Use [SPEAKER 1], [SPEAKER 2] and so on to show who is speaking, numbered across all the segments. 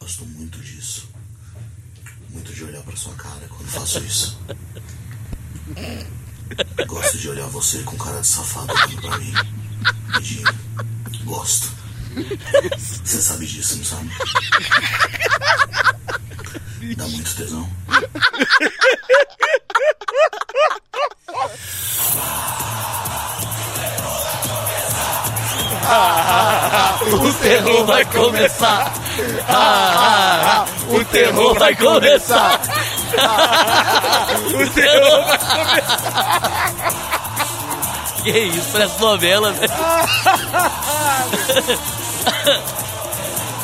[SPEAKER 1] gosto muito disso. Muito de olhar pra sua cara quando faço isso. Gosto de olhar você com cara de safado olhando pra mim. Pedindo. Gosto. Você sabe disso, não sabe? Dá muito tesão.
[SPEAKER 2] O terror vai começar. Ah, ah, ah, o terror vai começar. O terror vai começar. Que isso, parece novela, né? velho.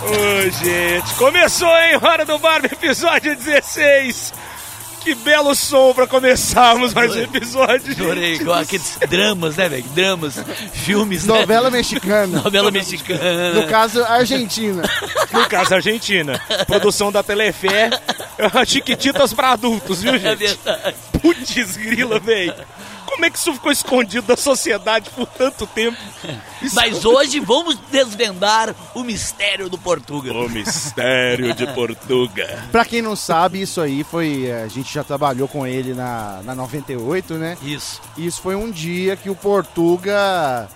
[SPEAKER 3] Ô, gente, começou, hein? Hora do Barba, episódio 16. Que belo som pra começarmos mais um episódio,
[SPEAKER 2] Adorei,
[SPEAKER 3] gente.
[SPEAKER 2] igual aqueles dramas, né, velho? Dramas, filmes, né?
[SPEAKER 4] Novela mexicana.
[SPEAKER 2] Novela mexicana.
[SPEAKER 4] No caso, Argentina.
[SPEAKER 3] No caso, Argentina. Produção da Telefé. Chiquititas pra adultos, viu,
[SPEAKER 2] É
[SPEAKER 3] gente?
[SPEAKER 2] verdade.
[SPEAKER 3] Putz, grila, velho. Como é que isso ficou escondido da sociedade por tanto tempo?
[SPEAKER 2] Mas hoje vamos desvendar o mistério do Portugal.
[SPEAKER 3] O mistério de Portuga.
[SPEAKER 4] pra quem não sabe, isso aí foi. é, A gente já trabalhou com ele na, na 98, né?
[SPEAKER 2] Isso.
[SPEAKER 4] E Isso foi um dia que o Portuga.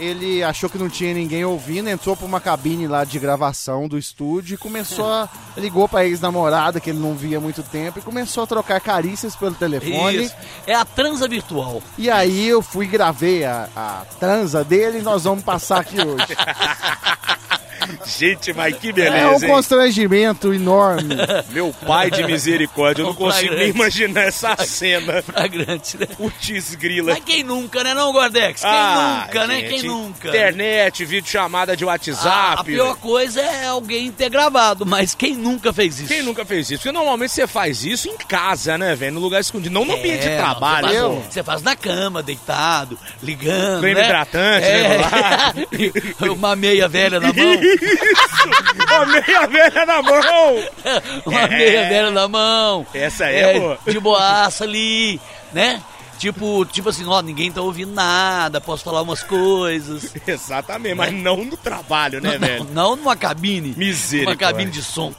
[SPEAKER 4] Ele achou que não tinha ninguém ouvindo, entrou pra uma cabine lá de gravação do estúdio e começou a. ligou pra ex-namorada que ele não via há muito tempo e começou a trocar carícias pelo telefone.
[SPEAKER 2] Isso. É a transa virtual.
[SPEAKER 4] E aí eu fui e gravei a, a transa dele e nós vamos passar aqui hoje.
[SPEAKER 3] Gente, mas que
[SPEAKER 4] É um
[SPEAKER 3] beleza, hein?
[SPEAKER 4] constrangimento enorme.
[SPEAKER 3] Meu pai de misericórdia, eu não
[SPEAKER 2] É um flagrante.
[SPEAKER 3] consigo nem imaginar essa cena.
[SPEAKER 2] Flagrante, né?
[SPEAKER 3] Putz, grila.
[SPEAKER 2] Mas quem nunca, né, não, Gordex? Quem
[SPEAKER 3] Ah,
[SPEAKER 2] nunca, né?
[SPEAKER 3] gente,
[SPEAKER 2] Quem nunca? Ah,
[SPEAKER 3] Internet, vídeo chamada de WhatsApp.
[SPEAKER 2] A, a pior coisa é alguém ter gravado, mas quem nunca fez isso?
[SPEAKER 3] Quem nunca fez isso? Porque normalmente você faz isso em casa, né, velho? No lugar escondido, não no ambiente de
[SPEAKER 2] É, não,
[SPEAKER 3] trabalho. né?
[SPEAKER 2] Você
[SPEAKER 4] Eu?
[SPEAKER 2] faz, você faz na cama, deitado, ligando.
[SPEAKER 3] Creme
[SPEAKER 2] né?
[SPEAKER 3] hidratante,
[SPEAKER 2] é. Uma meia velha na mão.
[SPEAKER 3] Ó, meia velha na mão!
[SPEAKER 2] Uma
[SPEAKER 3] É.
[SPEAKER 2] meia velha na mão.
[SPEAKER 3] Essa aí é boa.
[SPEAKER 2] De boaça ali, né? Tipo, tipo assim, ó, ninguém tá ouvindo nada, posso falar umas coisas.
[SPEAKER 3] Exatamente, mas não no trabalho, né,
[SPEAKER 2] Não,
[SPEAKER 3] velho?
[SPEAKER 2] não numa cabine. Uma
[SPEAKER 3] Misericórdia.
[SPEAKER 2] cabine de som.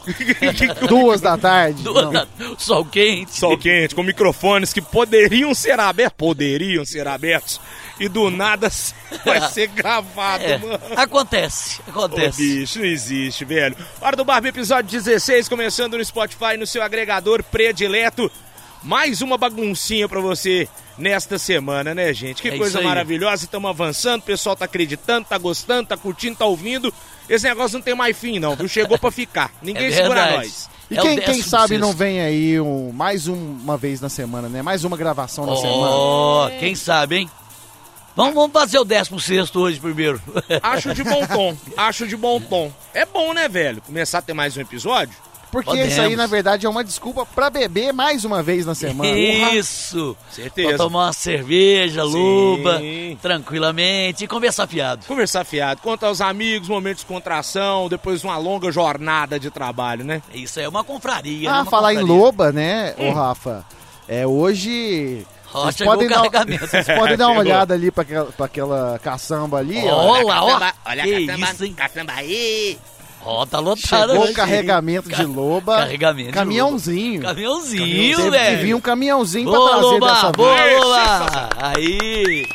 [SPEAKER 4] Duas da tarde.
[SPEAKER 2] Duas
[SPEAKER 4] Não.
[SPEAKER 2] da- Sol quente.
[SPEAKER 3] Sol quente, com microfones que poderiam ser abertos, poderiam ser abertos, e do nada vai ser gravado,
[SPEAKER 2] É,
[SPEAKER 3] mano.
[SPEAKER 2] acontece,
[SPEAKER 3] Ô,
[SPEAKER 2] acontece.
[SPEAKER 3] bicho, não existe, velho. Hora do Barbie, episódio 16, começando no Spotify, no seu agregador predileto. Mais uma baguncinha pra você nesta semana, né, gente? Que
[SPEAKER 2] É isso
[SPEAKER 3] coisa
[SPEAKER 2] aí.
[SPEAKER 3] maravilhosa, estamos avançando, o pessoal tá acreditando, tá gostando, tá curtindo, tá ouvindo. Esse negócio não tem mais fim, não, viu? Chegou pra ficar. Ninguém
[SPEAKER 2] é
[SPEAKER 3] segura
[SPEAKER 2] verdade.
[SPEAKER 3] nós.
[SPEAKER 4] E
[SPEAKER 2] É o
[SPEAKER 4] quem, quem
[SPEAKER 2] décimo
[SPEAKER 4] sabe não
[SPEAKER 2] sexto.
[SPEAKER 4] vem aí um, mais um- uma vez na semana, né? Mais uma gravação na semana.
[SPEAKER 2] Ó, quem sabe, hein? Vamos, vamos fazer o 16 hoje primeiro.
[SPEAKER 3] Acho de bom tom, acho de bom tom. É bom, né, velho? Começar a ter mais um episódio?
[SPEAKER 4] Porque
[SPEAKER 2] podemos.
[SPEAKER 4] isso aí, na verdade, é uma desculpa pra beber mais uma vez na semana. Urra.
[SPEAKER 2] Isso!
[SPEAKER 3] Certeza.
[SPEAKER 2] Pra tomar uma cerveja,
[SPEAKER 3] Sim.
[SPEAKER 2] luba, tranquilamente e conversar fiado.
[SPEAKER 3] Conversar fiado, contar aos amigos, momentos de contração, depois uma longa jornada de trabalho, né?
[SPEAKER 2] Isso aí é uma confraria. né?
[SPEAKER 4] Ah,
[SPEAKER 2] Uma
[SPEAKER 4] falar em
[SPEAKER 2] confraria.
[SPEAKER 4] loba, né, ô Rafa? É, hoje...
[SPEAKER 2] Ó,
[SPEAKER 4] Vocês
[SPEAKER 2] chegou
[SPEAKER 4] podem
[SPEAKER 2] o
[SPEAKER 4] dar- um-
[SPEAKER 2] carregamento.
[SPEAKER 4] Vocês podem dar uma
[SPEAKER 3] Chegou.
[SPEAKER 4] olhada ali pra aquela, pra aquela caçamba ali, ó.
[SPEAKER 2] Ó, lá, ó.
[SPEAKER 5] Olha
[SPEAKER 2] que
[SPEAKER 5] a caçamba,
[SPEAKER 2] isso, hein?
[SPEAKER 5] caçamba aí.
[SPEAKER 2] Ó, tá lotado.
[SPEAKER 4] Chegou
[SPEAKER 2] hoje,
[SPEAKER 4] o carregamento
[SPEAKER 2] hein?
[SPEAKER 4] de
[SPEAKER 2] Ca-
[SPEAKER 4] loba.
[SPEAKER 2] Carregamento de
[SPEAKER 4] Caminhãozinho.
[SPEAKER 2] loba. Caminhãozinho,
[SPEAKER 4] Teve que
[SPEAKER 2] velho.
[SPEAKER 4] vir um caminhãozinho pra
[SPEAKER 2] Boa,
[SPEAKER 4] trazer
[SPEAKER 2] Loba!
[SPEAKER 4] dessa
[SPEAKER 2] Boa,
[SPEAKER 4] vez.
[SPEAKER 2] Loba! Aí!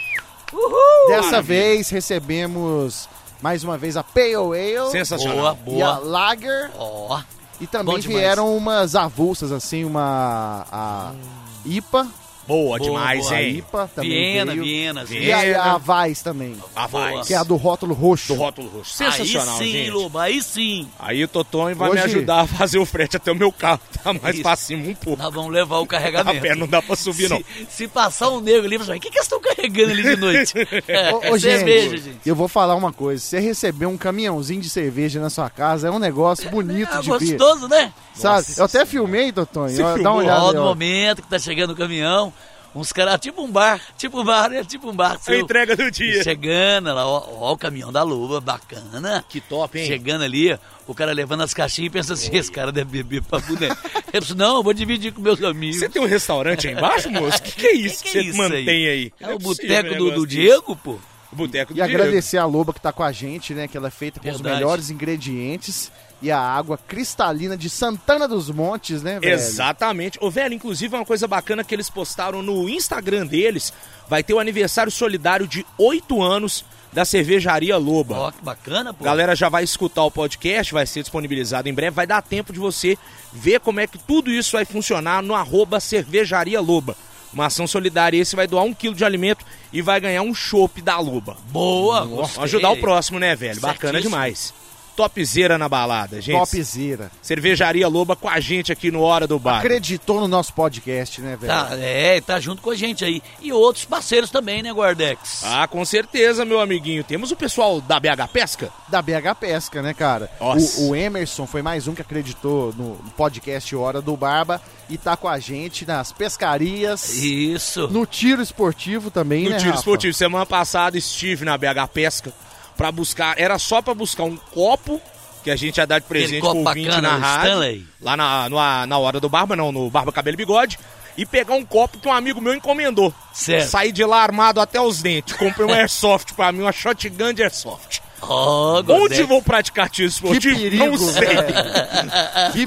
[SPEAKER 4] Dessa vez recebemos mais uma vez a Pale Ale
[SPEAKER 3] Sensacional.
[SPEAKER 2] Boa,
[SPEAKER 4] e a
[SPEAKER 2] é boa!
[SPEAKER 4] Lager
[SPEAKER 2] Ó,
[SPEAKER 4] e
[SPEAKER 2] Bom
[SPEAKER 4] também
[SPEAKER 2] demais.
[SPEAKER 4] vieram umas avulsas assim, uma a
[SPEAKER 2] Hum.
[SPEAKER 4] IPA,
[SPEAKER 3] Boa,
[SPEAKER 2] Boa,
[SPEAKER 3] demais,
[SPEAKER 2] boa.
[SPEAKER 4] a
[SPEAKER 3] hein?
[SPEAKER 4] IPA também
[SPEAKER 2] Viena,
[SPEAKER 4] veio.
[SPEAKER 2] Viena,
[SPEAKER 4] E
[SPEAKER 2] sim.
[SPEAKER 3] Viena.
[SPEAKER 4] aí a Vais também,
[SPEAKER 3] A voz.
[SPEAKER 2] Boa.
[SPEAKER 4] que é a do rótulo roxo.
[SPEAKER 3] Do rótulo roxo.
[SPEAKER 4] é
[SPEAKER 2] Aí
[SPEAKER 3] Sensacional,
[SPEAKER 2] sim,
[SPEAKER 3] gente.
[SPEAKER 2] Loba, aí sim.
[SPEAKER 3] Aí o Totonho vai me
[SPEAKER 4] Hoje-
[SPEAKER 3] ajudar a fazer o frete até o meu carro. Tá mais
[SPEAKER 2] Isso.
[SPEAKER 3] pra cima um pouco.
[SPEAKER 2] Nós vamos levar o
[SPEAKER 3] A pé
[SPEAKER 2] carregamento.
[SPEAKER 3] não dá pra subir, não.
[SPEAKER 2] Se, se passar um negro ali, você vai, o que, que eles estão carregando ali de noite? É,
[SPEAKER 4] Ô, ô,
[SPEAKER 2] cerveja, gente.
[SPEAKER 4] eu vou falar uma coisa. Você receber um caminhãozinho de cerveja na sua casa é um negócio bonito
[SPEAKER 2] É
[SPEAKER 4] de ver.
[SPEAKER 2] gostoso, né?
[SPEAKER 4] Sabe?
[SPEAKER 3] Nossa
[SPEAKER 4] eu até filmei, Totonho.
[SPEAKER 3] Você
[SPEAKER 4] ó, Dá
[SPEAKER 3] filmou?
[SPEAKER 4] uma
[SPEAKER 2] Ó,
[SPEAKER 4] olhada.
[SPEAKER 2] no
[SPEAKER 4] aí, ó.
[SPEAKER 2] momento que tá chegando o caminhão, uns caras, tipo um bar, tipo um bar, né? Tipo um bar.
[SPEAKER 3] A
[SPEAKER 2] Seu,
[SPEAKER 3] entrega do dia.
[SPEAKER 2] é chegando lá, ó, ó o caminhão da luva, bacana.
[SPEAKER 3] Que top,
[SPEAKER 2] Chegando ali, o cara levando as caixinhas e pensando assim, esse cara deve beber pra boneco. Eu disse, não, eu vou dividir com meus amigos.
[SPEAKER 3] Você tem um restaurante aí embaixo, moço? O que, que é isso
[SPEAKER 2] Que
[SPEAKER 3] que,
[SPEAKER 2] que é
[SPEAKER 3] você
[SPEAKER 2] isso
[SPEAKER 3] mantém aí?
[SPEAKER 2] É
[SPEAKER 3] Não
[SPEAKER 2] o
[SPEAKER 3] possível um
[SPEAKER 2] boteco do, do
[SPEAKER 3] negócio desse.
[SPEAKER 2] Diego, pô.
[SPEAKER 3] Boteco do
[SPEAKER 4] E
[SPEAKER 3] Diego.
[SPEAKER 4] agradecer a Loba que tá com a gente, né? Que ela é feita com os
[SPEAKER 2] Verdade.
[SPEAKER 4] melhores ingredientes e a água cristalina de Santana dos Montes, né, velho?
[SPEAKER 3] Exatamente. Ô, velho, inclusive uma coisa bacana que eles postaram no Instagram deles, vai ter o aniversário solidário de 8 anos da cervejaria Loba.
[SPEAKER 2] Ó, que bacana, pô.
[SPEAKER 3] Galera já vai escutar o podcast, vai ser disponibilizado em breve, vai dar tempo de você ver como é que tudo isso vai funcionar no arroba cervejaria Loba. Uma ação solidária, esse vai doar um quilo de alimento e vai ganhar um chopp da Loba.
[SPEAKER 2] Boa, gostei.
[SPEAKER 3] Ajudar o próximo, né, velho? Bacana
[SPEAKER 2] Certíssimo.
[SPEAKER 3] demais. Topzera na balada, gente.
[SPEAKER 4] Topzera.
[SPEAKER 3] Cervejaria Loba com a gente aqui no Hora do Bar.
[SPEAKER 4] Acreditou no nosso podcast, né, velho?
[SPEAKER 2] Tá, é, tá junto com a gente aí. E outros parceiros também, né, Guardex?
[SPEAKER 3] Ah, com certeza, meu amiguinho. Temos o pessoal da BH Pesca?
[SPEAKER 4] Da BH Pesca, né, cara?
[SPEAKER 3] Nossa.
[SPEAKER 4] O, o Emerson foi mais um que acreditou no podcast Hora do Barba e tá com a gente nas pescarias.
[SPEAKER 2] Isso.
[SPEAKER 4] No tiro esportivo também,
[SPEAKER 3] No
[SPEAKER 4] né,
[SPEAKER 3] tiro
[SPEAKER 4] Rafa?
[SPEAKER 3] esportivo. Semana passada estive na BH Pesca pra buscar. Era só pra buscar um copo que a gente ia dar de presente
[SPEAKER 2] copo
[SPEAKER 3] pro ouvinte
[SPEAKER 2] bacana,
[SPEAKER 3] na
[SPEAKER 2] o
[SPEAKER 3] rádio.
[SPEAKER 2] Stanley.
[SPEAKER 3] Lá na, no- na hora do Barba, não, no Barba Cabelo e Bigode. E pegar um copo que um amigo meu encomendou.
[SPEAKER 2] Certo.
[SPEAKER 3] Saí de lá armado até os dentes. Comprei um airsoft pra mim, uma shotgun de airsoft.
[SPEAKER 2] Ó,
[SPEAKER 3] Onde
[SPEAKER 2] Guardex.
[SPEAKER 3] vou praticar tiro
[SPEAKER 4] Que
[SPEAKER 3] esportivo? não
[SPEAKER 4] perigo,
[SPEAKER 3] sei.
[SPEAKER 4] velho. Que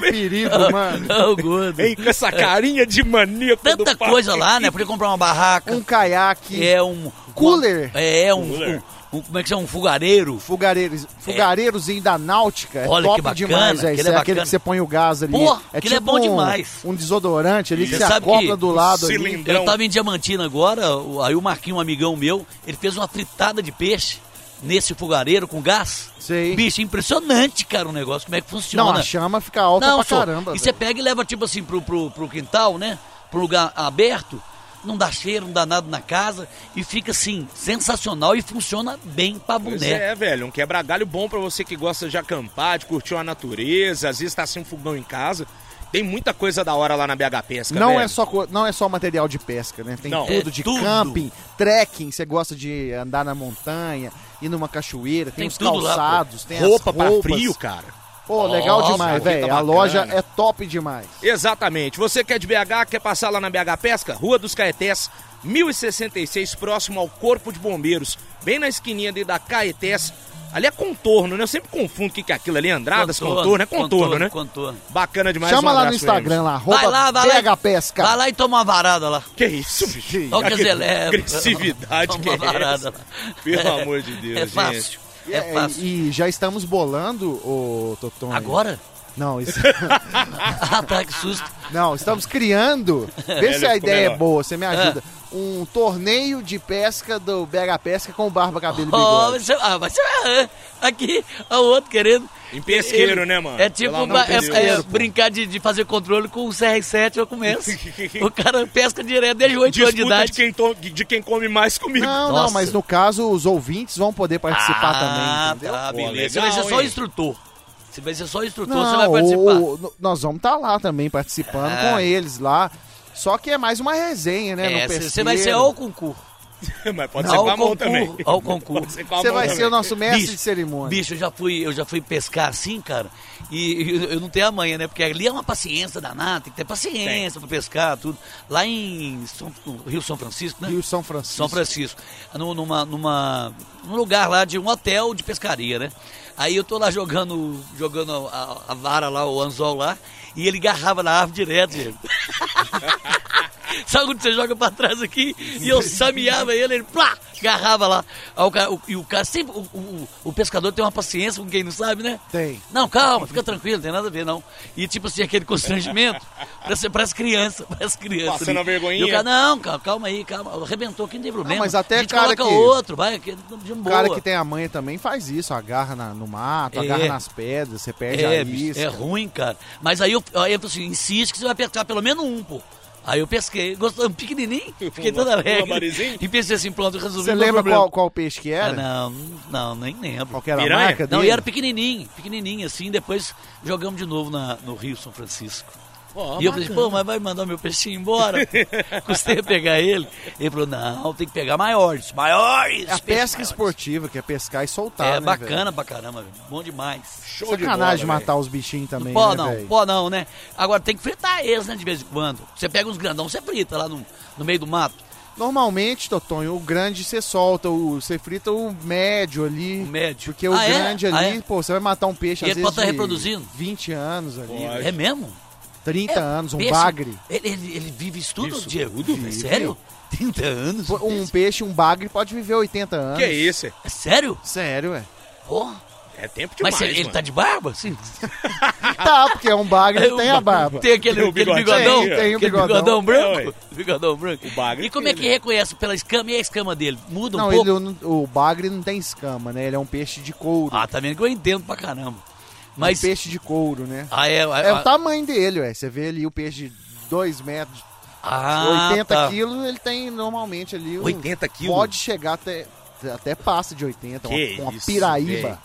[SPEAKER 4] perigo, mano.
[SPEAKER 2] Ô, gordo.
[SPEAKER 3] Hein, com essa carinha de maníaco. do
[SPEAKER 2] Tanta
[SPEAKER 3] pai.
[SPEAKER 2] coisa lá, né? Podia comprar uma barraca.
[SPEAKER 4] Um caiaque,
[SPEAKER 2] É um.
[SPEAKER 4] Cooler.
[SPEAKER 2] É um, um-
[SPEAKER 3] Cooler.
[SPEAKER 2] um- Como é que chama? Um fogareiro.
[SPEAKER 4] fugareiros, fugareirozinho da náutica. É
[SPEAKER 2] É. Olha
[SPEAKER 4] top
[SPEAKER 2] que bacana,
[SPEAKER 4] demais, velho.
[SPEAKER 2] aquele é
[SPEAKER 4] Isso é aquele
[SPEAKER 2] bacana.
[SPEAKER 4] que você põe o gás ali.
[SPEAKER 2] Pô,
[SPEAKER 4] é
[SPEAKER 2] aquele é bom
[SPEAKER 4] um-
[SPEAKER 2] demais.
[SPEAKER 4] Um desodorante ali que
[SPEAKER 2] Você
[SPEAKER 4] você
[SPEAKER 2] sabe
[SPEAKER 4] acopla
[SPEAKER 2] que
[SPEAKER 4] do lado ali.
[SPEAKER 3] cilindro-
[SPEAKER 2] Eu tava em Diamantina agora, o- aí o Marquinho, um amigão meu, ele fez uma fritada de peixe nesse fogareiro com gás.
[SPEAKER 4] Sei.
[SPEAKER 2] Bicho, impressionante, cara, o negócio. Como é que funciona?
[SPEAKER 4] Não, a chama fica alta
[SPEAKER 2] Não,
[SPEAKER 4] pra
[SPEAKER 2] só.
[SPEAKER 4] caramba.
[SPEAKER 2] E você
[SPEAKER 4] velho.
[SPEAKER 2] pega e leva, tipo assim, pro, pro, pro quintal, né? Pro lugar aberto. Não dá cheiro, não dá nada na casa. E fica, assim, sensacional e funciona bem pra
[SPEAKER 3] Pois
[SPEAKER 4] né?
[SPEAKER 2] boneca.
[SPEAKER 3] é, velho, um quebra-galho bom pra você que gosta de acampar, de curtir a natureza, às vezes tá sem um fogão em casa. Tem muita coisa da hora lá na BH Pesca, né?
[SPEAKER 4] Não
[SPEAKER 3] velho.
[SPEAKER 4] é, só, co- não é só material de pesca, né? Tem
[SPEAKER 3] Não.
[SPEAKER 4] tudo
[SPEAKER 2] É
[SPEAKER 4] de
[SPEAKER 2] tudo.
[SPEAKER 4] camping, trekking, você gosta de andar na montanha, ir numa cachoeira, tem,
[SPEAKER 2] Tem
[SPEAKER 4] os
[SPEAKER 2] tudo lá, pô.
[SPEAKER 4] calçados, tem
[SPEAKER 3] roupa
[SPEAKER 4] as roupas.
[SPEAKER 3] pra frio, cara.
[SPEAKER 4] Pô, legal
[SPEAKER 2] Nossa,
[SPEAKER 4] demais,
[SPEAKER 2] aqui
[SPEAKER 3] tá
[SPEAKER 4] velho. a
[SPEAKER 3] bacana.
[SPEAKER 4] loja é top demais.
[SPEAKER 3] Exatamente. Você que é de BH, quer passar lá na BH Pesca? Rua dos Caetés, 1066, próximo ao Corpo de Bombeiros, bem na esquininha ali da Caetés. Ali é contorno, né? Eu sempre confundo o que que é aquilo ali, Andradas, contorno, é contorno, né?
[SPEAKER 2] Contorno.
[SPEAKER 3] Bacana demais.
[SPEAKER 4] Chama
[SPEAKER 3] um
[SPEAKER 4] lá no
[SPEAKER 3] abraço,
[SPEAKER 4] Instagram,
[SPEAKER 3] Emerson.
[SPEAKER 4] lá, arroba
[SPEAKER 2] Vai lá, vai lá.
[SPEAKER 4] BH Pesca.
[SPEAKER 2] Vai lá e toma uma varada lá.
[SPEAKER 3] Que isso, bicho?
[SPEAKER 2] Olha o que
[SPEAKER 3] Aquele-
[SPEAKER 2] leva.
[SPEAKER 3] Agressividade que é
[SPEAKER 2] Toma varada
[SPEAKER 3] essa?
[SPEAKER 2] lá.
[SPEAKER 3] Pelo amor de Deus,
[SPEAKER 2] É
[SPEAKER 3] gente.
[SPEAKER 2] fácil.
[SPEAKER 4] E-
[SPEAKER 2] É fácil.
[SPEAKER 4] E, já estamos bolando, ô Totônio.
[SPEAKER 2] Agora?
[SPEAKER 4] Não, isso-
[SPEAKER 2] Ah, tá, que susto.
[SPEAKER 4] não, estamos criando. Vê se
[SPEAKER 3] ficou
[SPEAKER 4] a ideia
[SPEAKER 3] melhor.
[SPEAKER 4] é boa, você me
[SPEAKER 2] Ah.
[SPEAKER 4] ajuda. Um torneio de pesca do BH Pesca com barba, cabelo e
[SPEAKER 2] Oh, vai
[SPEAKER 4] bigode.
[SPEAKER 2] ser, ah, vai ser, ah, aqui, ó, o outro querendo.
[SPEAKER 3] Em pesqueiro, né, mano?
[SPEAKER 2] É tipo
[SPEAKER 3] Pelo amor
[SPEAKER 2] ba-
[SPEAKER 3] de
[SPEAKER 2] é-
[SPEAKER 3] Deus.
[SPEAKER 2] é
[SPEAKER 3] Pesqueiro, pô.
[SPEAKER 2] brincar de, de fazer controle com o CR7, eu começo. o cara pesca direto desde 8 anos de
[SPEAKER 3] Disputa de
[SPEAKER 2] idade.
[SPEAKER 3] quem, to- de quem come mais comigo.
[SPEAKER 4] Não, não,
[SPEAKER 2] Nossa.
[SPEAKER 4] mas no caso os ouvintes vão poder participar
[SPEAKER 2] ah,
[SPEAKER 4] também, entendeu?
[SPEAKER 2] tá,
[SPEAKER 3] Pô,
[SPEAKER 2] beleza. Você
[SPEAKER 3] legal,
[SPEAKER 2] vai ser só
[SPEAKER 3] hein?
[SPEAKER 2] instrutor. Você vai ser só instrutor,
[SPEAKER 4] Não,
[SPEAKER 2] você vai participar.
[SPEAKER 4] o- o- nós vamos estar lá também participando
[SPEAKER 2] É.
[SPEAKER 4] com eles lá. Só que é mais uma resenha, né?
[SPEAKER 2] É,
[SPEAKER 4] no
[SPEAKER 2] você você vai ser
[SPEAKER 4] pesqueiro.
[SPEAKER 2] ao concurso.
[SPEAKER 3] Mas pode
[SPEAKER 2] Não,
[SPEAKER 3] ser com a
[SPEAKER 2] ao
[SPEAKER 3] mão
[SPEAKER 2] concurso,
[SPEAKER 3] também.
[SPEAKER 2] ao concurso.
[SPEAKER 3] Pode ser com a
[SPEAKER 4] Você
[SPEAKER 3] mão
[SPEAKER 4] vai
[SPEAKER 3] também.
[SPEAKER 4] ser o nosso mestre
[SPEAKER 2] Bicho,
[SPEAKER 4] de cerimônia.
[SPEAKER 2] Bicho, eu já fui, eu já fui pescar assim, cara, e e eu, eu não tenho a manha, né? Porque ali é uma paciência danada, tem que ter paciência pra pescar, tudo. Lá em São- no Rio São Francisco, né?
[SPEAKER 4] Rio São Francisco.
[SPEAKER 2] São Francisco. No- numa, numa, num lugar lá de um hotel de pescaria, né? Aí eu tô lá jogando, jogando a, a vara lá, o anzol lá, e ele garrava na árvore direto, Diego. Sabe quando você joga pra trás aqui? E eu sameava ele, ele plá, agarrava lá. Aí o cara- o- e o cara sempre. O, o- o pescador tem uma paciência com quem não sabe, né?
[SPEAKER 4] Tem.
[SPEAKER 2] Não, calma, fica tranquilo, não tem nada a ver, não. E tipo assim, aquele constrangimento parece, parece criança, parece criança.
[SPEAKER 3] Passando
[SPEAKER 2] ali.
[SPEAKER 3] a vergonhinha.
[SPEAKER 2] E o cara, não, calma, calma aí, calma. Arrebentou, que não tem problema.
[SPEAKER 4] mas até
[SPEAKER 2] a gente
[SPEAKER 4] cara
[SPEAKER 2] coloca
[SPEAKER 4] que-
[SPEAKER 2] outro, vai, que- de
[SPEAKER 4] O
[SPEAKER 2] boa.
[SPEAKER 4] cara que tem a manha também faz isso, agarra na- no mato,
[SPEAKER 2] É.
[SPEAKER 4] agarra nas pedras, você perde
[SPEAKER 2] É,
[SPEAKER 4] a
[SPEAKER 2] bicho,
[SPEAKER 4] isca.
[SPEAKER 2] é ruim, cara. Mas aí eu, aí eu falei assim, insiste que você vai pescar pelo menos um, pô. Aí eu pesquei, gostou, um pequenininho, fiquei toda
[SPEAKER 3] Um
[SPEAKER 2] alegre.
[SPEAKER 3] lambarizinho?
[SPEAKER 2] E pensei assim, pronto, resolvi
[SPEAKER 4] Você
[SPEAKER 2] meu
[SPEAKER 4] lembra
[SPEAKER 2] problema.
[SPEAKER 4] qual, qual peixe que
[SPEAKER 2] Ah,
[SPEAKER 4] era?
[SPEAKER 2] não, não, nem lembro.
[SPEAKER 4] Qual que era
[SPEAKER 3] Piranha?
[SPEAKER 4] a marca
[SPEAKER 2] Não,
[SPEAKER 4] dele? É
[SPEAKER 2] e era pequenininho, pequenininho assim, depois jogamos de novo na- no Rio São Francisco.
[SPEAKER 3] Ó,
[SPEAKER 2] e eu falei, pô, mas vai mandar meu peixinho embora? Custei a pegar ele. Ele falou, não, tem que pegar maiores, maiores.
[SPEAKER 4] É a
[SPEAKER 2] peixes
[SPEAKER 4] pesca
[SPEAKER 2] maiores.
[SPEAKER 4] esportiva, que é pescar e soltar,
[SPEAKER 2] É
[SPEAKER 4] né, velho?
[SPEAKER 2] bacana pra caramba, velho. bom demais.
[SPEAKER 3] show de
[SPEAKER 4] Sacanagem de
[SPEAKER 3] bola,
[SPEAKER 4] matar os bichinhos também,
[SPEAKER 2] pó
[SPEAKER 4] né,
[SPEAKER 2] não,
[SPEAKER 4] velho?
[SPEAKER 2] pó não, né? Agora tem que fritar eles, né, de vez em quando. Você pega uns grandão, você frita lá no, no meio do mato.
[SPEAKER 4] Normalmente, Totonho, o grande você solta, o, você frita o médio ali.
[SPEAKER 2] O médio.
[SPEAKER 4] Porque o
[SPEAKER 2] Ah, é?
[SPEAKER 4] grande
[SPEAKER 2] Ah,
[SPEAKER 4] ali,
[SPEAKER 2] é?
[SPEAKER 4] pô, você vai matar um peixe
[SPEAKER 2] E
[SPEAKER 4] às
[SPEAKER 2] ele
[SPEAKER 4] vezes
[SPEAKER 2] pode tá
[SPEAKER 4] de
[SPEAKER 2] reproduzindo?
[SPEAKER 4] 20 anos ali,
[SPEAKER 3] Pode.
[SPEAKER 2] É mesmo? É,
[SPEAKER 4] 30 anos, um
[SPEAKER 2] Peixe-
[SPEAKER 4] bagre.
[SPEAKER 2] Ele, ele, ele vive isso tudo,
[SPEAKER 3] Isso
[SPEAKER 2] Diego?
[SPEAKER 3] tudo,
[SPEAKER 2] É
[SPEAKER 3] vive.
[SPEAKER 2] sério? 30 anos?
[SPEAKER 4] Pô, Um peixe, um bagre pode viver 80 anos.
[SPEAKER 3] Que é isso?
[SPEAKER 2] É sério?
[SPEAKER 4] Sério, ué.
[SPEAKER 2] Pô.
[SPEAKER 3] É tempo
[SPEAKER 2] Mas
[SPEAKER 3] demais,
[SPEAKER 2] se- ele
[SPEAKER 3] mano.
[SPEAKER 2] tá de barba? Sim.
[SPEAKER 4] Tá, porque é um bagre que tem a barba.
[SPEAKER 2] Tem aquele,
[SPEAKER 3] Tem o
[SPEAKER 2] aquele
[SPEAKER 3] bigodinho.
[SPEAKER 2] bigodão.
[SPEAKER 4] Tem, tem o
[SPEAKER 2] aquele
[SPEAKER 4] bigodão.
[SPEAKER 2] branco.
[SPEAKER 3] É, ué.
[SPEAKER 2] bigodão branco.
[SPEAKER 3] O bagre
[SPEAKER 2] E como é que
[SPEAKER 3] dele.
[SPEAKER 2] reconhece pela escama? E a escama dele? Muda um
[SPEAKER 4] né? Não,
[SPEAKER 2] pouco?
[SPEAKER 4] ele, o, o bagre não tem escama, né? Ele é um peixe de couro.
[SPEAKER 2] Ah, tá vendo que eu entendo pra caramba. Mas...
[SPEAKER 4] Um peixe de couro, né?
[SPEAKER 2] Ah, é...
[SPEAKER 4] É o tamanho dele, ué. Você vê ali o peixe de 2 metros,
[SPEAKER 2] ah,
[SPEAKER 4] 80
[SPEAKER 2] tá.
[SPEAKER 4] quilos, ele tem normalmente ali... um-
[SPEAKER 3] 80 quilos?
[SPEAKER 4] Pode chegar até, até passa de 80,
[SPEAKER 3] Que
[SPEAKER 4] uma, uma
[SPEAKER 3] isso,
[SPEAKER 4] piraíba.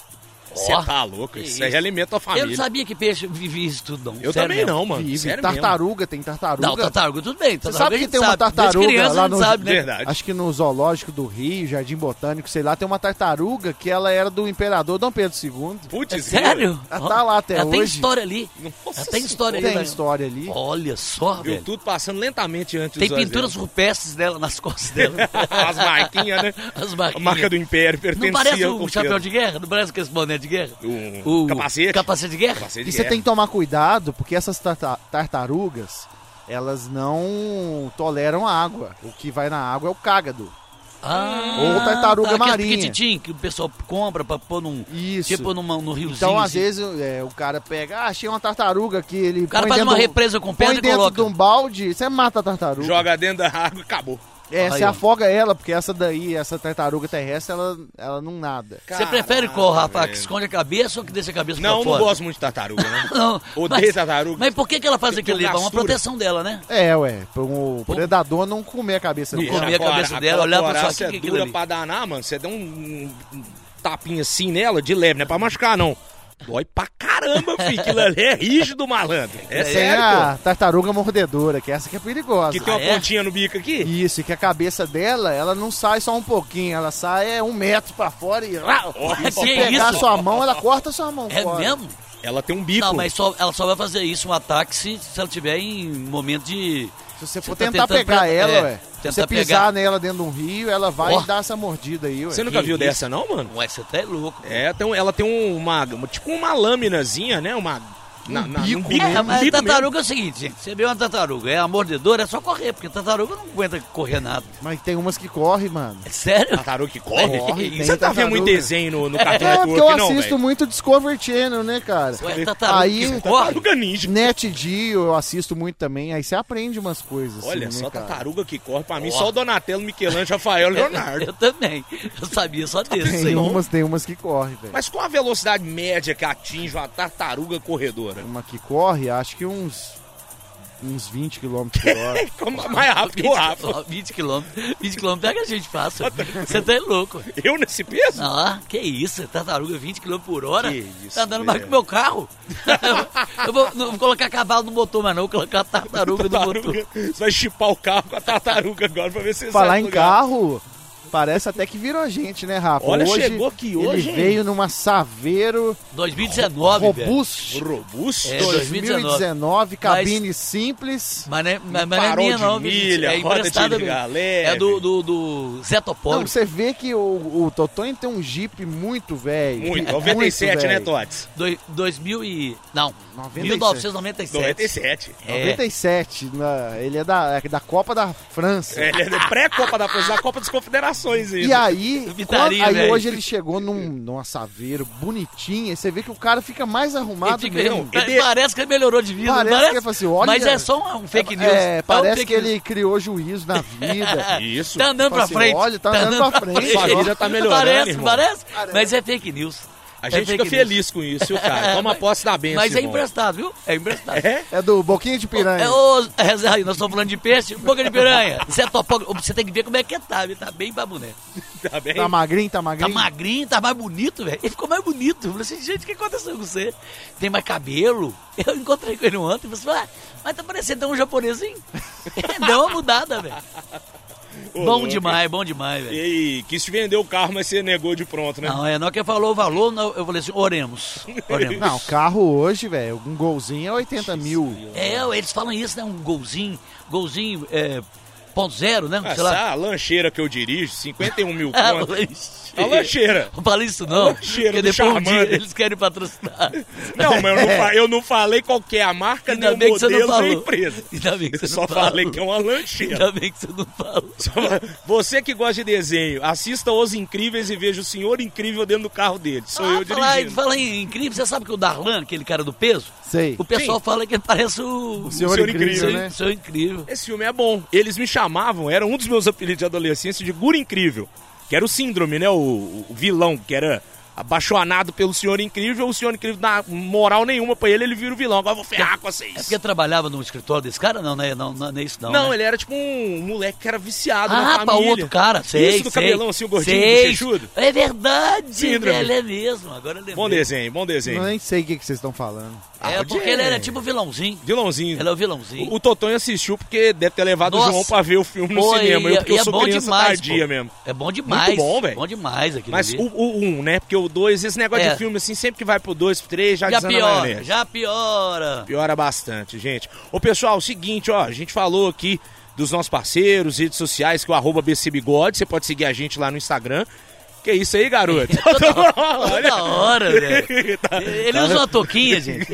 [SPEAKER 3] Você
[SPEAKER 2] Ó.
[SPEAKER 3] tá louco, isso,
[SPEAKER 2] Isso.
[SPEAKER 3] aí alimenta
[SPEAKER 2] Eu não
[SPEAKER 3] a família.
[SPEAKER 2] sabia que peixe vivia isso tudo, não.
[SPEAKER 3] Eu,
[SPEAKER 2] Sério
[SPEAKER 3] também
[SPEAKER 2] mesmo.
[SPEAKER 3] não, mano.
[SPEAKER 4] Vive.
[SPEAKER 3] Sério mesmo.
[SPEAKER 4] tartaruga, tem tartaruga.
[SPEAKER 2] Não, tartaruga, tudo bem.
[SPEAKER 4] Você
[SPEAKER 2] Tartaruga
[SPEAKER 4] sabe
[SPEAKER 2] a
[SPEAKER 4] que
[SPEAKER 2] gente
[SPEAKER 4] tem uma
[SPEAKER 2] sabe. Desde
[SPEAKER 4] tartaruga
[SPEAKER 2] criança a
[SPEAKER 4] lá
[SPEAKER 2] gente
[SPEAKER 4] no...
[SPEAKER 2] sabe, né?
[SPEAKER 3] Verdade.
[SPEAKER 4] Acho que no zoológico do Rio, Jardim Botânico, sei lá, tem uma tartaruga que ela era do imperador Dom Pedro II.
[SPEAKER 2] É
[SPEAKER 3] Putz,
[SPEAKER 2] sério?
[SPEAKER 4] Ela tá lá até
[SPEAKER 2] Ela tem
[SPEAKER 4] hoje.
[SPEAKER 2] história ali.
[SPEAKER 3] grilo.
[SPEAKER 2] Ela
[SPEAKER 3] Nossa
[SPEAKER 2] tem história ali.
[SPEAKER 4] Tem
[SPEAKER 2] né?
[SPEAKER 4] história ali.
[SPEAKER 2] Olha só,
[SPEAKER 3] Viu
[SPEAKER 2] velho.
[SPEAKER 3] tudo passando lentamente antes
[SPEAKER 2] Tem
[SPEAKER 3] dos olhos
[SPEAKER 2] pinturas rupestres dela nas costas dela.
[SPEAKER 3] dela. As marquinhas, né?
[SPEAKER 2] As
[SPEAKER 3] A
[SPEAKER 2] marquinhas.
[SPEAKER 3] marca do Império pertencia
[SPEAKER 2] Não parece
[SPEAKER 3] ao
[SPEAKER 2] o chapéu de guerra? Não parece aquele boné de guerra?
[SPEAKER 3] O capacete.
[SPEAKER 2] Capacete de guerra?
[SPEAKER 3] Capacete de
[SPEAKER 4] E você
[SPEAKER 3] guerra.
[SPEAKER 4] tem que tomar cuidado, porque essas tarta- tartarugas, elas não toleram água. O que vai na água é o cágado.
[SPEAKER 2] Ah,
[SPEAKER 4] Ou tartaruga
[SPEAKER 2] aquele
[SPEAKER 4] marinha.
[SPEAKER 2] pequititim que o pessoal compra pra pôr num...
[SPEAKER 4] Isso.
[SPEAKER 2] Tipo numa, no riozinho.
[SPEAKER 4] então, às
[SPEAKER 2] assim.
[SPEAKER 4] vezes, é, o cara pega, ah, achei uma tartaruga aqui, ele
[SPEAKER 2] O cara
[SPEAKER 4] põe
[SPEAKER 2] faz
[SPEAKER 4] dentro
[SPEAKER 2] uma
[SPEAKER 4] do-
[SPEAKER 2] represa com
[SPEAKER 4] põe
[SPEAKER 2] pedra e
[SPEAKER 4] dentro de
[SPEAKER 2] coloca.
[SPEAKER 4] um balde, você mata a tartaruga.
[SPEAKER 3] Joga dentro da água e acabou.
[SPEAKER 4] É, você
[SPEAKER 2] Aí, ó.
[SPEAKER 4] afoga ela, porque essa daí, essa tartaruga terrestre, ela, ela não nada.
[SPEAKER 2] Você prefere qual, rapaz? Que
[SPEAKER 3] velho.
[SPEAKER 2] esconde a cabeça ou que deixa a cabeça pra
[SPEAKER 3] Não, não
[SPEAKER 2] fora?
[SPEAKER 3] gosto muito de tartaruga, né?
[SPEAKER 2] Não,
[SPEAKER 3] Odeio
[SPEAKER 2] mas-
[SPEAKER 3] tartaruga.
[SPEAKER 2] Mas por que, que ela faz
[SPEAKER 3] Porque tem
[SPEAKER 2] aquilo ali? É uma
[SPEAKER 3] gastura.
[SPEAKER 2] proteção dela, né?
[SPEAKER 4] É, ué, pra um predador não comer a cabeça
[SPEAKER 2] Não
[SPEAKER 4] dela.
[SPEAKER 2] comer a cabeça dela, olhar pra
[SPEAKER 3] coraça
[SPEAKER 2] sua- que que é
[SPEAKER 3] é
[SPEAKER 2] aquilo
[SPEAKER 3] dura
[SPEAKER 2] ali?
[SPEAKER 3] pra danar, mano. Você dá um, um tapinha assim nela, de leve, não é pra machucar, não. Dói pra caramba, filho. Aquilo ali é rígido, malandro. É,
[SPEAKER 2] É,
[SPEAKER 4] Tem
[SPEAKER 3] sério,
[SPEAKER 4] a tartaruga mordedora, que é essa que é perigosa.
[SPEAKER 3] pô. Que tem uma
[SPEAKER 2] Ah, é?
[SPEAKER 3] pontinha no bico aqui.
[SPEAKER 4] Isso, e que a cabeça dela, ela não sai só um pouquinho, ela sai é, um metro pra fora e... Rau!
[SPEAKER 3] Olha,
[SPEAKER 2] Que
[SPEAKER 4] Se
[SPEAKER 2] é
[SPEAKER 4] pegar
[SPEAKER 2] isso?
[SPEAKER 4] sua mão, ela corta sua mão
[SPEAKER 2] É
[SPEAKER 4] fora.
[SPEAKER 2] mesmo?
[SPEAKER 3] Ela tem um bico.
[SPEAKER 2] Não, mas só, ela só vai fazer isso, um ataque, se, se ela tiver em momento de.
[SPEAKER 4] Se você for
[SPEAKER 2] Você tá
[SPEAKER 4] tentar
[SPEAKER 2] tentando
[SPEAKER 4] pegar
[SPEAKER 2] pra-
[SPEAKER 4] ela,
[SPEAKER 2] é,
[SPEAKER 4] ué, se você
[SPEAKER 2] tentar
[SPEAKER 4] pisar
[SPEAKER 2] pegar.
[SPEAKER 4] nela dentro de um rio, ela vai
[SPEAKER 2] Ó.
[SPEAKER 4] dar essa mordida aí, ué.
[SPEAKER 3] Você nunca
[SPEAKER 2] Que
[SPEAKER 3] viu
[SPEAKER 2] isso?
[SPEAKER 3] dessa, não, mano?
[SPEAKER 2] Ué, você tá é louco.
[SPEAKER 3] É, tem um- ela tem um- uma. Tipo uma lâminazinha, né? Uma. na- na-
[SPEAKER 4] bico, né?
[SPEAKER 3] um
[SPEAKER 2] É,
[SPEAKER 3] um
[SPEAKER 2] mas
[SPEAKER 3] bico mesmo.
[SPEAKER 2] tartaruga é o seguinte, gente. Você vê uma tartaruga, é a mordedora, é só correr, porque tartaruga não aguenta correr nada.
[SPEAKER 4] Mas tem umas que correm, mano.
[SPEAKER 2] É sério?
[SPEAKER 3] Tartaruga que corre?
[SPEAKER 4] Corre,
[SPEAKER 3] Que-
[SPEAKER 4] tem
[SPEAKER 3] Você tá
[SPEAKER 4] tartaruga.
[SPEAKER 3] vendo muito desenho no, no cartão
[SPEAKER 4] É, porque eu
[SPEAKER 3] não,
[SPEAKER 4] assisto
[SPEAKER 3] velho?
[SPEAKER 4] muito Discovery Channel, né, cara?
[SPEAKER 2] Ué, tartaruga
[SPEAKER 4] Aí-
[SPEAKER 2] é que tá corre?
[SPEAKER 3] Ah, Tartaruga ninja.
[SPEAKER 4] Net Geo eu assisto muito também, aí você aprende umas coisas.
[SPEAKER 3] Olha
[SPEAKER 4] assim,
[SPEAKER 3] só,
[SPEAKER 4] né,
[SPEAKER 2] tá
[SPEAKER 4] cara?
[SPEAKER 3] tartaruga que corre. Pra mim,
[SPEAKER 2] Ó.
[SPEAKER 3] só o Donatello, Michelangelo, Rafael é Leonardo.
[SPEAKER 2] Eu também. Eu sabia só desse.
[SPEAKER 4] Tem
[SPEAKER 2] hein?
[SPEAKER 4] umas, tem umas que correm, velho.
[SPEAKER 3] Mas qual a velocidade média que atinge uma tartaruga corredora?
[SPEAKER 4] Uma que corre, acho que uns uns 20 km por hora.
[SPEAKER 3] Como é mais rápido que o
[SPEAKER 2] 20
[SPEAKER 3] Rafa.
[SPEAKER 2] ó, 20 quilômetros. 20 quilômetros pega a gente fácil. Você tá é louco.
[SPEAKER 3] Eu nesse peso?
[SPEAKER 2] Ah, que isso, tartaruga 20 km por hora?
[SPEAKER 3] Que isso, é.
[SPEAKER 2] tá andando mais
[SPEAKER 3] velho.
[SPEAKER 2] que meu carro. eu vou, não vou colocar cavalo no motor, mas não, vou colocar tartaruga no motor.
[SPEAKER 3] Tartaruga. Você vai chipar o carro com a tartaruga agora pra ver se você é
[SPEAKER 4] Falar
[SPEAKER 3] sai do
[SPEAKER 4] em
[SPEAKER 3] lugar.
[SPEAKER 4] carro, parece até que virou gente, né, Rafa?
[SPEAKER 3] Olha,
[SPEAKER 4] hoje,
[SPEAKER 3] chegou aqui hoje,
[SPEAKER 4] Ele
[SPEAKER 3] hein?
[SPEAKER 4] veio numa Saveiro
[SPEAKER 2] 2019, velho.
[SPEAKER 4] Robusto
[SPEAKER 3] Robusto.
[SPEAKER 2] É,
[SPEAKER 4] 2019, cabine simples.
[SPEAKER 2] Mas, não é- mas, mas não é
[SPEAKER 3] Farol
[SPEAKER 2] minha,
[SPEAKER 3] de
[SPEAKER 2] não, bicho.
[SPEAKER 3] milha,
[SPEAKER 2] É
[SPEAKER 3] roda de
[SPEAKER 2] emprestada, mesmo.
[SPEAKER 3] galera.
[SPEAKER 2] É do, do, do Zé
[SPEAKER 4] Não,
[SPEAKER 2] Topólogo.
[SPEAKER 4] você vê que o, o Totonho tem um Jeep muito velho.
[SPEAKER 3] Muito. 97, né,
[SPEAKER 4] velho.
[SPEAKER 3] Tots?
[SPEAKER 2] Doi- 2000 e... Não,
[SPEAKER 4] 97.
[SPEAKER 2] 1997.
[SPEAKER 3] 97.
[SPEAKER 2] É.
[SPEAKER 4] 97, na- ele é da, é da Copa da França.
[SPEAKER 3] É, Ele é da pré-Copa da França, da Copa das Confederações. Isso.
[SPEAKER 4] E aí,
[SPEAKER 2] Vitarinho,
[SPEAKER 4] quando- aí
[SPEAKER 2] velho.
[SPEAKER 4] hoje ele chegou num, numa saveiro bonitinha, e você vê que o cara fica mais
[SPEAKER 2] Ele
[SPEAKER 4] arrumado
[SPEAKER 2] fica- é,
[SPEAKER 4] mesmo.
[SPEAKER 2] pa-
[SPEAKER 3] Ele-
[SPEAKER 2] Parece que ele melhorou de vida.
[SPEAKER 4] Parece
[SPEAKER 2] Parece,
[SPEAKER 4] que ele fala assim, olha-
[SPEAKER 2] Mas é só um, um fake news.
[SPEAKER 4] É,
[SPEAKER 2] É um
[SPEAKER 4] parece
[SPEAKER 2] fake
[SPEAKER 4] que ele criou juízo na vida.
[SPEAKER 3] Isso.
[SPEAKER 2] Tá andando
[SPEAKER 4] Fala
[SPEAKER 2] pra
[SPEAKER 4] assim,
[SPEAKER 2] frente.
[SPEAKER 4] olha, tá andando pra frente.
[SPEAKER 3] Sua vida tá melhorando,
[SPEAKER 4] né,
[SPEAKER 2] Parece,
[SPEAKER 3] irmão.
[SPEAKER 2] parece. Mas é fake news.
[SPEAKER 3] A
[SPEAKER 2] É
[SPEAKER 3] gente
[SPEAKER 2] fake
[SPEAKER 3] fica
[SPEAKER 2] news.
[SPEAKER 3] feliz com isso, viu, cara? Toma posse da benção.
[SPEAKER 2] Mas é
[SPEAKER 3] irmão.
[SPEAKER 2] emprestado, viu? É emprestado.
[SPEAKER 3] É?
[SPEAKER 4] É do Boquinha de Piranha.
[SPEAKER 2] É, ô, é, Zé, aí, nós estamos falando de peixe, boca de piranha. Zé Topógrafo, você tem que ver como é que tá, viu? Tá bem pra boneco.
[SPEAKER 3] Tá bem?
[SPEAKER 4] Tá magrinho, tá
[SPEAKER 2] Tá
[SPEAKER 4] magrinho.
[SPEAKER 2] magrinho, tá mais bonito, velho. Ele ficou mais bonito. Eu falei assim, gente, o que aconteceu com você? Tem mais cabelo? Eu encontrei com ele ontem e falei assim, ah, mas tá parecendo tão um japonesinho. Deu uma mudada, velho.
[SPEAKER 3] Ô,
[SPEAKER 2] Bom
[SPEAKER 3] louco.
[SPEAKER 2] demais, bom demais,
[SPEAKER 3] E
[SPEAKER 2] velho.
[SPEAKER 3] aí, quis te vender o carro, mas você negou de pronto, né?
[SPEAKER 2] Não, é, não que ele falou o valor, não, eu falei assim, oremos, oremos.
[SPEAKER 4] Não, carro hoje, velho, um golzinho é 80 mil.
[SPEAKER 2] É, eles falam isso, né? Um golzinho, golzinho, é, 2.0, né?
[SPEAKER 3] Ah, Essa é
[SPEAKER 2] Sei lá.
[SPEAKER 3] a lancheira que eu dirijo, 51 mil
[SPEAKER 2] Ah,
[SPEAKER 3] conto.
[SPEAKER 2] lancheira.
[SPEAKER 3] A lancheira.
[SPEAKER 2] Não fala isso não,
[SPEAKER 3] A lancheira
[SPEAKER 2] porque
[SPEAKER 3] do
[SPEAKER 2] depois um dia
[SPEAKER 3] Charmander.
[SPEAKER 2] eles querem patrocinar.
[SPEAKER 3] Não, mas eu não, fa- eu não falei qual que é a marca, nem
[SPEAKER 2] Ainda
[SPEAKER 3] o
[SPEAKER 2] bem que você não
[SPEAKER 3] modelo, nem a
[SPEAKER 2] falou.
[SPEAKER 3] empresa.
[SPEAKER 2] Ainda bem que você
[SPEAKER 3] Eu só
[SPEAKER 2] não falou.
[SPEAKER 3] falei que é uma lancheira.
[SPEAKER 2] Ainda bem que você não falou.
[SPEAKER 3] Só- Você que gosta de desenho, assista Os Incríveis e veja o Senhor Incrível dentro do carro dele. Sou eu
[SPEAKER 2] Ah, falar,
[SPEAKER 3] dirigindo.
[SPEAKER 2] falar em incrível, você sabe que o Darlan, aquele cara do peso,
[SPEAKER 4] Sei.
[SPEAKER 2] o pessoal fala que ele parece o...
[SPEAKER 4] senhor,
[SPEAKER 3] senhor
[SPEAKER 4] incrível,
[SPEAKER 3] incrível,
[SPEAKER 4] né?
[SPEAKER 2] o senhor incrível.
[SPEAKER 3] Esse filme é bom. Eles me chamavam, era um dos meus apelidos de adolescência, de Guru Incrível. Que era o síndrome, né? O, o vilão, que era abaixonado pelo Senhor Incrível. O Senhor Incrível dá moral nenhuma pra ele, ele vira o vilão. Agora eu vou ferrar com vocês.
[SPEAKER 2] É porque trabalhava no escritório desse cara? Não, né? Não, não, não é isso não,
[SPEAKER 3] Não,
[SPEAKER 2] né?
[SPEAKER 3] ele era tipo um moleque que era viciado na
[SPEAKER 2] Ah,
[SPEAKER 3] família.
[SPEAKER 2] pra outro cara, sei,
[SPEAKER 3] Isso do
[SPEAKER 2] sei.
[SPEAKER 3] cabelão, assim, o gordinho,
[SPEAKER 2] Sei.
[SPEAKER 3] bochechudo.
[SPEAKER 2] É verdade,
[SPEAKER 3] Síndrome.
[SPEAKER 2] ele é mesmo, agora eu lembrei.
[SPEAKER 3] Bom desenho, bom desenho.
[SPEAKER 4] Eu nem sei o que que vocês estão falando.
[SPEAKER 2] É,
[SPEAKER 3] Ah,
[SPEAKER 2] porque
[SPEAKER 3] é.
[SPEAKER 2] ele era tipo vilãozinho.
[SPEAKER 3] Vilãozinho.
[SPEAKER 2] Ele é o vilãozinho.
[SPEAKER 3] O, o Totonho assistiu porque deve ter levado
[SPEAKER 2] Nossa.
[SPEAKER 3] o João pra ver o filme no
[SPEAKER 2] Pô,
[SPEAKER 3] cinema.
[SPEAKER 2] e
[SPEAKER 3] Eu,
[SPEAKER 2] é-
[SPEAKER 3] porque
[SPEAKER 2] e
[SPEAKER 3] eu
[SPEAKER 2] é
[SPEAKER 3] sou
[SPEAKER 2] bom
[SPEAKER 3] criança
[SPEAKER 2] demais,
[SPEAKER 3] tardia
[SPEAKER 2] pô.
[SPEAKER 3] mesmo.
[SPEAKER 2] É bom demais.
[SPEAKER 3] bom, velho.
[SPEAKER 2] Bom demais aquilo
[SPEAKER 3] Mas
[SPEAKER 2] ali.
[SPEAKER 3] o, o, o um, né? Porque o dois, esse negócio
[SPEAKER 2] É.
[SPEAKER 3] de filme, assim, sempre que vai pro dois, pro três, já,
[SPEAKER 2] já
[SPEAKER 3] desanda a
[SPEAKER 2] piora,
[SPEAKER 3] maionese.
[SPEAKER 2] já piora.
[SPEAKER 3] Piora bastante, gente. Ô, pessoal, seguinte, ó, a gente falou aqui dos nossos parceiros, redes sociais, que é o arroba BC Bigode, você pode seguir a gente lá no Instagram. Que isso aí, garoto?
[SPEAKER 2] É Toda hora, velho.
[SPEAKER 3] Tá.
[SPEAKER 2] Ele usa uma touquinha, gente.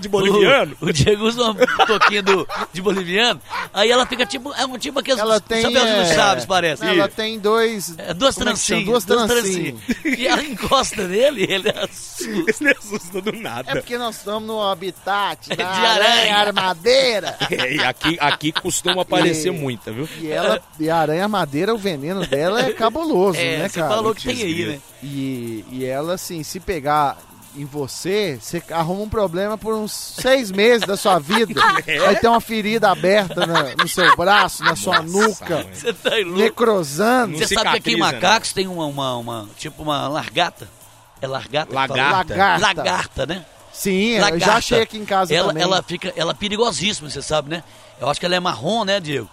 [SPEAKER 3] De boliviano?
[SPEAKER 2] O, o Diego usa uma touquinha do, de boliviano. Aí ela fica tipo. É um tipo aqueles.
[SPEAKER 4] Ela tem.
[SPEAKER 2] Chapeuzinho do
[SPEAKER 4] é,
[SPEAKER 2] Chaves, parece.
[SPEAKER 4] Ela tem dois.
[SPEAKER 2] É, duas
[SPEAKER 4] como é que chama?
[SPEAKER 2] trancinhas.
[SPEAKER 4] Duas trancinhas.
[SPEAKER 2] trancinhas. E ela encosta nele, ele é assim. assusta.
[SPEAKER 3] Esse não assusta do nada.
[SPEAKER 4] É porque nós estamos no habitat da
[SPEAKER 2] De
[SPEAKER 4] aranha,
[SPEAKER 2] aranha.
[SPEAKER 4] armadeira.
[SPEAKER 3] É, e aqui, aqui costuma aparecer muita, viu?
[SPEAKER 4] E ela, e a aranha armadeira, o veneno dela é cabuloso,
[SPEAKER 2] É,
[SPEAKER 4] né,
[SPEAKER 2] você
[SPEAKER 4] cara?
[SPEAKER 2] falou que tem aí,
[SPEAKER 3] Desgrilo.
[SPEAKER 2] né?
[SPEAKER 4] E, e ela, assim, se pegar em você, você arruma um problema por uns seis meses da sua vida.
[SPEAKER 2] É?
[SPEAKER 4] Vai ter uma ferida aberta na- no seu braço, na sua nuca,
[SPEAKER 3] mãe.
[SPEAKER 2] Você tá louco.
[SPEAKER 4] Né? necrosando.
[SPEAKER 3] Não
[SPEAKER 2] Você sabe que aqui em
[SPEAKER 3] cicatriza, né?
[SPEAKER 2] Macacos tem uma, uma, uma- Tipo uma largata. É largata? que fala?
[SPEAKER 3] Lagarta.
[SPEAKER 4] Lagarta.
[SPEAKER 2] Lagarta, né?
[SPEAKER 4] Sim, eu
[SPEAKER 2] Lagarta.
[SPEAKER 4] já achei aqui em casa
[SPEAKER 2] ela,
[SPEAKER 4] também.
[SPEAKER 2] Ela fica, ela é perigosíssima, você sabe, né? Eu acho que ela é marrom, né, Diego?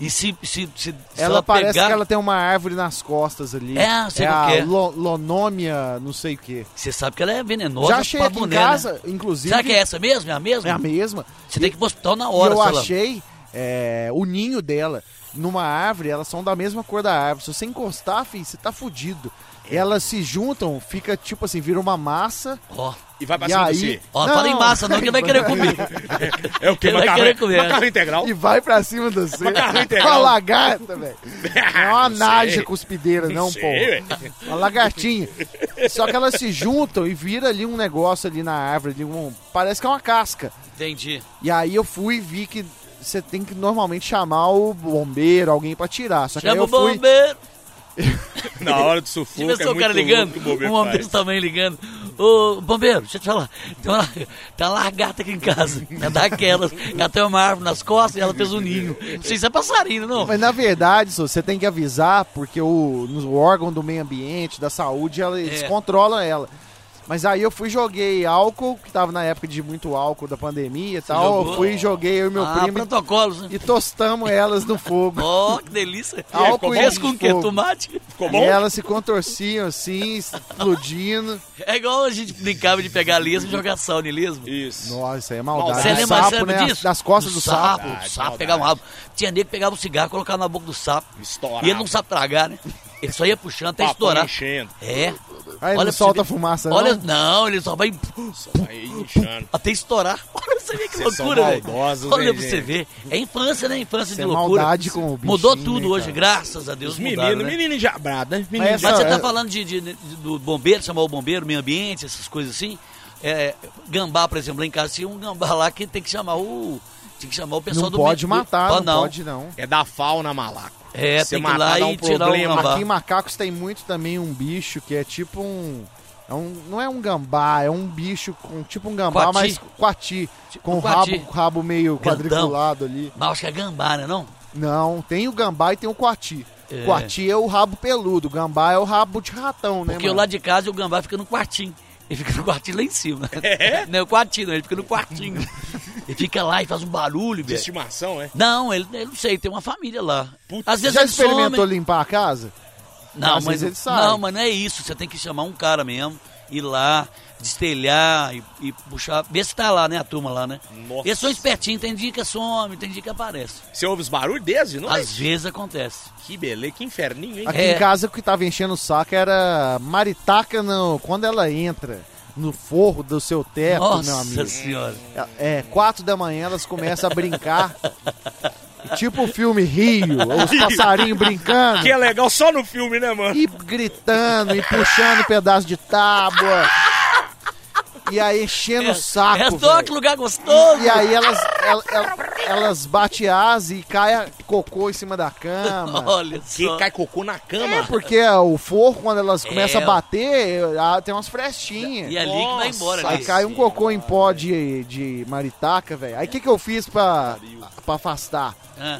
[SPEAKER 2] E se, se, se, se
[SPEAKER 4] Ela parece
[SPEAKER 2] pegar,
[SPEAKER 4] que ela tem uma árvore nas costas ali.
[SPEAKER 2] É, sei
[SPEAKER 4] é
[SPEAKER 2] qual
[SPEAKER 4] a
[SPEAKER 2] que é.
[SPEAKER 4] lo- lonômia, não sei o quê.
[SPEAKER 2] Você sabe que ela é venenosa
[SPEAKER 4] Já achei
[SPEAKER 2] pra
[SPEAKER 4] aqui
[SPEAKER 2] boné,
[SPEAKER 4] em casa,
[SPEAKER 2] né?
[SPEAKER 4] inclusive.
[SPEAKER 2] Será que é essa mesmo? É a mesma?
[SPEAKER 4] é a mesma?
[SPEAKER 2] Você tem que ir pro hospital na
[SPEAKER 4] E
[SPEAKER 2] hora,
[SPEAKER 4] eu
[SPEAKER 2] sei lá.
[SPEAKER 4] achei é, o ninho dela numa árvore, elas são da mesma cor da árvore. Se você encostar, filho, você tá fudido.
[SPEAKER 3] É.
[SPEAKER 4] Elas se juntam, fica tipo assim, vira uma massa.
[SPEAKER 2] Ó,
[SPEAKER 3] E vai pra
[SPEAKER 4] e
[SPEAKER 3] cima
[SPEAKER 4] aí.
[SPEAKER 3] de você.
[SPEAKER 2] ó, não fala em massa não que vai querer comer.
[SPEAKER 3] É o que?
[SPEAKER 2] Ele vai querer
[SPEAKER 3] Macarrão,
[SPEAKER 2] comer.
[SPEAKER 3] macarrão integral?
[SPEAKER 4] E vai pra cima de você.
[SPEAKER 3] Macarrão
[SPEAKER 4] Com a
[SPEAKER 3] integral. Ah,
[SPEAKER 4] lagarta, velho. Não é uma
[SPEAKER 3] Não
[SPEAKER 4] naja
[SPEAKER 3] sei.
[SPEAKER 4] cuspideira, não,
[SPEAKER 3] sei,
[SPEAKER 4] pô.
[SPEAKER 3] velho.
[SPEAKER 4] Uma lagartinha. Só que elas se juntam e vira ali um negócio ali na árvore, ali um- parece que é uma casca.
[SPEAKER 2] Entendi.
[SPEAKER 4] E aí eu fui e vi que você tem que normalmente chamar o bombeiro, alguém pra tirar. Só que aí
[SPEAKER 2] Chama
[SPEAKER 4] eu
[SPEAKER 2] o
[SPEAKER 4] fui,
[SPEAKER 2] bombeiro.
[SPEAKER 3] Na hora do
[SPEAKER 2] Já
[SPEAKER 3] sufoco, é
[SPEAKER 2] pensou
[SPEAKER 3] muito
[SPEAKER 2] o cara ligando?
[SPEAKER 3] louco o Bob
[SPEAKER 2] Um homem
[SPEAKER 3] faz.
[SPEAKER 2] desse também ligando. Ô, bombeiro, deixa eu te falar. Tem uma, tem uma largata aqui em casa. É daquelas. Ela tem uma árvore nas costas e ela fez um ninho. Não sei se é passarinho, não.
[SPEAKER 4] Mas na verdade, só, você tem que avisar, porque o, no órgão do meio ambiente, da saúde, ela, eles
[SPEAKER 2] É.
[SPEAKER 4] controlam ela. Mas aí eu fui e joguei álcool, que tava na época de muito álcool da pandemia e tal.
[SPEAKER 2] jogou?
[SPEAKER 4] Eu fui e joguei eu e meu
[SPEAKER 2] ah,
[SPEAKER 4] primo e-
[SPEAKER 2] protocolos, né?
[SPEAKER 4] e tostamos elas no fogo.
[SPEAKER 2] Ó, que delícia.
[SPEAKER 4] álcool
[SPEAKER 2] Fez com o quê?
[SPEAKER 4] fogo.
[SPEAKER 2] Tomate?
[SPEAKER 3] Ficou
[SPEAKER 4] E
[SPEAKER 3] bom?
[SPEAKER 4] elas se contorciam assim, explodindo.
[SPEAKER 2] É igual a gente brincava de pegar lesma e jogar sal em lesma.
[SPEAKER 3] Isso.
[SPEAKER 4] Nossa, isso aí é maldade.
[SPEAKER 3] Você
[SPEAKER 4] Do
[SPEAKER 3] lembra-
[SPEAKER 4] sapo,
[SPEAKER 2] você lembra
[SPEAKER 4] né?
[SPEAKER 2] disso?
[SPEAKER 4] Das costas do, sapo. Ah,
[SPEAKER 2] O
[SPEAKER 3] Maldade,
[SPEAKER 2] sapo
[SPEAKER 3] maldade.
[SPEAKER 2] pegava um rabo. Tinha nego que pegava um cigarro e colocava na boca do sapo.
[SPEAKER 3] Estourava.
[SPEAKER 2] E ele não sabe tragar, né? Ele só ia puxando até
[SPEAKER 3] Papo
[SPEAKER 2] estourar.
[SPEAKER 3] enchendo.
[SPEAKER 2] É.
[SPEAKER 4] Aí
[SPEAKER 2] pra
[SPEAKER 4] ele não
[SPEAKER 2] você
[SPEAKER 4] solta
[SPEAKER 2] ver.
[SPEAKER 4] fumaça,
[SPEAKER 2] Olha,
[SPEAKER 4] não?
[SPEAKER 2] não, ele só vai
[SPEAKER 3] Aí, inchando.
[SPEAKER 2] até estourar. Olha você vê que
[SPEAKER 3] Vocês são
[SPEAKER 2] loucura, velho.
[SPEAKER 3] maldosos,
[SPEAKER 2] Olha
[SPEAKER 3] hein,
[SPEAKER 2] pra
[SPEAKER 3] gente?
[SPEAKER 2] você ver. É infância, né? Infância
[SPEAKER 4] Isso
[SPEAKER 2] de
[SPEAKER 4] é
[SPEAKER 2] loucura.
[SPEAKER 4] maldade com o bichinho,
[SPEAKER 2] Mudou tudo
[SPEAKER 4] né,
[SPEAKER 2] hoje,
[SPEAKER 4] cara?
[SPEAKER 2] graças a Deus.
[SPEAKER 3] Os
[SPEAKER 2] mudaram,
[SPEAKER 3] meninos,
[SPEAKER 2] né?
[SPEAKER 3] menino de abrada, hein? Menino
[SPEAKER 4] Mas
[SPEAKER 3] de
[SPEAKER 2] Mas você
[SPEAKER 4] Não,
[SPEAKER 2] tá
[SPEAKER 4] é-
[SPEAKER 2] falando de, de- de- do bombeiro, chamar o bombeiro, meio ambiente, essas coisas assim. É, gambá, por exemplo, lá em casa tinha um gambá lá que tem que chamar o. Tinha que chamar o pessoal
[SPEAKER 4] Não
[SPEAKER 2] do Ah,
[SPEAKER 4] pode
[SPEAKER 2] meio- do-
[SPEAKER 4] matar,
[SPEAKER 2] pra
[SPEAKER 4] não, pode não.
[SPEAKER 3] É da fauna malaco.
[SPEAKER 2] É,
[SPEAKER 3] Você
[SPEAKER 2] tem que ir
[SPEAKER 3] matar
[SPEAKER 2] lá
[SPEAKER 3] dá
[SPEAKER 2] e
[SPEAKER 3] um
[SPEAKER 2] tirar o
[SPEAKER 3] problema.
[SPEAKER 2] gambá.
[SPEAKER 4] Aqui em Macacos tem muito também um bicho que é tipo um. é um- não é um gambá, é um bicho com tipo um
[SPEAKER 2] Coati.
[SPEAKER 4] gambá, mas quati.
[SPEAKER 2] Tipo
[SPEAKER 4] Com o
[SPEAKER 2] um coati.
[SPEAKER 4] rabo, rabo meio
[SPEAKER 2] Grandão.
[SPEAKER 4] quadriculado ali.
[SPEAKER 2] Mas acho que é gambá, né? Não?
[SPEAKER 4] Não, tem o gambá e tem o coati.
[SPEAKER 2] É.
[SPEAKER 4] Coati é o rabo peludo, o gambá é o rabo de ratão, né?
[SPEAKER 2] Porque
[SPEAKER 4] mano?
[SPEAKER 2] lá de casa o gambá fica no quartinho. Ele fica no quartinho lá em cima. Não é o quartinho, não, ele fica no quartinho. ele fica lá e faz um barulho,
[SPEAKER 3] De
[SPEAKER 2] velho.
[SPEAKER 3] estimação, é?
[SPEAKER 2] Não, ele, ele não sei, tem uma família lá.
[SPEAKER 3] Putz,
[SPEAKER 2] Às vezes
[SPEAKER 4] Já
[SPEAKER 2] ele é some.
[SPEAKER 4] experimentou limpar a casa?
[SPEAKER 2] Não,
[SPEAKER 4] Às
[SPEAKER 2] mas,
[SPEAKER 4] vezes ele sai.
[SPEAKER 2] não, mas não é isso. Você tem que chamar um cara mesmo. ir lá, destelhar e, e puxar, ver se tá lá, né, a turma lá, né?
[SPEAKER 3] Nossa.
[SPEAKER 2] Eles são espertinhos, tem dia que some, tem dia que aparece.
[SPEAKER 3] Você ouve os barulhos desde, não é
[SPEAKER 2] Às vezes acontece.
[SPEAKER 3] Que beleza, que inferninho, hein?
[SPEAKER 4] Aqui
[SPEAKER 2] É.
[SPEAKER 4] em casa o que tava enchendo o saco era maritaca no, quando ela entra no forro do seu teto, É, meu
[SPEAKER 2] Nossa
[SPEAKER 4] amigo.
[SPEAKER 2] senhora.
[SPEAKER 4] É, quatro da manhã elas começam a brincar. tipo o filme Rio, os passarinhos brincando.
[SPEAKER 3] Que é legal só no filme, né, mano?
[SPEAKER 4] E gritando, e puxando um pedaço de tábua. E aí enchendo o
[SPEAKER 2] é
[SPEAKER 4] um saco.
[SPEAKER 2] só
[SPEAKER 4] velho.
[SPEAKER 2] que lugar gostoso.
[SPEAKER 4] E aí elas, el- el- elas bate asa e cai a- cocô em cima da cama.
[SPEAKER 2] Olha só.
[SPEAKER 3] Que cai cocô na cama.
[SPEAKER 4] É porque o forro, quando elas começam
[SPEAKER 2] É.
[SPEAKER 4] a bater, ah, tem umas frestinhas.
[SPEAKER 2] E é ali que vai embora,
[SPEAKER 4] Aí
[SPEAKER 2] né?
[SPEAKER 4] cai um cocô em pó de, de maritaca, velho. Aí o que, que eu fiz pra, pra afastar?
[SPEAKER 2] Ah,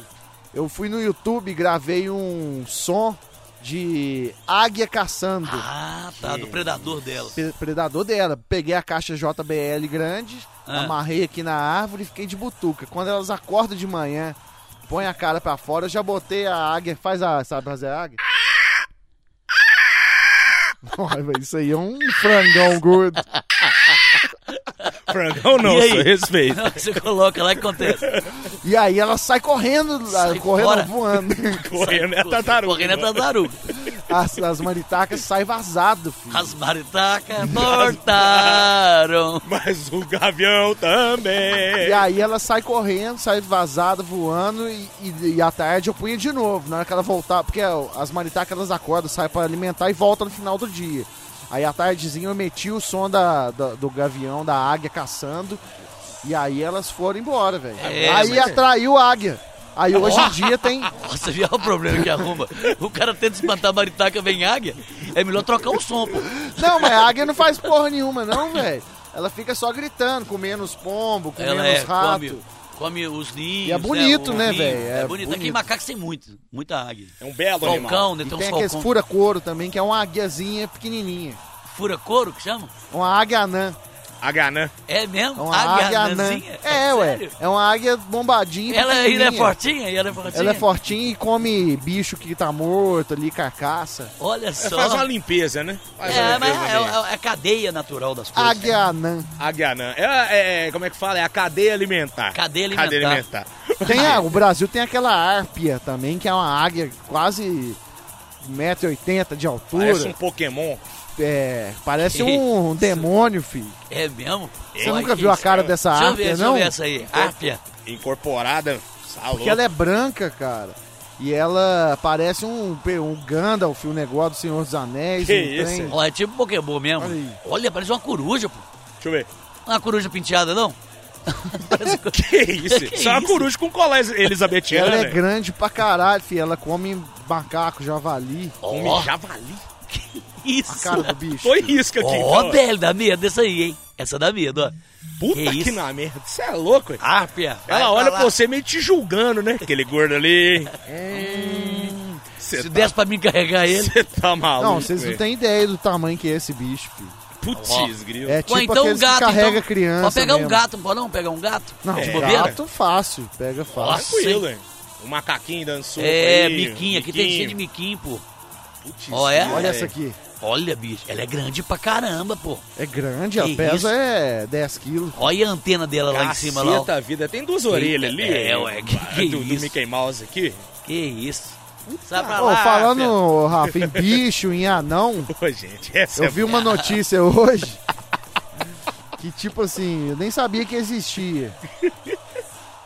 [SPEAKER 4] Eu fui no YouTube e gravei um som de águia caçando.
[SPEAKER 2] Ah, tá, do predador dela.
[SPEAKER 4] Pe- Predador dela. Peguei a caixa JBL grande,
[SPEAKER 2] Ah.
[SPEAKER 4] amarrei aqui na árvore e fiquei de butuca. Quando elas acordam de manhã, põem a cara pra fora, eu já botei a águia, faz a. Sabe fazer a águia? Olha, velho, isso aí é um frangão gordo.
[SPEAKER 3] Frangão não,
[SPEAKER 2] É. E aí?
[SPEAKER 3] sou respeito.
[SPEAKER 2] Você coloca lá e acontece.
[SPEAKER 4] E aí ela sai correndo,
[SPEAKER 2] Sai
[SPEAKER 4] correndo
[SPEAKER 2] fora.
[SPEAKER 4] voando.
[SPEAKER 3] Correndo é tartaruga.
[SPEAKER 2] Correndo é tartaruga.
[SPEAKER 4] As, as maritacas saem vazado, filho.
[SPEAKER 2] As maritacas cortaram.
[SPEAKER 3] Mas o gavião também.
[SPEAKER 4] E aí ela sai correndo, sai vazada, voando, e, e, e à tarde eu punha de novo. Na hora que ela voltar, porque ó, as maritacas elas acordam, saem pra alimentar e voltam no final do dia. Aí à tardezinha eu meti o som da, da- do gavião, da águia caçando, e aí elas foram embora, velho.
[SPEAKER 2] É,
[SPEAKER 4] aí
[SPEAKER 2] mas-
[SPEAKER 4] atraiu a águia. Aí hoje em dia tem.
[SPEAKER 2] Nossa, já é o problema que arruma. O cara tenta espantar a maritaca, vem águia. É melhor trocar o som, pô.
[SPEAKER 4] Não, mas a águia não faz porra nenhuma, não, velho. Ela fica só gritando, comendo os pombos, comendo
[SPEAKER 2] Ela é,
[SPEAKER 4] os ratos.
[SPEAKER 2] come, come os ninhos.
[SPEAKER 4] E é bonito,
[SPEAKER 2] o
[SPEAKER 4] né,
[SPEAKER 2] ninho.
[SPEAKER 4] velho?
[SPEAKER 2] É,
[SPEAKER 4] É
[SPEAKER 2] bonito. Aqui em
[SPEAKER 4] bonito.
[SPEAKER 2] Macaco tem muito, muita águia.
[SPEAKER 3] É um belo animal.
[SPEAKER 2] Falcão, né?
[SPEAKER 4] E
[SPEAKER 2] Tem,
[SPEAKER 4] tem
[SPEAKER 2] uns
[SPEAKER 4] aqueles
[SPEAKER 2] falcão.
[SPEAKER 4] fura-couro também, que é uma águiazinha pequenininha. É
[SPEAKER 2] Fura couro que chama?
[SPEAKER 4] Uma águia anã.
[SPEAKER 3] Aganã.
[SPEAKER 2] É
[SPEAKER 4] É
[SPEAKER 2] mesmo?
[SPEAKER 4] uma águia, anã.
[SPEAKER 2] anãzinha?
[SPEAKER 4] É, ué.
[SPEAKER 2] sério?
[SPEAKER 4] É uma águia bombadinha.
[SPEAKER 2] Ela, ela é
[SPEAKER 4] pequenininha.
[SPEAKER 2] fortinha? Ela é fortinha?
[SPEAKER 4] Ela é fortinha e come bicho que tá morto ali, carcaça.
[SPEAKER 2] Olha
[SPEAKER 3] Você
[SPEAKER 2] só.
[SPEAKER 3] Então, faz uma limpeza, né? Faz uma
[SPEAKER 2] É, mas
[SPEAKER 3] limpeza
[SPEAKER 2] é,
[SPEAKER 3] nele.
[SPEAKER 2] é- é a cadeia natural das coisas.
[SPEAKER 4] Águia anã.
[SPEAKER 3] Aganã. É, é, como é que fala? É a cadeia alimentar.
[SPEAKER 2] Cadeia alimentar.
[SPEAKER 3] Cadeia alimentar.
[SPEAKER 4] Tem a, o Brasil tem aquela árpia também, que é uma águia quase 1,80m de altura.
[SPEAKER 3] Parece um Pokémon.
[SPEAKER 4] É, parece um demônio, filho.
[SPEAKER 2] É mesmo?
[SPEAKER 4] Você
[SPEAKER 2] Olha
[SPEAKER 4] nunca
[SPEAKER 2] que
[SPEAKER 4] viu a
[SPEAKER 2] isso.
[SPEAKER 4] cara dessa
[SPEAKER 2] Deixa eu ver,
[SPEAKER 4] árpia,
[SPEAKER 2] deixa
[SPEAKER 4] não?
[SPEAKER 2] eu ver essa aí. Árpia.
[SPEAKER 3] Incorporada. Tá Salou.
[SPEAKER 4] Porque ela é branca, cara. E ela parece um, pe- um Gandalf, o negócio do Senhor dos Anéis.
[SPEAKER 3] Que
[SPEAKER 4] um
[SPEAKER 3] isso,
[SPEAKER 4] trem.
[SPEAKER 2] Ó, é tipo Pokémon mesmo.
[SPEAKER 4] Olha aí.
[SPEAKER 2] Olha, parece uma coruja, pô.
[SPEAKER 3] Deixa eu ver.
[SPEAKER 2] Não é Uma coruja penteada, não? Parece co-
[SPEAKER 3] Que isso?
[SPEAKER 2] Que
[SPEAKER 3] Só uma
[SPEAKER 2] isso?
[SPEAKER 3] coruja com colé elisabetiana,
[SPEAKER 4] Ela é
[SPEAKER 3] né?
[SPEAKER 4] grande pra caralho, filho. Ela come macaco, javali.
[SPEAKER 3] Come
[SPEAKER 2] Ó,
[SPEAKER 3] javali.
[SPEAKER 4] A
[SPEAKER 2] Um isso.
[SPEAKER 4] cara do bicho.
[SPEAKER 3] Foi risca aqui.
[SPEAKER 2] Ó,
[SPEAKER 3] então.
[SPEAKER 2] velho, dá medo essa aí, hein? Essa dá medo, ó.
[SPEAKER 3] Puta
[SPEAKER 2] Que
[SPEAKER 3] que,
[SPEAKER 2] isso?
[SPEAKER 3] na merda. Você é louco, hein?
[SPEAKER 4] Ah,
[SPEAKER 2] Árpia. vai
[SPEAKER 3] Ela
[SPEAKER 2] pra
[SPEAKER 3] olha
[SPEAKER 2] lá.
[SPEAKER 3] pra você meio te julgando, né? Aquele gordo ali. Você
[SPEAKER 2] Hum. Se
[SPEAKER 3] tá,
[SPEAKER 2] desse pra mim carregar ele.
[SPEAKER 4] Tipo
[SPEAKER 3] cê tá
[SPEAKER 2] é.
[SPEAKER 3] maluco.
[SPEAKER 4] Não, vocês não
[SPEAKER 3] hein?
[SPEAKER 4] têm ideia do tamanho que é esse bicho, filho.
[SPEAKER 3] Putz, grilo.
[SPEAKER 4] É tipo
[SPEAKER 2] Ou então um
[SPEAKER 4] aqueles
[SPEAKER 2] gato.
[SPEAKER 4] que carrega
[SPEAKER 2] então.
[SPEAKER 4] criança.
[SPEAKER 2] Pode pegar um
[SPEAKER 4] mesmo.
[SPEAKER 2] gato, não pode não? Pegar um gato?
[SPEAKER 4] Não,
[SPEAKER 2] de
[SPEAKER 3] É.
[SPEAKER 2] bobeira?
[SPEAKER 4] gato fácil. Pega fácil.
[SPEAKER 3] Tranquilo, hein? O macaquinho dando sopa
[SPEAKER 2] É,
[SPEAKER 3] aí, um
[SPEAKER 2] miquinho. Aqui tem cheio de miquinho, pô.
[SPEAKER 3] Putz,
[SPEAKER 2] Ó, é?
[SPEAKER 4] Olha
[SPEAKER 3] é.
[SPEAKER 4] essa aqui.
[SPEAKER 2] Olha, bicho. Ela é grande pra caramba, pô.
[SPEAKER 4] É grande, ela
[SPEAKER 2] Que
[SPEAKER 4] pesa
[SPEAKER 2] isso?
[SPEAKER 4] é 10 quilos.
[SPEAKER 2] Olha a antena dela lá em cima, lá. ó.
[SPEAKER 3] Caceta vida. Tem duas orelhas ali.
[SPEAKER 2] É,
[SPEAKER 3] hein?
[SPEAKER 2] ué, que
[SPEAKER 3] Ah,
[SPEAKER 2] que
[SPEAKER 3] do, do
[SPEAKER 2] isso?
[SPEAKER 3] Mickey Mouse aqui.
[SPEAKER 2] Que isso. Sai pra
[SPEAKER 4] Ô,
[SPEAKER 2] lá,
[SPEAKER 4] falando,
[SPEAKER 2] Árpia.
[SPEAKER 4] ô, Rafa, em bicho, em anão,
[SPEAKER 3] Pô, gente, essa
[SPEAKER 4] Eu
[SPEAKER 3] é...
[SPEAKER 4] vi uma notícia hoje que, tipo assim, eu nem sabia que existia.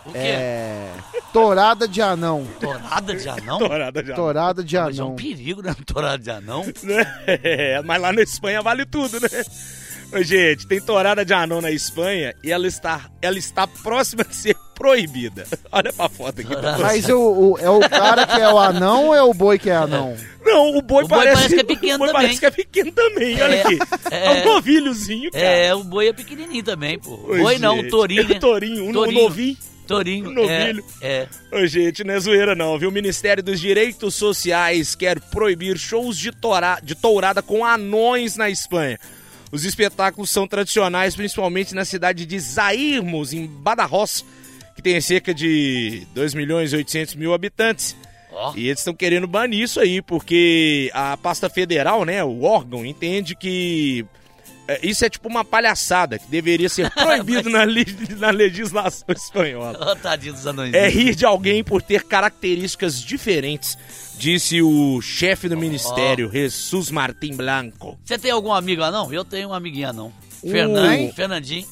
[SPEAKER 2] O quê?
[SPEAKER 4] É. Tourada de anão.
[SPEAKER 2] Torada de anão?
[SPEAKER 3] Dourada já.
[SPEAKER 4] Tourada de
[SPEAKER 2] Mas é um
[SPEAKER 4] anão.
[SPEAKER 2] perigo, né? Torada de anão.
[SPEAKER 3] É, mas lá na Espanha vale tudo, né? Ô, Gente, tem torada de anão na Espanha e ela está, ela está próxima de ser proibida. Olha pra foto aqui. tá
[SPEAKER 2] Torada.
[SPEAKER 4] Mas o, o- é o cara que é o anão ou é o boi que é anão?
[SPEAKER 3] Não, o boi,
[SPEAKER 2] O boi
[SPEAKER 3] parece,
[SPEAKER 2] parece que é pequeno
[SPEAKER 3] o boi
[SPEAKER 2] também.
[SPEAKER 3] parece que é pequeno também, olha
[SPEAKER 2] É,
[SPEAKER 3] aqui. É,
[SPEAKER 2] é.
[SPEAKER 3] um novilhozinho, cara.
[SPEAKER 2] É, o boi é pequenininho também, pô.
[SPEAKER 3] Ô,
[SPEAKER 2] boi não, o
[SPEAKER 3] gente.
[SPEAKER 2] tourinho, né?
[SPEAKER 3] Tourinho, um
[SPEAKER 2] Tourinho.
[SPEAKER 3] novinho.
[SPEAKER 2] Tourinho.
[SPEAKER 3] O novilho.
[SPEAKER 2] É, é.
[SPEAKER 3] Ô, gente, não é zoeira não, viu? O Ministério dos Direitos Sociais quer proibir shows de, tora... de tourada com anões na Espanha. Os espetáculos são tradicionais, principalmente na cidade de Zairmos, em Badajoz, que tem cerca de 2 milhões e 800 mil habitantes.
[SPEAKER 2] Ó.
[SPEAKER 3] E eles estão querendo banir isso aí, porque a pasta federal, né, o órgão, entende que É, Isso é tipo uma palhaçada que deveria ser proibido na, le- na legislação espanhola.
[SPEAKER 2] Ó, tadinho dos anões.
[SPEAKER 3] É rir de alguém por ter características diferentes, disse o chefe do ministério, Jesus Martim Blanco.
[SPEAKER 2] Você tem algum amigo anão? Eu tenho um amiguinho anão.
[SPEAKER 3] O-
[SPEAKER 2] Fernando, Fernandinho.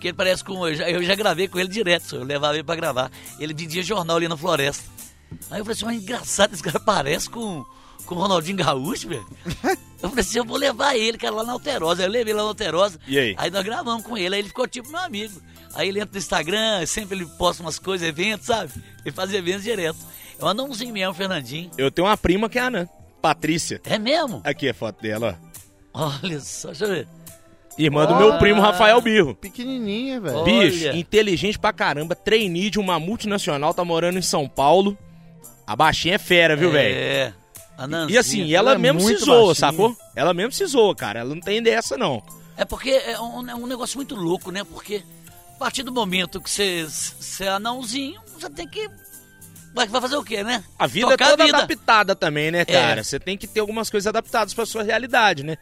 [SPEAKER 2] Que ele parece com. Eu já, eu já gravei com ele direto, senhor. eu levava ele pra gravar. Ele vendia jornal ali na floresta. Aí eu falei assim, mas engraçado, esse cara parece com, com o Ronaldinho Gaúcho, velho. Eu falei assim, eu vou levar ele, cara, lá na Alterosa. Aí eu levei ele lá na Alterosa.
[SPEAKER 3] E aí?
[SPEAKER 2] Aí nós gravamos com ele, aí ele ficou tipo meu amigo. Aí ele entra no Instagram, sempre ele posta umas coisas, eventos, sabe? Ele faz eventos direto. É um anãozinho mesmo, Fernandinho.
[SPEAKER 3] Eu tenho uma prima que é anã, Patrícia.
[SPEAKER 2] É mesmo?
[SPEAKER 3] Aqui é a foto dela, ó.
[SPEAKER 2] Olha só, deixa eu ver.
[SPEAKER 3] Irmã do meu primo Rafael Birro.
[SPEAKER 4] Pequenininha, velho.
[SPEAKER 2] Ó.
[SPEAKER 3] Bicho,
[SPEAKER 2] Olha.
[SPEAKER 3] inteligente pra caramba, trainee de uma multinacional, tá morando em São Paulo. A baixinha é fera, viu, velho?
[SPEAKER 2] É.
[SPEAKER 3] E assim, ela,
[SPEAKER 4] ela é
[SPEAKER 3] mesmo se
[SPEAKER 4] muito
[SPEAKER 3] zoa,
[SPEAKER 4] baixinha.
[SPEAKER 3] sacou? Ela mesmo se zoa, cara. Ela não tem dessa, não.
[SPEAKER 2] É porque é um, é um negócio muito louco, né? Porque a partir do momento que você você é anãozinho, você tem que. Vai, vai fazer o quê, né?
[SPEAKER 3] A vida
[SPEAKER 2] Tocar
[SPEAKER 3] é toda
[SPEAKER 2] a vida. É.
[SPEAKER 3] adaptada também, né, cara? Você tem que ter algumas coisas adaptadas pra sua realidade, né?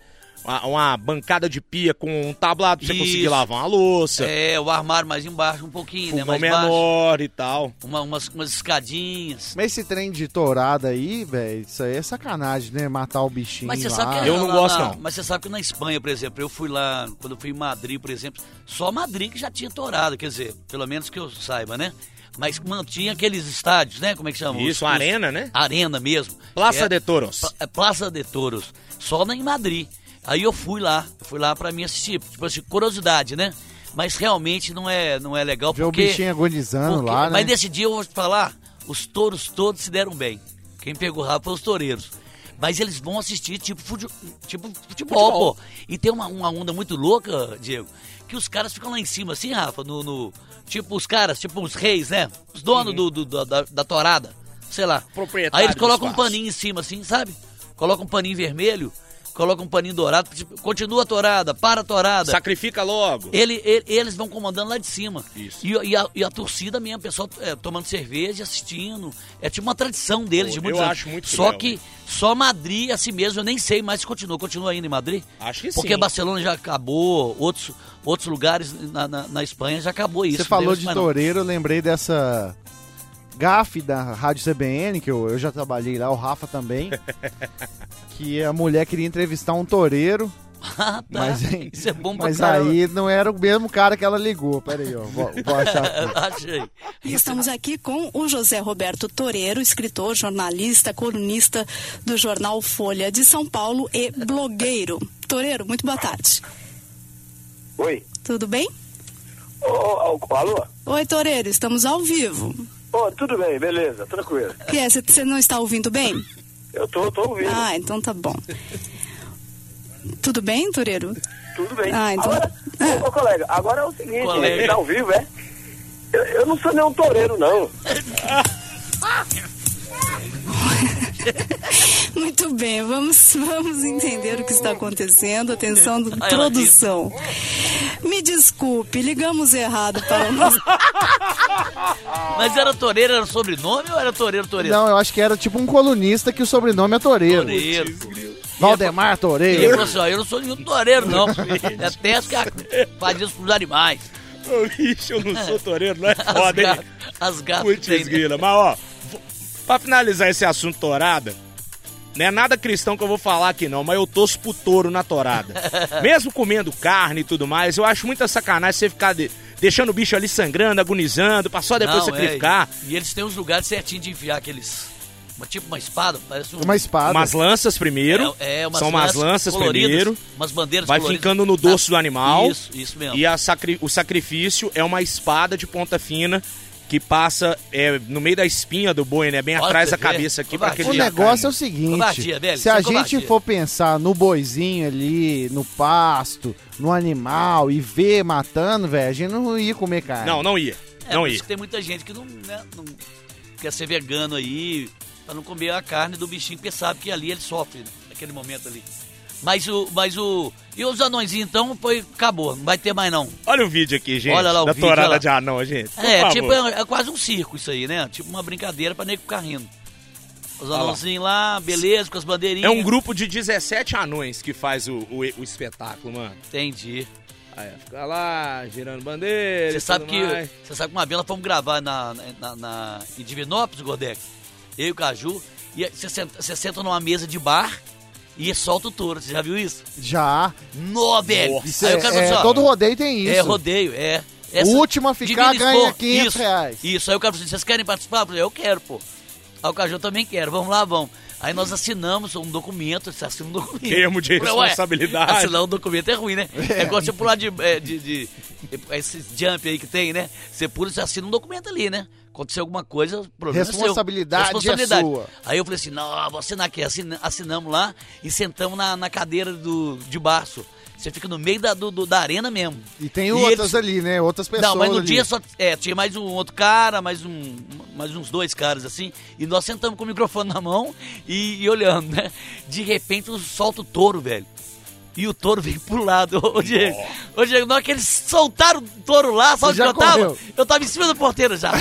[SPEAKER 3] Uma, uma bancada de pia com um tablado pra você conseguir
[SPEAKER 2] Isso.
[SPEAKER 3] lavar uma louça,
[SPEAKER 2] É, o armário mais embaixo, um pouquinho, né?
[SPEAKER 3] fogão
[SPEAKER 2] Mais baixo.
[SPEAKER 3] menor e tal.
[SPEAKER 2] Uma- umas, umas escadinhas.
[SPEAKER 4] Mas esse trem de tourada aí, velho, isso aí é sacanagem, né? Matar o bichinho
[SPEAKER 2] Mas você
[SPEAKER 4] lá.
[SPEAKER 2] sabe que
[SPEAKER 3] Eu não
[SPEAKER 2] lá-
[SPEAKER 3] gosto,
[SPEAKER 2] lá-
[SPEAKER 3] não.
[SPEAKER 2] Mas você sabe que na Espanha, por exemplo, eu fui lá, quando eu fui em Madrid, por exemplo, só Madrid que já tinha tourado, quer dizer, pelo menos que eu saiba, né? Mas mantinha aqueles estádios, né? Como é que chama? Os-
[SPEAKER 3] Isso,
[SPEAKER 2] os-
[SPEAKER 3] arena, né?
[SPEAKER 2] Arena mesmo.
[SPEAKER 3] Plaça
[SPEAKER 2] É-
[SPEAKER 3] de Toros.
[SPEAKER 2] Pa- é Plaza de Toros, só na- em Madrid. Aí eu fui lá, fui lá pra mim assistir, tipo assim, curiosidade, né? Mas realmente não é, não é legal
[SPEAKER 4] Ver o
[SPEAKER 2] porque...
[SPEAKER 4] bichinho agonizando
[SPEAKER 2] porque-
[SPEAKER 4] lá, né?
[SPEAKER 2] Mas nesse dia, eu vou te falar, os touros todos se deram bem. Quem pegou o rabo foi os toureiros. Mas eles vão assistir tipo, fute- tipo futebol,
[SPEAKER 3] Futebol.
[SPEAKER 2] pô. E tem uma, uma onda muito louca, Diego, que os caras ficam lá em cima, assim, Rafa, no... no- tipo os caras, tipo os reis, né? Os donos do, do- da- da, da torada, sei lá.
[SPEAKER 3] Uhum. Proprietário
[SPEAKER 2] Aí eles
[SPEAKER 3] do
[SPEAKER 2] colocam um
[SPEAKER 3] espaço.
[SPEAKER 2] paninho em cima, assim, sabe? Coloca um paninho vermelho, coloca um paninho dourado, tipo, continua a torada, para a torada.
[SPEAKER 3] Sacrifica logo.
[SPEAKER 2] Ele, ele- eles vão comandando lá de cima.
[SPEAKER 3] Isso.
[SPEAKER 2] E, e a, e a torcida mesmo, o pessoal é, tomando cerveja, assistindo. É tipo uma tradição deles de
[SPEAKER 3] Eu
[SPEAKER 2] muitos anos.
[SPEAKER 3] acho muito
[SPEAKER 2] Só
[SPEAKER 3] cruel,
[SPEAKER 2] que
[SPEAKER 3] né?
[SPEAKER 2] só Madrid, assim mesmo, eu nem sei mais se continua. Continua ainda em Madrid?
[SPEAKER 3] Acho que
[SPEAKER 2] Porque
[SPEAKER 3] sim.
[SPEAKER 2] Barcelona já acabou, outros, outros lugares na, na- na Espanha já acabou isso.
[SPEAKER 4] Você
[SPEAKER 2] não
[SPEAKER 4] falou
[SPEAKER 2] tem
[SPEAKER 4] de
[SPEAKER 2] mais não.
[SPEAKER 4] toureiro, eu lembrei dessa gafe da Rádio CBN, que eu, eu já trabalhei lá, o Rafa também. que a mulher queria entrevistar um toureiro,
[SPEAKER 2] Ah, tá.
[SPEAKER 4] mas,
[SPEAKER 2] Isso é bom pra
[SPEAKER 4] mas
[SPEAKER 2] caramba.
[SPEAKER 4] aí não era o mesmo cara que ela ligou. Pera aí, ó, vou, vou achar aqui.
[SPEAKER 2] Achei.
[SPEAKER 5] E Estamos aqui com o José Roberto Toreiro, escritor, jornalista, colunista do jornal Folha de São Paulo e blogueiro. Toreiro, muito boa tarde.
[SPEAKER 6] Oi.
[SPEAKER 5] Tudo bem?
[SPEAKER 6] Ô, ô, ô, alô?
[SPEAKER 5] Oi, Toreiro, estamos ao vivo.
[SPEAKER 6] Ô, tudo bem, beleza, tranquilo.
[SPEAKER 5] O Que é? Você não está ouvindo bem?
[SPEAKER 6] Eu tô, tô ouvindo.
[SPEAKER 5] Ah, então tá bom. Tudo bem, Toreiro?
[SPEAKER 6] Tudo bem.
[SPEAKER 5] Ah, então-
[SPEAKER 6] Agora,
[SPEAKER 5] Ah.
[SPEAKER 6] ô, ô, colega, agora é o seguinte,
[SPEAKER 2] Colega.
[SPEAKER 6] né, tá ao vivo, é? Eu, eu não sou nenhum toureiro, não.
[SPEAKER 5] Muito bem, vamos, vamos entender o que está acontecendo. Atenção,
[SPEAKER 2] ela
[SPEAKER 5] produção. Me desculpe, ligamos errado para o nosso
[SPEAKER 2] Mas era Toreiro, era sobrenome ou era Toreiro, Toreiro?
[SPEAKER 4] Não, eu acho que era tipo um colunista que o sobrenome é Toureiro.
[SPEAKER 2] Toreiro. pô.
[SPEAKER 4] Valdemar
[SPEAKER 2] Ele
[SPEAKER 4] Toureiro.
[SPEAKER 2] falou assim, ó, eu não sou nenhum toureiro, não. Detesto que a- faz isso pros animais.
[SPEAKER 3] Ô, bicho, eu não sou toureiro, não é
[SPEAKER 2] As
[SPEAKER 3] foda, hein?
[SPEAKER 2] gatas- As gatas
[SPEAKER 3] Putz,
[SPEAKER 2] tem, né?
[SPEAKER 3] grila. Mas, ó, vo- pra finalizar esse assunto torada, não é nada cristão que eu vou falar aqui, não, mas eu torço pro touro na torada. Mesmo comendo carne e tudo mais, eu acho muita sacanagem você ficar de- deixando o bicho ali sangrando, agonizando, pra só depois
[SPEAKER 2] Não, é,
[SPEAKER 3] sacrificar.
[SPEAKER 2] e e eles têm uns lugares certinhos de enfiar aqueles... uma- tipo uma espada, parece um...
[SPEAKER 4] Uma espada.
[SPEAKER 3] Umas lanças primeiro,
[SPEAKER 2] É, é, umas
[SPEAKER 3] são umas lanças
[SPEAKER 2] coloridas,
[SPEAKER 3] primeiro,
[SPEAKER 2] Umas bandeiras
[SPEAKER 3] vai
[SPEAKER 2] coloridas.
[SPEAKER 3] ficando no dorso do animal.
[SPEAKER 2] Isso, isso mesmo.
[SPEAKER 3] E a sacri- o sacrifício é uma espada de ponta fina que passa é, no meio da espinha do boi, né? Bem
[SPEAKER 2] Olha
[SPEAKER 3] atrás
[SPEAKER 2] pra
[SPEAKER 3] da
[SPEAKER 2] você ver.
[SPEAKER 3] cabeça aqui pra
[SPEAKER 2] Covardia.
[SPEAKER 3] aquele
[SPEAKER 4] O
[SPEAKER 2] Ele já
[SPEAKER 4] negócio é o
[SPEAKER 2] Covardia,
[SPEAKER 4] seguinte:
[SPEAKER 2] velho, isso
[SPEAKER 4] se
[SPEAKER 2] é
[SPEAKER 4] a gente
[SPEAKER 2] covardia.
[SPEAKER 4] for pensar no boizinho ali, no pasto, no animal e ver matando, velho, a gente não ia comer carne.
[SPEAKER 3] Não, não ia.
[SPEAKER 2] É,
[SPEAKER 3] não
[SPEAKER 2] por
[SPEAKER 3] ia.
[SPEAKER 2] isso que tem muita gente que não, né, não quer ser vegano aí, pra não comer a carne do bichinho, porque sabe que ali ele sofre, né, naquele momento ali. Mas o. Mas o. E os anõezinhos então foi. acabou, não vai ter mais não.
[SPEAKER 3] Olha o vídeo aqui, gente.
[SPEAKER 2] Olha lá o
[SPEAKER 3] da
[SPEAKER 2] vídeo,
[SPEAKER 3] torada
[SPEAKER 2] olha lá.
[SPEAKER 3] de anão, gente. Por
[SPEAKER 2] É,
[SPEAKER 3] favor.
[SPEAKER 2] tipo, é, é quase um circo isso aí, né? Tipo uma brincadeira pra nego ficar rindo. Os anãozinhos lá, beleza, com as bandeirinhas.
[SPEAKER 3] É um grupo de 17 anões que faz o, o, o espetáculo, mano.
[SPEAKER 2] Entendi.
[SPEAKER 3] Aí, ó, fica lá, girando bandeira.
[SPEAKER 2] Você
[SPEAKER 3] e
[SPEAKER 2] sabe
[SPEAKER 3] tudo
[SPEAKER 2] que
[SPEAKER 3] mais.
[SPEAKER 2] você sabe que uma vez nós fomos gravar na, na, na- em Divinópolis, Gordec, eu e o Caju, e aí você senta, você senta numa mesa de bar e solta o touro. Você já viu isso?
[SPEAKER 4] Já.
[SPEAKER 2] Nó, velho!
[SPEAKER 3] Nossa,
[SPEAKER 2] Aí o cara
[SPEAKER 4] É,
[SPEAKER 2] falou assim, ó,
[SPEAKER 4] todo rodeio tem isso.
[SPEAKER 2] É rodeio, é.
[SPEAKER 4] O último a ficar
[SPEAKER 2] Divino
[SPEAKER 4] ganha
[SPEAKER 2] Sport,
[SPEAKER 4] 500
[SPEAKER 2] isso,
[SPEAKER 4] reais.
[SPEAKER 2] Isso, aí o cara falou assim, vocês querem participar? Eu falei, eu quero, pô. Aí o Caju também quero, vamos lá, vamos. Aí nós assinamos um documento, você assina um documento.
[SPEAKER 3] Termo de
[SPEAKER 2] Eu falei, ué,
[SPEAKER 3] responsabilidade.
[SPEAKER 2] Assinar um documento é ruim, né? É igual você pular de, é, de, de- Esse jump aí que tem, né? Você pula e você assina um documento ali, né? Aconteceu alguma coisa, o problema é seu.
[SPEAKER 4] Responsabilidade é sua.
[SPEAKER 2] Aí eu falei assim, não, vou assinar aqui. Assina- assinamos lá e sentamos na, na cadeira do, de baço. Você fica no meio da, do- do- da arena mesmo.
[SPEAKER 4] E tem outras
[SPEAKER 2] eles-
[SPEAKER 4] ali, né? Outras pessoas.
[SPEAKER 2] Não, mas no
[SPEAKER 4] ali.
[SPEAKER 2] dia só é, tinha mais um outro cara, mais, um, mais uns dois caras assim. E nós sentamos com o microfone na mão e, e olhando, né? De repente o- solta o touro, velho. E o touro veio pro lado. Ô, Diego, ô, Diego, na hora que eles soltaram o touro lá, sabe
[SPEAKER 4] Você
[SPEAKER 2] onde
[SPEAKER 4] já
[SPEAKER 2] eu tava?
[SPEAKER 4] correu.
[SPEAKER 2] Eu tava em cima da porteira já.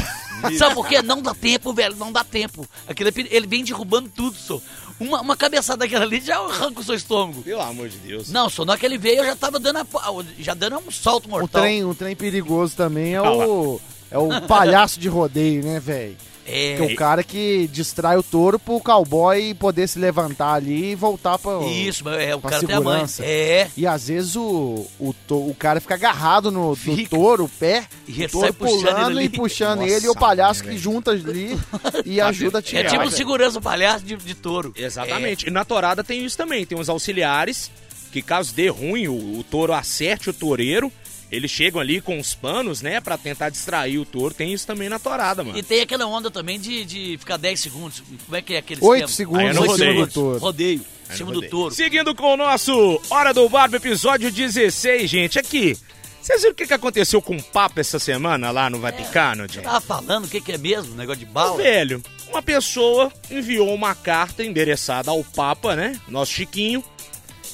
[SPEAKER 2] sabe por quê? Não dá tempo, velho, não dá tempo. Aquele, ele vem derrubando tudo, só. Uma, uma cabeçada daquela ali já arranca o seu estômago.
[SPEAKER 3] Pelo amor de Deus.
[SPEAKER 2] Não, só na hora que ele veio, eu já tava dando a, pa- já dando um salto
[SPEAKER 4] O
[SPEAKER 2] mortal.
[SPEAKER 4] trem, o trem perigoso também é o, é o palhaço de rodeio, né, velho?
[SPEAKER 2] É.
[SPEAKER 4] Que é o cara que distrai o touro pro cowboy poder se levantar ali e voltar pra.
[SPEAKER 2] Isso, mas é, o
[SPEAKER 4] pra
[SPEAKER 2] cara tem
[SPEAKER 4] segurança.
[SPEAKER 2] a mãe. É.
[SPEAKER 4] E às vezes o, o, to- o cara fica agarrado no, no
[SPEAKER 2] Fica.
[SPEAKER 4] touro, o pé,
[SPEAKER 2] E
[SPEAKER 4] o
[SPEAKER 2] ele
[SPEAKER 4] touro
[SPEAKER 2] sai puxando
[SPEAKER 4] pulando
[SPEAKER 2] ele
[SPEAKER 4] e
[SPEAKER 2] ali.
[SPEAKER 4] puxando
[SPEAKER 3] Nossa,
[SPEAKER 4] ele e o palhaço
[SPEAKER 3] né,
[SPEAKER 4] que
[SPEAKER 3] velho?
[SPEAKER 4] junta ali e ajuda a
[SPEAKER 2] É
[SPEAKER 4] tirar.
[SPEAKER 2] tipo
[SPEAKER 4] velho.
[SPEAKER 2] segurança palhaço de, de touro.
[SPEAKER 3] Exatamente. E na torada tem isso também. Tem os auxiliares que, caso dê ruim, o, o touro acerte o toureiro. Eles chegam ali com os panos, né? Pra tentar distrair o touro. Tem isso também na torada,
[SPEAKER 2] É,
[SPEAKER 3] mano.
[SPEAKER 2] E tem aquela onda também de, de ficar 10 segundos. Como é que é aquele
[SPEAKER 4] Oito
[SPEAKER 2] esquema?
[SPEAKER 3] Aí é
[SPEAKER 4] segundos
[SPEAKER 3] no
[SPEAKER 2] Oito
[SPEAKER 4] em cima
[SPEAKER 3] rodeio.
[SPEAKER 4] do touro.
[SPEAKER 2] Rodeio. Em cima do touro.
[SPEAKER 3] Seguindo com o nosso Hora do Barba, episódio 16, gente. Aqui, vocês viram o que, que aconteceu com o Papa essa semana lá no
[SPEAKER 2] É.
[SPEAKER 3] Vaticano,
[SPEAKER 2] Você
[SPEAKER 3] gente?
[SPEAKER 2] tava falando o que, que é mesmo? Negócio de
[SPEAKER 3] Ô,
[SPEAKER 2] bala?
[SPEAKER 3] velho, uma pessoa enviou uma carta endereçada ao Papa, né? Nosso Chiquinho.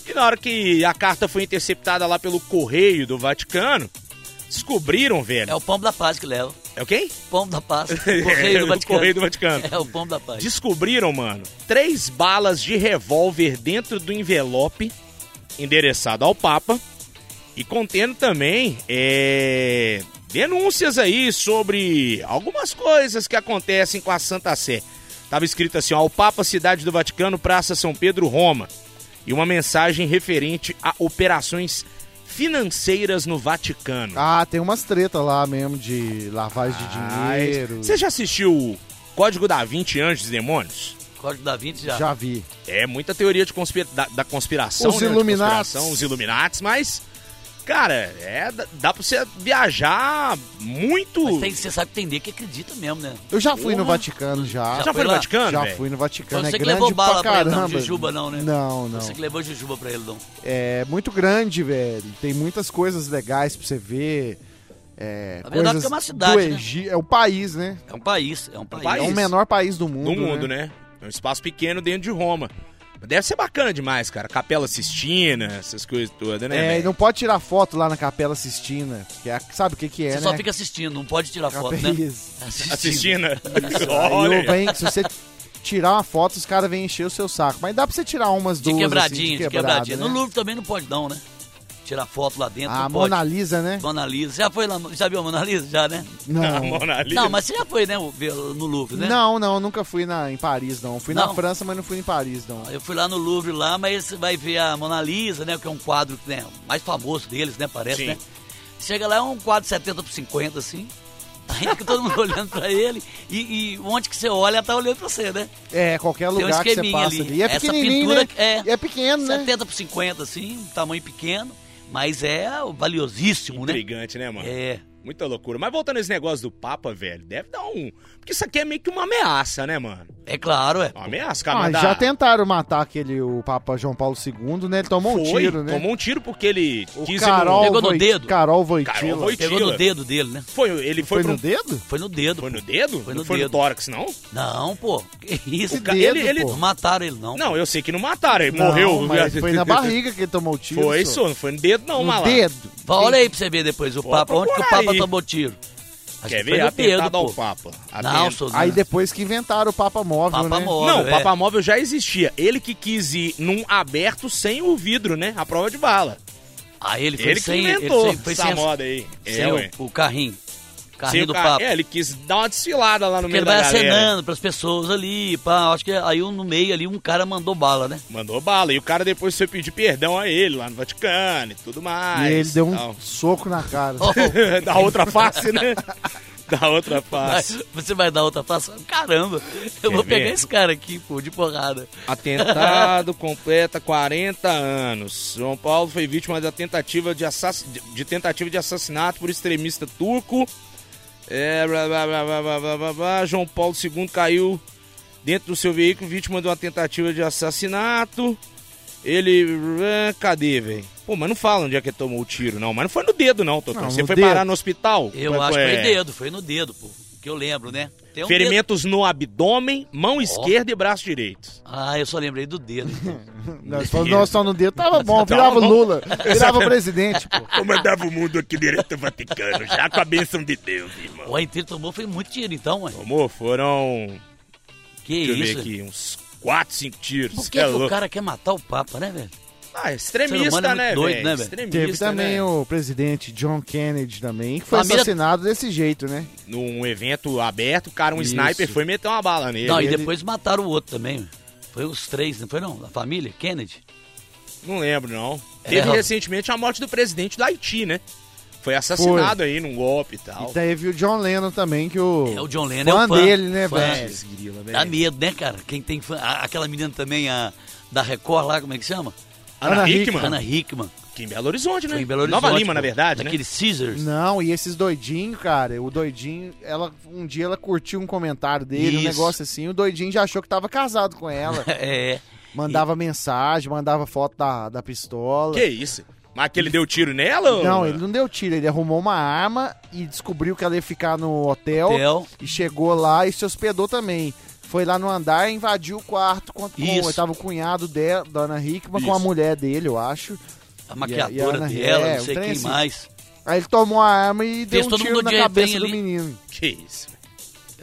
[SPEAKER 3] E na hora que a carta foi interceptada lá pelo correio do Vaticano, descobriram, velho.
[SPEAKER 2] É o pombo da paz que leva.
[SPEAKER 3] É o quê?
[SPEAKER 2] Pombo da paz.
[SPEAKER 3] É,
[SPEAKER 2] Correio
[SPEAKER 3] do
[SPEAKER 2] do Vaticano.
[SPEAKER 3] Correio do Vaticano.
[SPEAKER 2] É o pombo da paz.
[SPEAKER 3] Descobriram, mano, três balas de revólver dentro do envelope endereçado ao Papa e contendo também é, denúncias aí sobre algumas coisas que acontecem com a Santa Sé. Tava escrito assim, ó, ao Papa, Cidade do Vaticano, Praça São Pedro, Roma. E uma mensagem referente a operações financeiras no Vaticano.
[SPEAKER 4] Ah, tem umas tretas lá mesmo de lavagem
[SPEAKER 2] Ah,
[SPEAKER 3] Mas-
[SPEAKER 4] de dinheiro.
[SPEAKER 3] Você já assistiu o Código da Vinci Anjos e Demônios?
[SPEAKER 2] Código da 20 já.
[SPEAKER 4] Já vi.
[SPEAKER 3] É muita teoria de conspira da, da conspiração,
[SPEAKER 4] Os
[SPEAKER 3] né? de
[SPEAKER 4] Illuminatis.
[SPEAKER 3] conspiração, Os Illuminatis, mas, cara, é, dá- dá pra você viajar muito.
[SPEAKER 2] Mas tem, você sabe que tem nego que acredita mesmo, né?
[SPEAKER 4] Eu já fui no
[SPEAKER 3] Porra.
[SPEAKER 4] Vaticano já.
[SPEAKER 3] Já foi
[SPEAKER 2] foi
[SPEAKER 3] no
[SPEAKER 2] lá?
[SPEAKER 3] Vaticano,
[SPEAKER 4] Já
[SPEAKER 3] velho?
[SPEAKER 4] fui no Vaticano,
[SPEAKER 2] Foi você
[SPEAKER 4] é
[SPEAKER 2] que
[SPEAKER 4] grande
[SPEAKER 2] levou bala
[SPEAKER 4] pra
[SPEAKER 2] pra ele, não,
[SPEAKER 4] caramba.
[SPEAKER 2] jujuba não, né?
[SPEAKER 4] Não, não.
[SPEAKER 2] Você que levou jujuba pra ele, não.
[SPEAKER 4] É muito grande, velho. Tem muitas coisas legais pra você ver. É,
[SPEAKER 2] Na verdade,
[SPEAKER 4] coisas
[SPEAKER 2] porque é uma cidade,
[SPEAKER 4] do
[SPEAKER 2] né?
[SPEAKER 4] Egito. É o país, né?
[SPEAKER 2] É um país, é um país.
[SPEAKER 4] É
[SPEAKER 3] país.
[SPEAKER 4] o menor país do mundo,
[SPEAKER 3] no mundo, né? É um espaço pequeno dentro de Roma. Deve ser bacana demais, cara. Capela Sistina, essas coisas todas, né?
[SPEAKER 4] É, e
[SPEAKER 3] velho?
[SPEAKER 4] não pode tirar foto lá na Capela Sistina, que é, a- sabe o que que é,
[SPEAKER 2] Você
[SPEAKER 4] né? É
[SPEAKER 2] só fica assistindo, não pode tirar foto,
[SPEAKER 4] Capela
[SPEAKER 2] né?
[SPEAKER 4] Sistina.
[SPEAKER 3] Assistindo.
[SPEAKER 4] Aí eu
[SPEAKER 3] Olha.
[SPEAKER 4] venho- se você tirar uma foto, os caras vêm encher o seu saco. Mas dá pra você tirar umas
[SPEAKER 2] De
[SPEAKER 4] duas,
[SPEAKER 2] quebradinha,
[SPEAKER 4] assim,
[SPEAKER 2] de
[SPEAKER 4] quebrada,
[SPEAKER 2] quebradinha.
[SPEAKER 4] né?
[SPEAKER 2] No Louvre também não pode não, né? Tirar foto lá dentro,
[SPEAKER 4] A
[SPEAKER 2] não pode.
[SPEAKER 4] Mona Lisa, né?
[SPEAKER 2] Mona Lisa. Já foi lá, no- já viu a Mona Lisa? Já, né?
[SPEAKER 3] A
[SPEAKER 4] Não.
[SPEAKER 3] Mona Lisa.
[SPEAKER 2] Não, mas você já foi, né, o- ver no Louvre, né?
[SPEAKER 4] Não, não, nunca fui na, em Paris, não. Fui na
[SPEAKER 2] Não.
[SPEAKER 4] França, mas não fui em Paris, não.
[SPEAKER 2] Eu fui lá no Louvre lá, mas você vai ver a Mona Lisa, né, que é um quadro né, mais famoso deles, né, parece,
[SPEAKER 3] Sim.
[SPEAKER 2] né? Chega lá, é um quadro 70 por 50, assim. Aí fica todo mundo olhando pra ele e, e onde que você olha, ela tá olhando pra você, né?
[SPEAKER 4] É, qualquer
[SPEAKER 2] Tem um
[SPEAKER 4] lugar que você
[SPEAKER 2] esqueminha
[SPEAKER 4] passa ali.
[SPEAKER 2] ali.
[SPEAKER 4] E é
[SPEAKER 2] Essa
[SPEAKER 4] pequenininho,
[SPEAKER 2] pintura
[SPEAKER 4] né?
[SPEAKER 2] é-
[SPEAKER 4] E é pequeno, né?
[SPEAKER 2] 70 por 50, assim, um tamanho pequeno, mas é valiosíssimo, né?
[SPEAKER 3] Intrigante, né, mano?
[SPEAKER 2] É.
[SPEAKER 3] Muita loucura. Mas voltando a esse negócio do Papa, velho, deve dar um. Porque isso aqui é meio que uma ameaça, né, mano?
[SPEAKER 2] É claro, é.
[SPEAKER 3] Uma ameaça,
[SPEAKER 4] Ah,
[SPEAKER 3] cara. mas
[SPEAKER 4] já
[SPEAKER 3] dá-
[SPEAKER 4] tentaram matar aquele, o Papa João Paulo II, né? Ele tomou um
[SPEAKER 3] Foi,
[SPEAKER 4] tiro, né?
[SPEAKER 3] Tomou um tiro porque ele
[SPEAKER 4] O
[SPEAKER 3] quis
[SPEAKER 4] Carol,
[SPEAKER 2] Pegou no
[SPEAKER 4] Voit-
[SPEAKER 2] dedo?
[SPEAKER 4] Carol Voitila.
[SPEAKER 3] Carol Voitila.
[SPEAKER 2] Pegou
[SPEAKER 3] Tila.
[SPEAKER 2] no dedo dele, né?
[SPEAKER 3] Foi, ele foi,
[SPEAKER 4] Foi
[SPEAKER 3] pro...
[SPEAKER 4] no dedo?
[SPEAKER 2] Foi no dedo.
[SPEAKER 3] Foi no
[SPEAKER 2] pô.
[SPEAKER 3] dedo?
[SPEAKER 2] Foi
[SPEAKER 3] não
[SPEAKER 2] no
[SPEAKER 3] foi no
[SPEAKER 2] dedo.
[SPEAKER 3] tórax, não?
[SPEAKER 2] Não, pô. Que isso?
[SPEAKER 4] Que
[SPEAKER 3] ca-
[SPEAKER 4] dedo,
[SPEAKER 3] ele- ele-
[SPEAKER 4] pô?
[SPEAKER 2] Não mataram ele, não.
[SPEAKER 3] Não, eu sei que não mataram, ele morreu.
[SPEAKER 4] Não, mas foi na barriga que ele tomou o tiro.
[SPEAKER 3] Foi
[SPEAKER 4] só.
[SPEAKER 3] isso, não foi no dedo, não,
[SPEAKER 4] No
[SPEAKER 3] malandro.
[SPEAKER 4] dedo.
[SPEAKER 2] Olha aí pra você ver depois o
[SPEAKER 3] Vou
[SPEAKER 2] Papa, onde que o
[SPEAKER 3] procurar
[SPEAKER 2] Papa
[SPEAKER 3] aí.
[SPEAKER 2] tomou tiro. Acho que
[SPEAKER 3] Quer ver?
[SPEAKER 2] foi no dedo,
[SPEAKER 3] Atentado ao
[SPEAKER 2] pô.
[SPEAKER 3] Papa.
[SPEAKER 2] Não,
[SPEAKER 3] Atent-
[SPEAKER 2] Souza.
[SPEAKER 4] Aí depois que inventaram o Papa Móvel,
[SPEAKER 2] né? Papa
[SPEAKER 4] né?
[SPEAKER 2] móvel.
[SPEAKER 3] Não, o
[SPEAKER 2] é.
[SPEAKER 3] Papa Móvel já existia. Ele que quis ir num aberto sem o vidro, né? A prova de bala.
[SPEAKER 2] Ah, ele foi
[SPEAKER 3] Ele que
[SPEAKER 2] sem.
[SPEAKER 3] inventou
[SPEAKER 2] ele foi
[SPEAKER 3] essa
[SPEAKER 2] sem,
[SPEAKER 3] moda aí.
[SPEAKER 2] sem
[SPEAKER 3] é,
[SPEAKER 2] o-
[SPEAKER 3] ué.
[SPEAKER 2] o, carrinho. Carrinho
[SPEAKER 3] Sem o
[SPEAKER 2] do
[SPEAKER 3] carro.
[SPEAKER 2] papo.
[SPEAKER 3] É, ele quis dar uma desfilada lá no
[SPEAKER 2] Porque
[SPEAKER 3] meio
[SPEAKER 2] ele
[SPEAKER 3] da
[SPEAKER 2] vai
[SPEAKER 3] galera. né? é.
[SPEAKER 2] acenando pras pessoas ali, pá. Acho que aí um- no meio ali um cara mandou bala, né?
[SPEAKER 3] Mandou bala. E o cara depois foi pedir perdão a ele lá no Vaticano e tudo
[SPEAKER 4] E
[SPEAKER 3] mais.
[SPEAKER 4] ele deu um
[SPEAKER 3] tal.
[SPEAKER 4] soco na cara.
[SPEAKER 2] Oh.
[SPEAKER 3] da outra face, né? Da outra
[SPEAKER 2] Vai-
[SPEAKER 3] face.
[SPEAKER 2] você vai dar outra face? Caramba, eu
[SPEAKER 3] Quer
[SPEAKER 2] vou
[SPEAKER 3] ver?
[SPEAKER 2] pegar esse cara aqui, pô, de porrada.
[SPEAKER 3] Atentado completa 40 anos. João Paulo foi vítima da tentativa de, assass- de- de tentativa de assassinato por extremista turco. É, blá, blá, blá, blá, blá, blá, blá, blá. João Paulo II caiu dentro do seu veículo, vítima de uma tentativa de assassinato. Ele. ah, Cadê, velho? Pô, mas não fala onde é que ele tomou o tiro, não. Mas não foi no dedo, não, Totão.
[SPEAKER 4] Não,
[SPEAKER 3] Você
[SPEAKER 4] no
[SPEAKER 3] foi
[SPEAKER 4] dedo.
[SPEAKER 3] parar no hospital?
[SPEAKER 2] Eu
[SPEAKER 3] Foi-
[SPEAKER 2] acho que
[SPEAKER 3] é,
[SPEAKER 2] foi dedo, foi no dedo, pô. Que eu lembro, né? Tem um dedo.
[SPEAKER 3] Ferimentos no abdômen, mão esquerda e braço direito.
[SPEAKER 2] Ah, eu só lembrei do dedo. então.
[SPEAKER 4] Nós falamos, nós só no dedo. Tava bom,
[SPEAKER 3] Tá
[SPEAKER 4] virava
[SPEAKER 3] bom.
[SPEAKER 4] Lula, virava presidente, pô.
[SPEAKER 7] Comandava o mundo aqui direto ao Vaticano, já com a bênção de Deus, irmão.
[SPEAKER 2] o inteiro tomou, foi muito tiro, então, ué.
[SPEAKER 3] Tomou? Foram.
[SPEAKER 2] Que
[SPEAKER 3] Deixa eu ver
[SPEAKER 2] isso?
[SPEAKER 3] aqui, uns 4, 5 tiros.
[SPEAKER 2] Por que,
[SPEAKER 3] é
[SPEAKER 2] que o
[SPEAKER 3] louco.
[SPEAKER 2] cara quer matar o Papa, né, velho?
[SPEAKER 3] Ah,
[SPEAKER 2] ser humano é
[SPEAKER 3] extremista,
[SPEAKER 2] muito
[SPEAKER 3] né,
[SPEAKER 2] doido,
[SPEAKER 3] velho?
[SPEAKER 2] né, velho?
[SPEAKER 3] Extremista.
[SPEAKER 4] Teve também um-
[SPEAKER 3] né?
[SPEAKER 4] o presidente John Kennedy também, que foi
[SPEAKER 2] Família-
[SPEAKER 4] assassinado desse jeito, né?
[SPEAKER 3] Num evento aberto, o cara, um
[SPEAKER 4] Isso.
[SPEAKER 3] sniper, foi meter uma bala nele.
[SPEAKER 2] não,
[SPEAKER 3] Não,
[SPEAKER 2] e depois mataram o outro também. ué. Foi os três, não foi não? A família, Kennedy.
[SPEAKER 3] lembro, não.
[SPEAKER 2] É,
[SPEAKER 3] Teve
[SPEAKER 2] ó.
[SPEAKER 3] recentemente a morte do presidente do Haiti, né? Foi assassinado aí num golpe e
[SPEAKER 4] E
[SPEAKER 3] tal.
[SPEAKER 4] teve o John Lennon também, que o.
[SPEAKER 2] É, o John Lennon
[SPEAKER 4] fã
[SPEAKER 2] é o fã.
[SPEAKER 4] dele, né,
[SPEAKER 2] Fã.
[SPEAKER 4] velho?
[SPEAKER 3] Esgrila,
[SPEAKER 2] Dá medo, né, cara? Quem tem fã- a- Aquela menina também, a da Record lá, como é que chama?
[SPEAKER 3] Ana
[SPEAKER 4] Ana
[SPEAKER 3] Hickman.
[SPEAKER 2] Ana Hickman.
[SPEAKER 3] Aqui em Belo Horizonte, né?
[SPEAKER 2] Foi em Belo Horizonte.
[SPEAKER 3] Nova Lima,
[SPEAKER 2] pô,
[SPEAKER 3] na verdade, né?
[SPEAKER 2] Naquele Caesars.
[SPEAKER 4] Não, e esses doidinhos, cara, o doidinho, ela um dia ela curtiu um comentário dele, um
[SPEAKER 2] Isso.
[SPEAKER 4] negócio assim, o doidinho já achou que tava casado com ela.
[SPEAKER 2] É,
[SPEAKER 4] mandava mensagem, mandava foto da, da pistola.
[SPEAKER 3] Que isso? Mas aquele deu tiro nela? ou-
[SPEAKER 2] Né?
[SPEAKER 4] Não, ele não deu tiro, ele arrumou uma arma e descobriu que ela ia ficar no hotel,
[SPEAKER 2] Hotel.
[SPEAKER 4] e chegou lá e se hospedou também. Foi lá no andar e invadiu o quarto com, com
[SPEAKER 2] Isso.
[SPEAKER 4] tava o cunhado dela, Dona Hickman, com a
[SPEAKER 2] Isso.
[SPEAKER 4] mulher dele, eu
[SPEAKER 2] a
[SPEAKER 4] acho. E a- e a
[SPEAKER 2] maquiadora
[SPEAKER 4] Ana-
[SPEAKER 2] dela,
[SPEAKER 4] é,
[SPEAKER 2] não
[SPEAKER 4] o
[SPEAKER 2] sei
[SPEAKER 4] trem
[SPEAKER 2] quem
[SPEAKER 4] assim.
[SPEAKER 2] mais.
[SPEAKER 4] Aí ele tomou a arma e deu
[SPEAKER 2] Fez
[SPEAKER 4] um
[SPEAKER 2] todo
[SPEAKER 4] tiro
[SPEAKER 2] mundo
[SPEAKER 4] na
[SPEAKER 2] de refém
[SPEAKER 4] cabeça do
[SPEAKER 2] ali.
[SPEAKER 4] menino.
[SPEAKER 3] Que isso?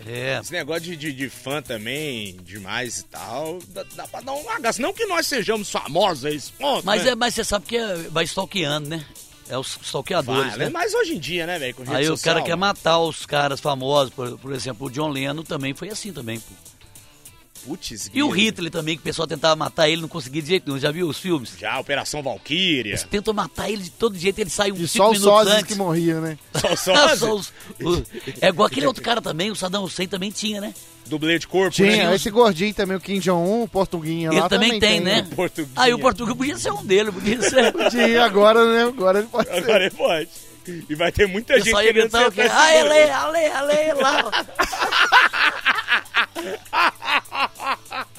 [SPEAKER 2] É,
[SPEAKER 3] Esse negócio de, de, de fã também, demais e tal, dá, dá pra dar um lagaço. Não que nós sejamos famosos a esse ponto,
[SPEAKER 2] Mas,
[SPEAKER 3] né?
[SPEAKER 2] é, mas você sabe que é- vai stalkeando, né? É os stalkeadores,
[SPEAKER 3] Fala,
[SPEAKER 4] é
[SPEAKER 2] né?
[SPEAKER 3] Mas hoje em dia, né, velho, com rede
[SPEAKER 2] Aí o
[SPEAKER 3] social,
[SPEAKER 2] cara é quer matar os caras famosos, por, por exemplo, o John Lennon também foi assim também, pô.
[SPEAKER 3] Putz,
[SPEAKER 2] E o
[SPEAKER 3] grilo.
[SPEAKER 2] Hitler também, que o pessoal tentava matar ele, não conseguia de jeito nenhum. Já viu os filmes?
[SPEAKER 3] Já, Operação Valkyria.
[SPEAKER 2] Eles tentam matar ele de todo jeito, ele sai uns
[SPEAKER 4] E
[SPEAKER 2] 5
[SPEAKER 4] só os
[SPEAKER 2] minutos
[SPEAKER 4] sósias que
[SPEAKER 2] antes.
[SPEAKER 4] morriam, né?
[SPEAKER 3] Só,
[SPEAKER 2] Ah,
[SPEAKER 3] só,
[SPEAKER 2] só os- o- é igual aquele outro cara também, o Saddam Hussein também tinha, né?
[SPEAKER 3] dublê de corpo,
[SPEAKER 4] Tinha
[SPEAKER 3] né?
[SPEAKER 4] esse gordinho também, o Kim Jong-un, o portuguinha
[SPEAKER 2] Ele
[SPEAKER 4] lá
[SPEAKER 2] também,
[SPEAKER 4] também,
[SPEAKER 2] tem, né?
[SPEAKER 3] o Portuguinha.
[SPEAKER 2] Aí o Portugal podia ser um dele, podia ser.
[SPEAKER 4] Tinha agora, né? Agora ele pode ser.
[SPEAKER 3] Agora ele pode. E vai ter muita
[SPEAKER 2] Eu
[SPEAKER 3] gente assim
[SPEAKER 2] só ia
[SPEAKER 3] querendo
[SPEAKER 2] gritar o quê?
[SPEAKER 3] sentar
[SPEAKER 2] Ah,
[SPEAKER 3] esse
[SPEAKER 2] ele, ale, ale, lá. mas,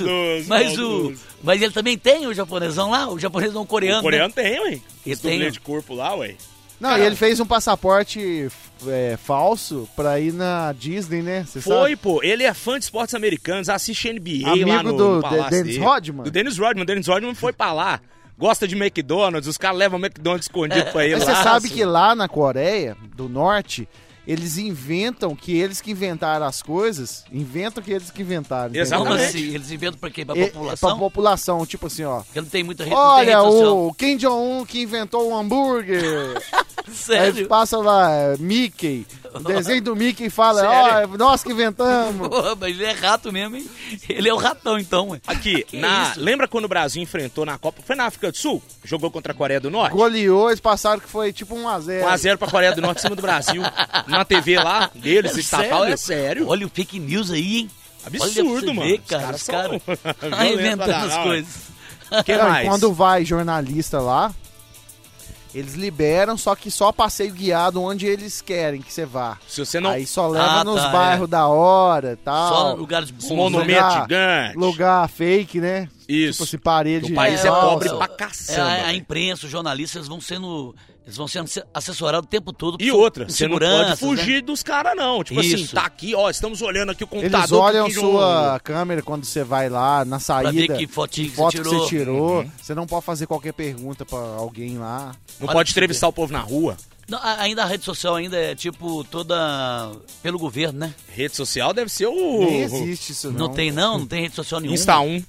[SPEAKER 3] Maldoso,
[SPEAKER 2] o, mas, o,
[SPEAKER 3] maldoso.
[SPEAKER 2] mas ele também tem o japonesão lá, o japonesão coreano. né?
[SPEAKER 3] O coreano tem, ué.
[SPEAKER 2] E
[SPEAKER 3] Esse
[SPEAKER 2] tem,
[SPEAKER 3] dublê
[SPEAKER 2] ó.
[SPEAKER 3] de corpo lá, ué.
[SPEAKER 4] Não, e ele fez um passaporte é, falso pra ir na Disney, né? Você
[SPEAKER 3] Foi,
[SPEAKER 4] sabe?
[SPEAKER 3] pô. Ele é fã de esportes americanos, assiste NBA lá
[SPEAKER 4] Amigo
[SPEAKER 3] no,
[SPEAKER 4] do
[SPEAKER 3] no palácio
[SPEAKER 4] De- Dennis
[SPEAKER 3] dele.
[SPEAKER 4] Rodman?
[SPEAKER 3] Do Dennis Rodman. O Dennis Rodman foi pra lá. Gosta de McDonald's, os caras levam McDonald's escondido pra ele
[SPEAKER 4] Mas
[SPEAKER 3] lá.
[SPEAKER 4] você sabe
[SPEAKER 2] assim,
[SPEAKER 4] que lá na Coreia do Norte, eles inventam que eles que inventaram as coisas, inventam que eles que inventaram. entendeu?
[SPEAKER 2] Como
[SPEAKER 3] Exatamente.
[SPEAKER 2] assim? Eles inventam pra quê? Pra
[SPEAKER 4] É, Pra
[SPEAKER 2] população?
[SPEAKER 4] população, tipo assim, ó.
[SPEAKER 2] Porque não tem muita rede,
[SPEAKER 4] Olha,
[SPEAKER 2] não tem rede social.
[SPEAKER 4] o Kim Jong-un que inventou o hambúrguer. Aí eles
[SPEAKER 2] Sério?
[SPEAKER 4] passam lá, é, Mickey. O desenho do Mickey fala, ó, é nós que inventamos.
[SPEAKER 2] Porra, mas ele é rato mesmo, hein? Ele é o ratão, então. ué.
[SPEAKER 3] Aqui,
[SPEAKER 2] Que
[SPEAKER 3] na-
[SPEAKER 2] isso?
[SPEAKER 3] lembra quando o Brasil enfrentou na Copa? Foi na África do Sul? Jogou contra a Coreia do Norte?
[SPEAKER 4] Goleou, eles passaram que foi tipo 1x0.
[SPEAKER 3] 1x0 pra Coreia do Norte em cima do Brasil. Na TV lá, deles,
[SPEAKER 2] É
[SPEAKER 3] estatal, é sério.
[SPEAKER 2] Olha o fake news aí, hein? Olha pra
[SPEAKER 3] Absurdo,
[SPEAKER 2] você
[SPEAKER 3] mano.
[SPEAKER 2] ver,
[SPEAKER 3] Os
[SPEAKER 2] cara.
[SPEAKER 3] caras
[SPEAKER 2] Os caras
[SPEAKER 3] são
[SPEAKER 2] tá
[SPEAKER 3] violentos pra
[SPEAKER 2] inventando as
[SPEAKER 3] danar,
[SPEAKER 2] coisas.
[SPEAKER 3] Quem
[SPEAKER 4] Não, e
[SPEAKER 3] mais?
[SPEAKER 4] quando vai jornalista lá, eles liberam, só que só passeio guiado onde eles querem que você vá.
[SPEAKER 3] Se você não...
[SPEAKER 4] Aí só leva
[SPEAKER 2] Ah,
[SPEAKER 4] nos
[SPEAKER 2] tá,
[SPEAKER 4] bairros da hora tal.
[SPEAKER 2] Só lugares bons. né?
[SPEAKER 3] Um monumento
[SPEAKER 4] lugar-
[SPEAKER 3] gigante.
[SPEAKER 4] Lugar fake, né?
[SPEAKER 3] Isso.
[SPEAKER 4] Tipo se parede.
[SPEAKER 3] O país é
[SPEAKER 4] falsa.
[SPEAKER 3] pobre pra
[SPEAKER 2] É,
[SPEAKER 3] caçamba.
[SPEAKER 2] a, a
[SPEAKER 3] velho.
[SPEAKER 2] imprensa, os jornalistas, eles vão sendo, eles vão sendo se- assessorados o tempo todo.
[SPEAKER 3] E outra, você não
[SPEAKER 2] segurança.
[SPEAKER 3] pode fugir dos caras, não. Tipo assim,
[SPEAKER 2] né? Isso.
[SPEAKER 3] tá aqui, ó, estamos olhando aqui o
[SPEAKER 2] um
[SPEAKER 3] computador.
[SPEAKER 4] Eles
[SPEAKER 3] do
[SPEAKER 4] olham
[SPEAKER 3] Kim
[SPEAKER 4] sua câmera quando você vai lá, na
[SPEAKER 2] Pra
[SPEAKER 4] saída.
[SPEAKER 2] ver que fotinho que você
[SPEAKER 4] foto
[SPEAKER 2] tirou. Uhum.
[SPEAKER 4] que você tirou. Você não pode fazer qualquer pergunta pra alguém lá.
[SPEAKER 3] Jong-un. Não
[SPEAKER 2] Olha
[SPEAKER 3] pode
[SPEAKER 2] pra você
[SPEAKER 3] entrevistar o povo na rua.
[SPEAKER 2] Não, a- ainda a rede social ainda é tipo toda pelo governo, né?
[SPEAKER 3] Rede social deve ser o.
[SPEAKER 4] Nem existe isso, não.
[SPEAKER 2] Não, tem não, não tem rede social nenhuma.
[SPEAKER 3] Insta 1.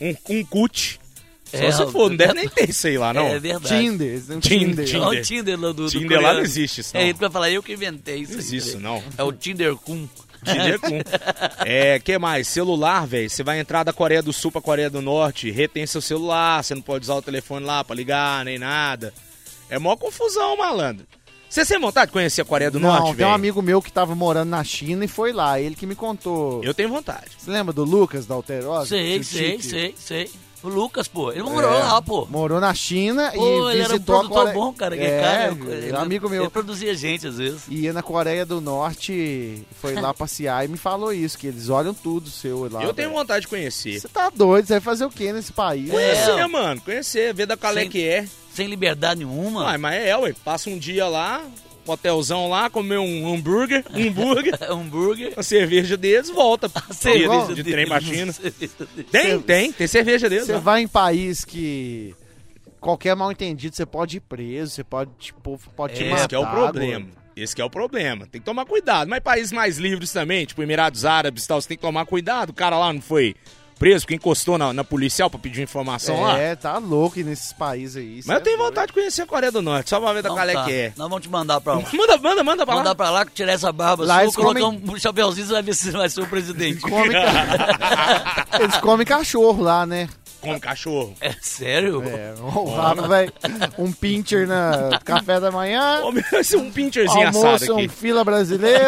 [SPEAKER 3] Um, um cut. Só
[SPEAKER 2] É,
[SPEAKER 3] se for, não deve
[SPEAKER 2] é-
[SPEAKER 3] nem ter, sei lá, não.
[SPEAKER 2] É verdade.
[SPEAKER 4] Tinder, eles têm um
[SPEAKER 3] Tinder.
[SPEAKER 4] Tinder.
[SPEAKER 2] É o Tinder lá do, do
[SPEAKER 3] Tinder
[SPEAKER 2] coreano.
[SPEAKER 3] lá não existe isso, não.
[SPEAKER 2] É, ele vai falar, eu que inventei isso.
[SPEAKER 3] Não
[SPEAKER 2] aí.
[SPEAKER 3] existe isso, não.
[SPEAKER 2] É o Tinder Kun.
[SPEAKER 3] Tinder com. É, que mais? Celular, velho. Você vai entrar da Coreia do Sul pra Coreia do Norte, retém seu celular, você não pode usar o telefone lá pra ligar, nem nada. É mó confusão, malandro. Você tem vontade de conhecer a Coreia do
[SPEAKER 4] Não,
[SPEAKER 3] Norte,
[SPEAKER 4] tem
[SPEAKER 3] velho?
[SPEAKER 4] um amigo meu que tava morando na China e foi lá. Ele que me contou.
[SPEAKER 3] Eu tenho vontade.
[SPEAKER 4] Você lembra do Lucas da Alterosa?
[SPEAKER 2] Sei,
[SPEAKER 4] Tio
[SPEAKER 2] sei,
[SPEAKER 4] Chique? É.
[SPEAKER 2] sei, sei. O Lucas, pô. Ele morou lá, pô.
[SPEAKER 4] Morou na China
[SPEAKER 2] Pô,
[SPEAKER 4] e
[SPEAKER 2] ele era um
[SPEAKER 4] visitou a
[SPEAKER 2] produtor
[SPEAKER 4] Coreia-
[SPEAKER 2] bom, cara. Que
[SPEAKER 4] é,
[SPEAKER 2] cara,
[SPEAKER 4] era amigo meu.
[SPEAKER 2] Ele produzia gente, às vezes.
[SPEAKER 4] E ia na Coreia do Norte, foi lá passear e me falou isso, que eles olham tudo seu lá.
[SPEAKER 3] eu tenho
[SPEAKER 4] velho.
[SPEAKER 3] vontade de conhecer.
[SPEAKER 4] Você tá doido, você vai fazer o que nesse país?
[SPEAKER 2] É,
[SPEAKER 3] Conhecer,
[SPEAKER 2] ó.
[SPEAKER 3] mano. Conhecer, ver da calé
[SPEAKER 2] Sim.
[SPEAKER 3] que é.
[SPEAKER 2] Sem liberdade nenhuma.
[SPEAKER 3] Uai, mas é, ué. Passa um dia lá, um hotelzão lá, comer um hambúrguer, um hambúrguer,
[SPEAKER 2] É hambúrguer.
[SPEAKER 3] uma cerveja deles, volta.
[SPEAKER 2] cerveja
[SPEAKER 3] de, de
[SPEAKER 2] deles.
[SPEAKER 3] trem baixinho.
[SPEAKER 4] Cê-
[SPEAKER 3] Tem, tem. Tem cerveja deles.
[SPEAKER 4] Você
[SPEAKER 3] lá.
[SPEAKER 4] vai em país que qualquer mal entendido você pode ir preso, você pode, tipo, pode te
[SPEAKER 2] É,
[SPEAKER 4] matar.
[SPEAKER 3] Esse que é o problema. Esse que é o problema. Tem que tomar cuidado. Mas países mais livres também, tipo Emirados Árabes e tal, você tem que tomar cuidado. O cara lá não foi preso porque encostou na, na policial pra pedir informação
[SPEAKER 4] São
[SPEAKER 3] lá.
[SPEAKER 4] é, tá louco ir nesses países aí. cê
[SPEAKER 3] Mas eu
[SPEAKER 4] é
[SPEAKER 3] tenho
[SPEAKER 4] doido.
[SPEAKER 3] vontade de conhecer a Coreia do Norte, só pra ver da
[SPEAKER 2] Não,
[SPEAKER 3] qual é
[SPEAKER 2] tá.
[SPEAKER 3] que é.
[SPEAKER 2] Nós vamos te mandar pra lá.
[SPEAKER 3] Manda, manda, manda pra
[SPEAKER 2] Mandar
[SPEAKER 3] lá.
[SPEAKER 2] pra lá, tirar essa barba
[SPEAKER 4] Lá
[SPEAKER 2] sua,
[SPEAKER 4] eles
[SPEAKER 2] colocar
[SPEAKER 4] comem-
[SPEAKER 2] um chapéuzinho, você vai ver se vai ser o presidente.
[SPEAKER 4] Comem ca- Eles comem cachorro lá, né?
[SPEAKER 3] Como cachorro.
[SPEAKER 2] É sério?
[SPEAKER 4] É, o Vava vai um pincher na café da manhã,
[SPEAKER 3] Come esse um pincherzinho
[SPEAKER 4] almoço
[SPEAKER 3] assado
[SPEAKER 4] um
[SPEAKER 3] aqui.
[SPEAKER 4] fila brasileiro,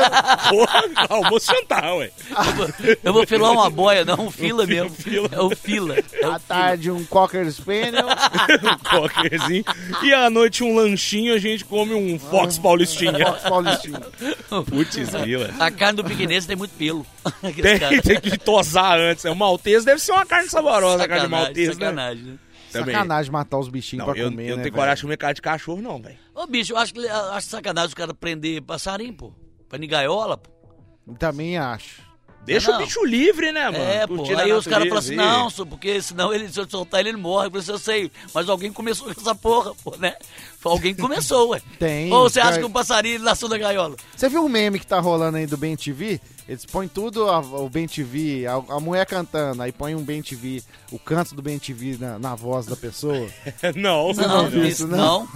[SPEAKER 3] Porra, almoço jantar, ué.
[SPEAKER 2] Eu vou- Eu vou filar uma boia, não, um fila mesmo.
[SPEAKER 3] fila.
[SPEAKER 2] É o fila. É o
[SPEAKER 4] à tarde um cocker spaniel,
[SPEAKER 3] Um Cockerzinho. E à noite um lanchinho, a gente come um Fox Paulistinha.
[SPEAKER 4] Fox Paulistino.
[SPEAKER 3] Putz, vila.
[SPEAKER 2] A carne do piquenês tem muito pelo. Aqueles
[SPEAKER 3] Tem,
[SPEAKER 2] caras.
[SPEAKER 3] tem que tosar antes. né? O maltês deve ser uma carne saborosa, a carne de maltês, né?
[SPEAKER 2] sacanagem. né?
[SPEAKER 3] Também.
[SPEAKER 4] Sacanagem matar os bichinhos
[SPEAKER 3] Não,
[SPEAKER 4] pra
[SPEAKER 3] eu,
[SPEAKER 4] comer,
[SPEAKER 3] eu não
[SPEAKER 4] né,
[SPEAKER 3] tenho
[SPEAKER 4] velho?
[SPEAKER 3] coragem de comer carne de cachorro, não, velho.
[SPEAKER 2] Ô, bicho, eu acho, que- eu acho sacanagem o cara prender passarinho, pô. Prender gaiola, pô.
[SPEAKER 4] Também acho.
[SPEAKER 3] Deixa
[SPEAKER 2] não.
[SPEAKER 3] o bicho livre, né, mano?
[SPEAKER 2] é, pô.
[SPEAKER 3] Curtir a
[SPEAKER 2] Aí os caras falam
[SPEAKER 3] natureza
[SPEAKER 2] assim,
[SPEAKER 3] e-
[SPEAKER 2] não, senhor, porque senão ele, se eu soltar ele, ele morre. Eu, falei, eu sei, mas alguém começou com essa porra, pô, né? Alguém começou, ué.
[SPEAKER 4] Tem,
[SPEAKER 2] Ou você acha
[SPEAKER 4] cara.
[SPEAKER 2] que um passarinho ele nasceu da gaiola?
[SPEAKER 4] Você viu o meme que tá rolando aí do Ben TV? Eles põem tudo, a- o Ben TV, a, a mulher cantando, aí põe um Ben TV, o canto do Ben TV na, na voz da pessoa.
[SPEAKER 3] É, não,
[SPEAKER 2] Não,
[SPEAKER 4] não
[SPEAKER 2] não,
[SPEAKER 4] viu
[SPEAKER 2] isso
[SPEAKER 4] isso,
[SPEAKER 2] não.
[SPEAKER 4] não?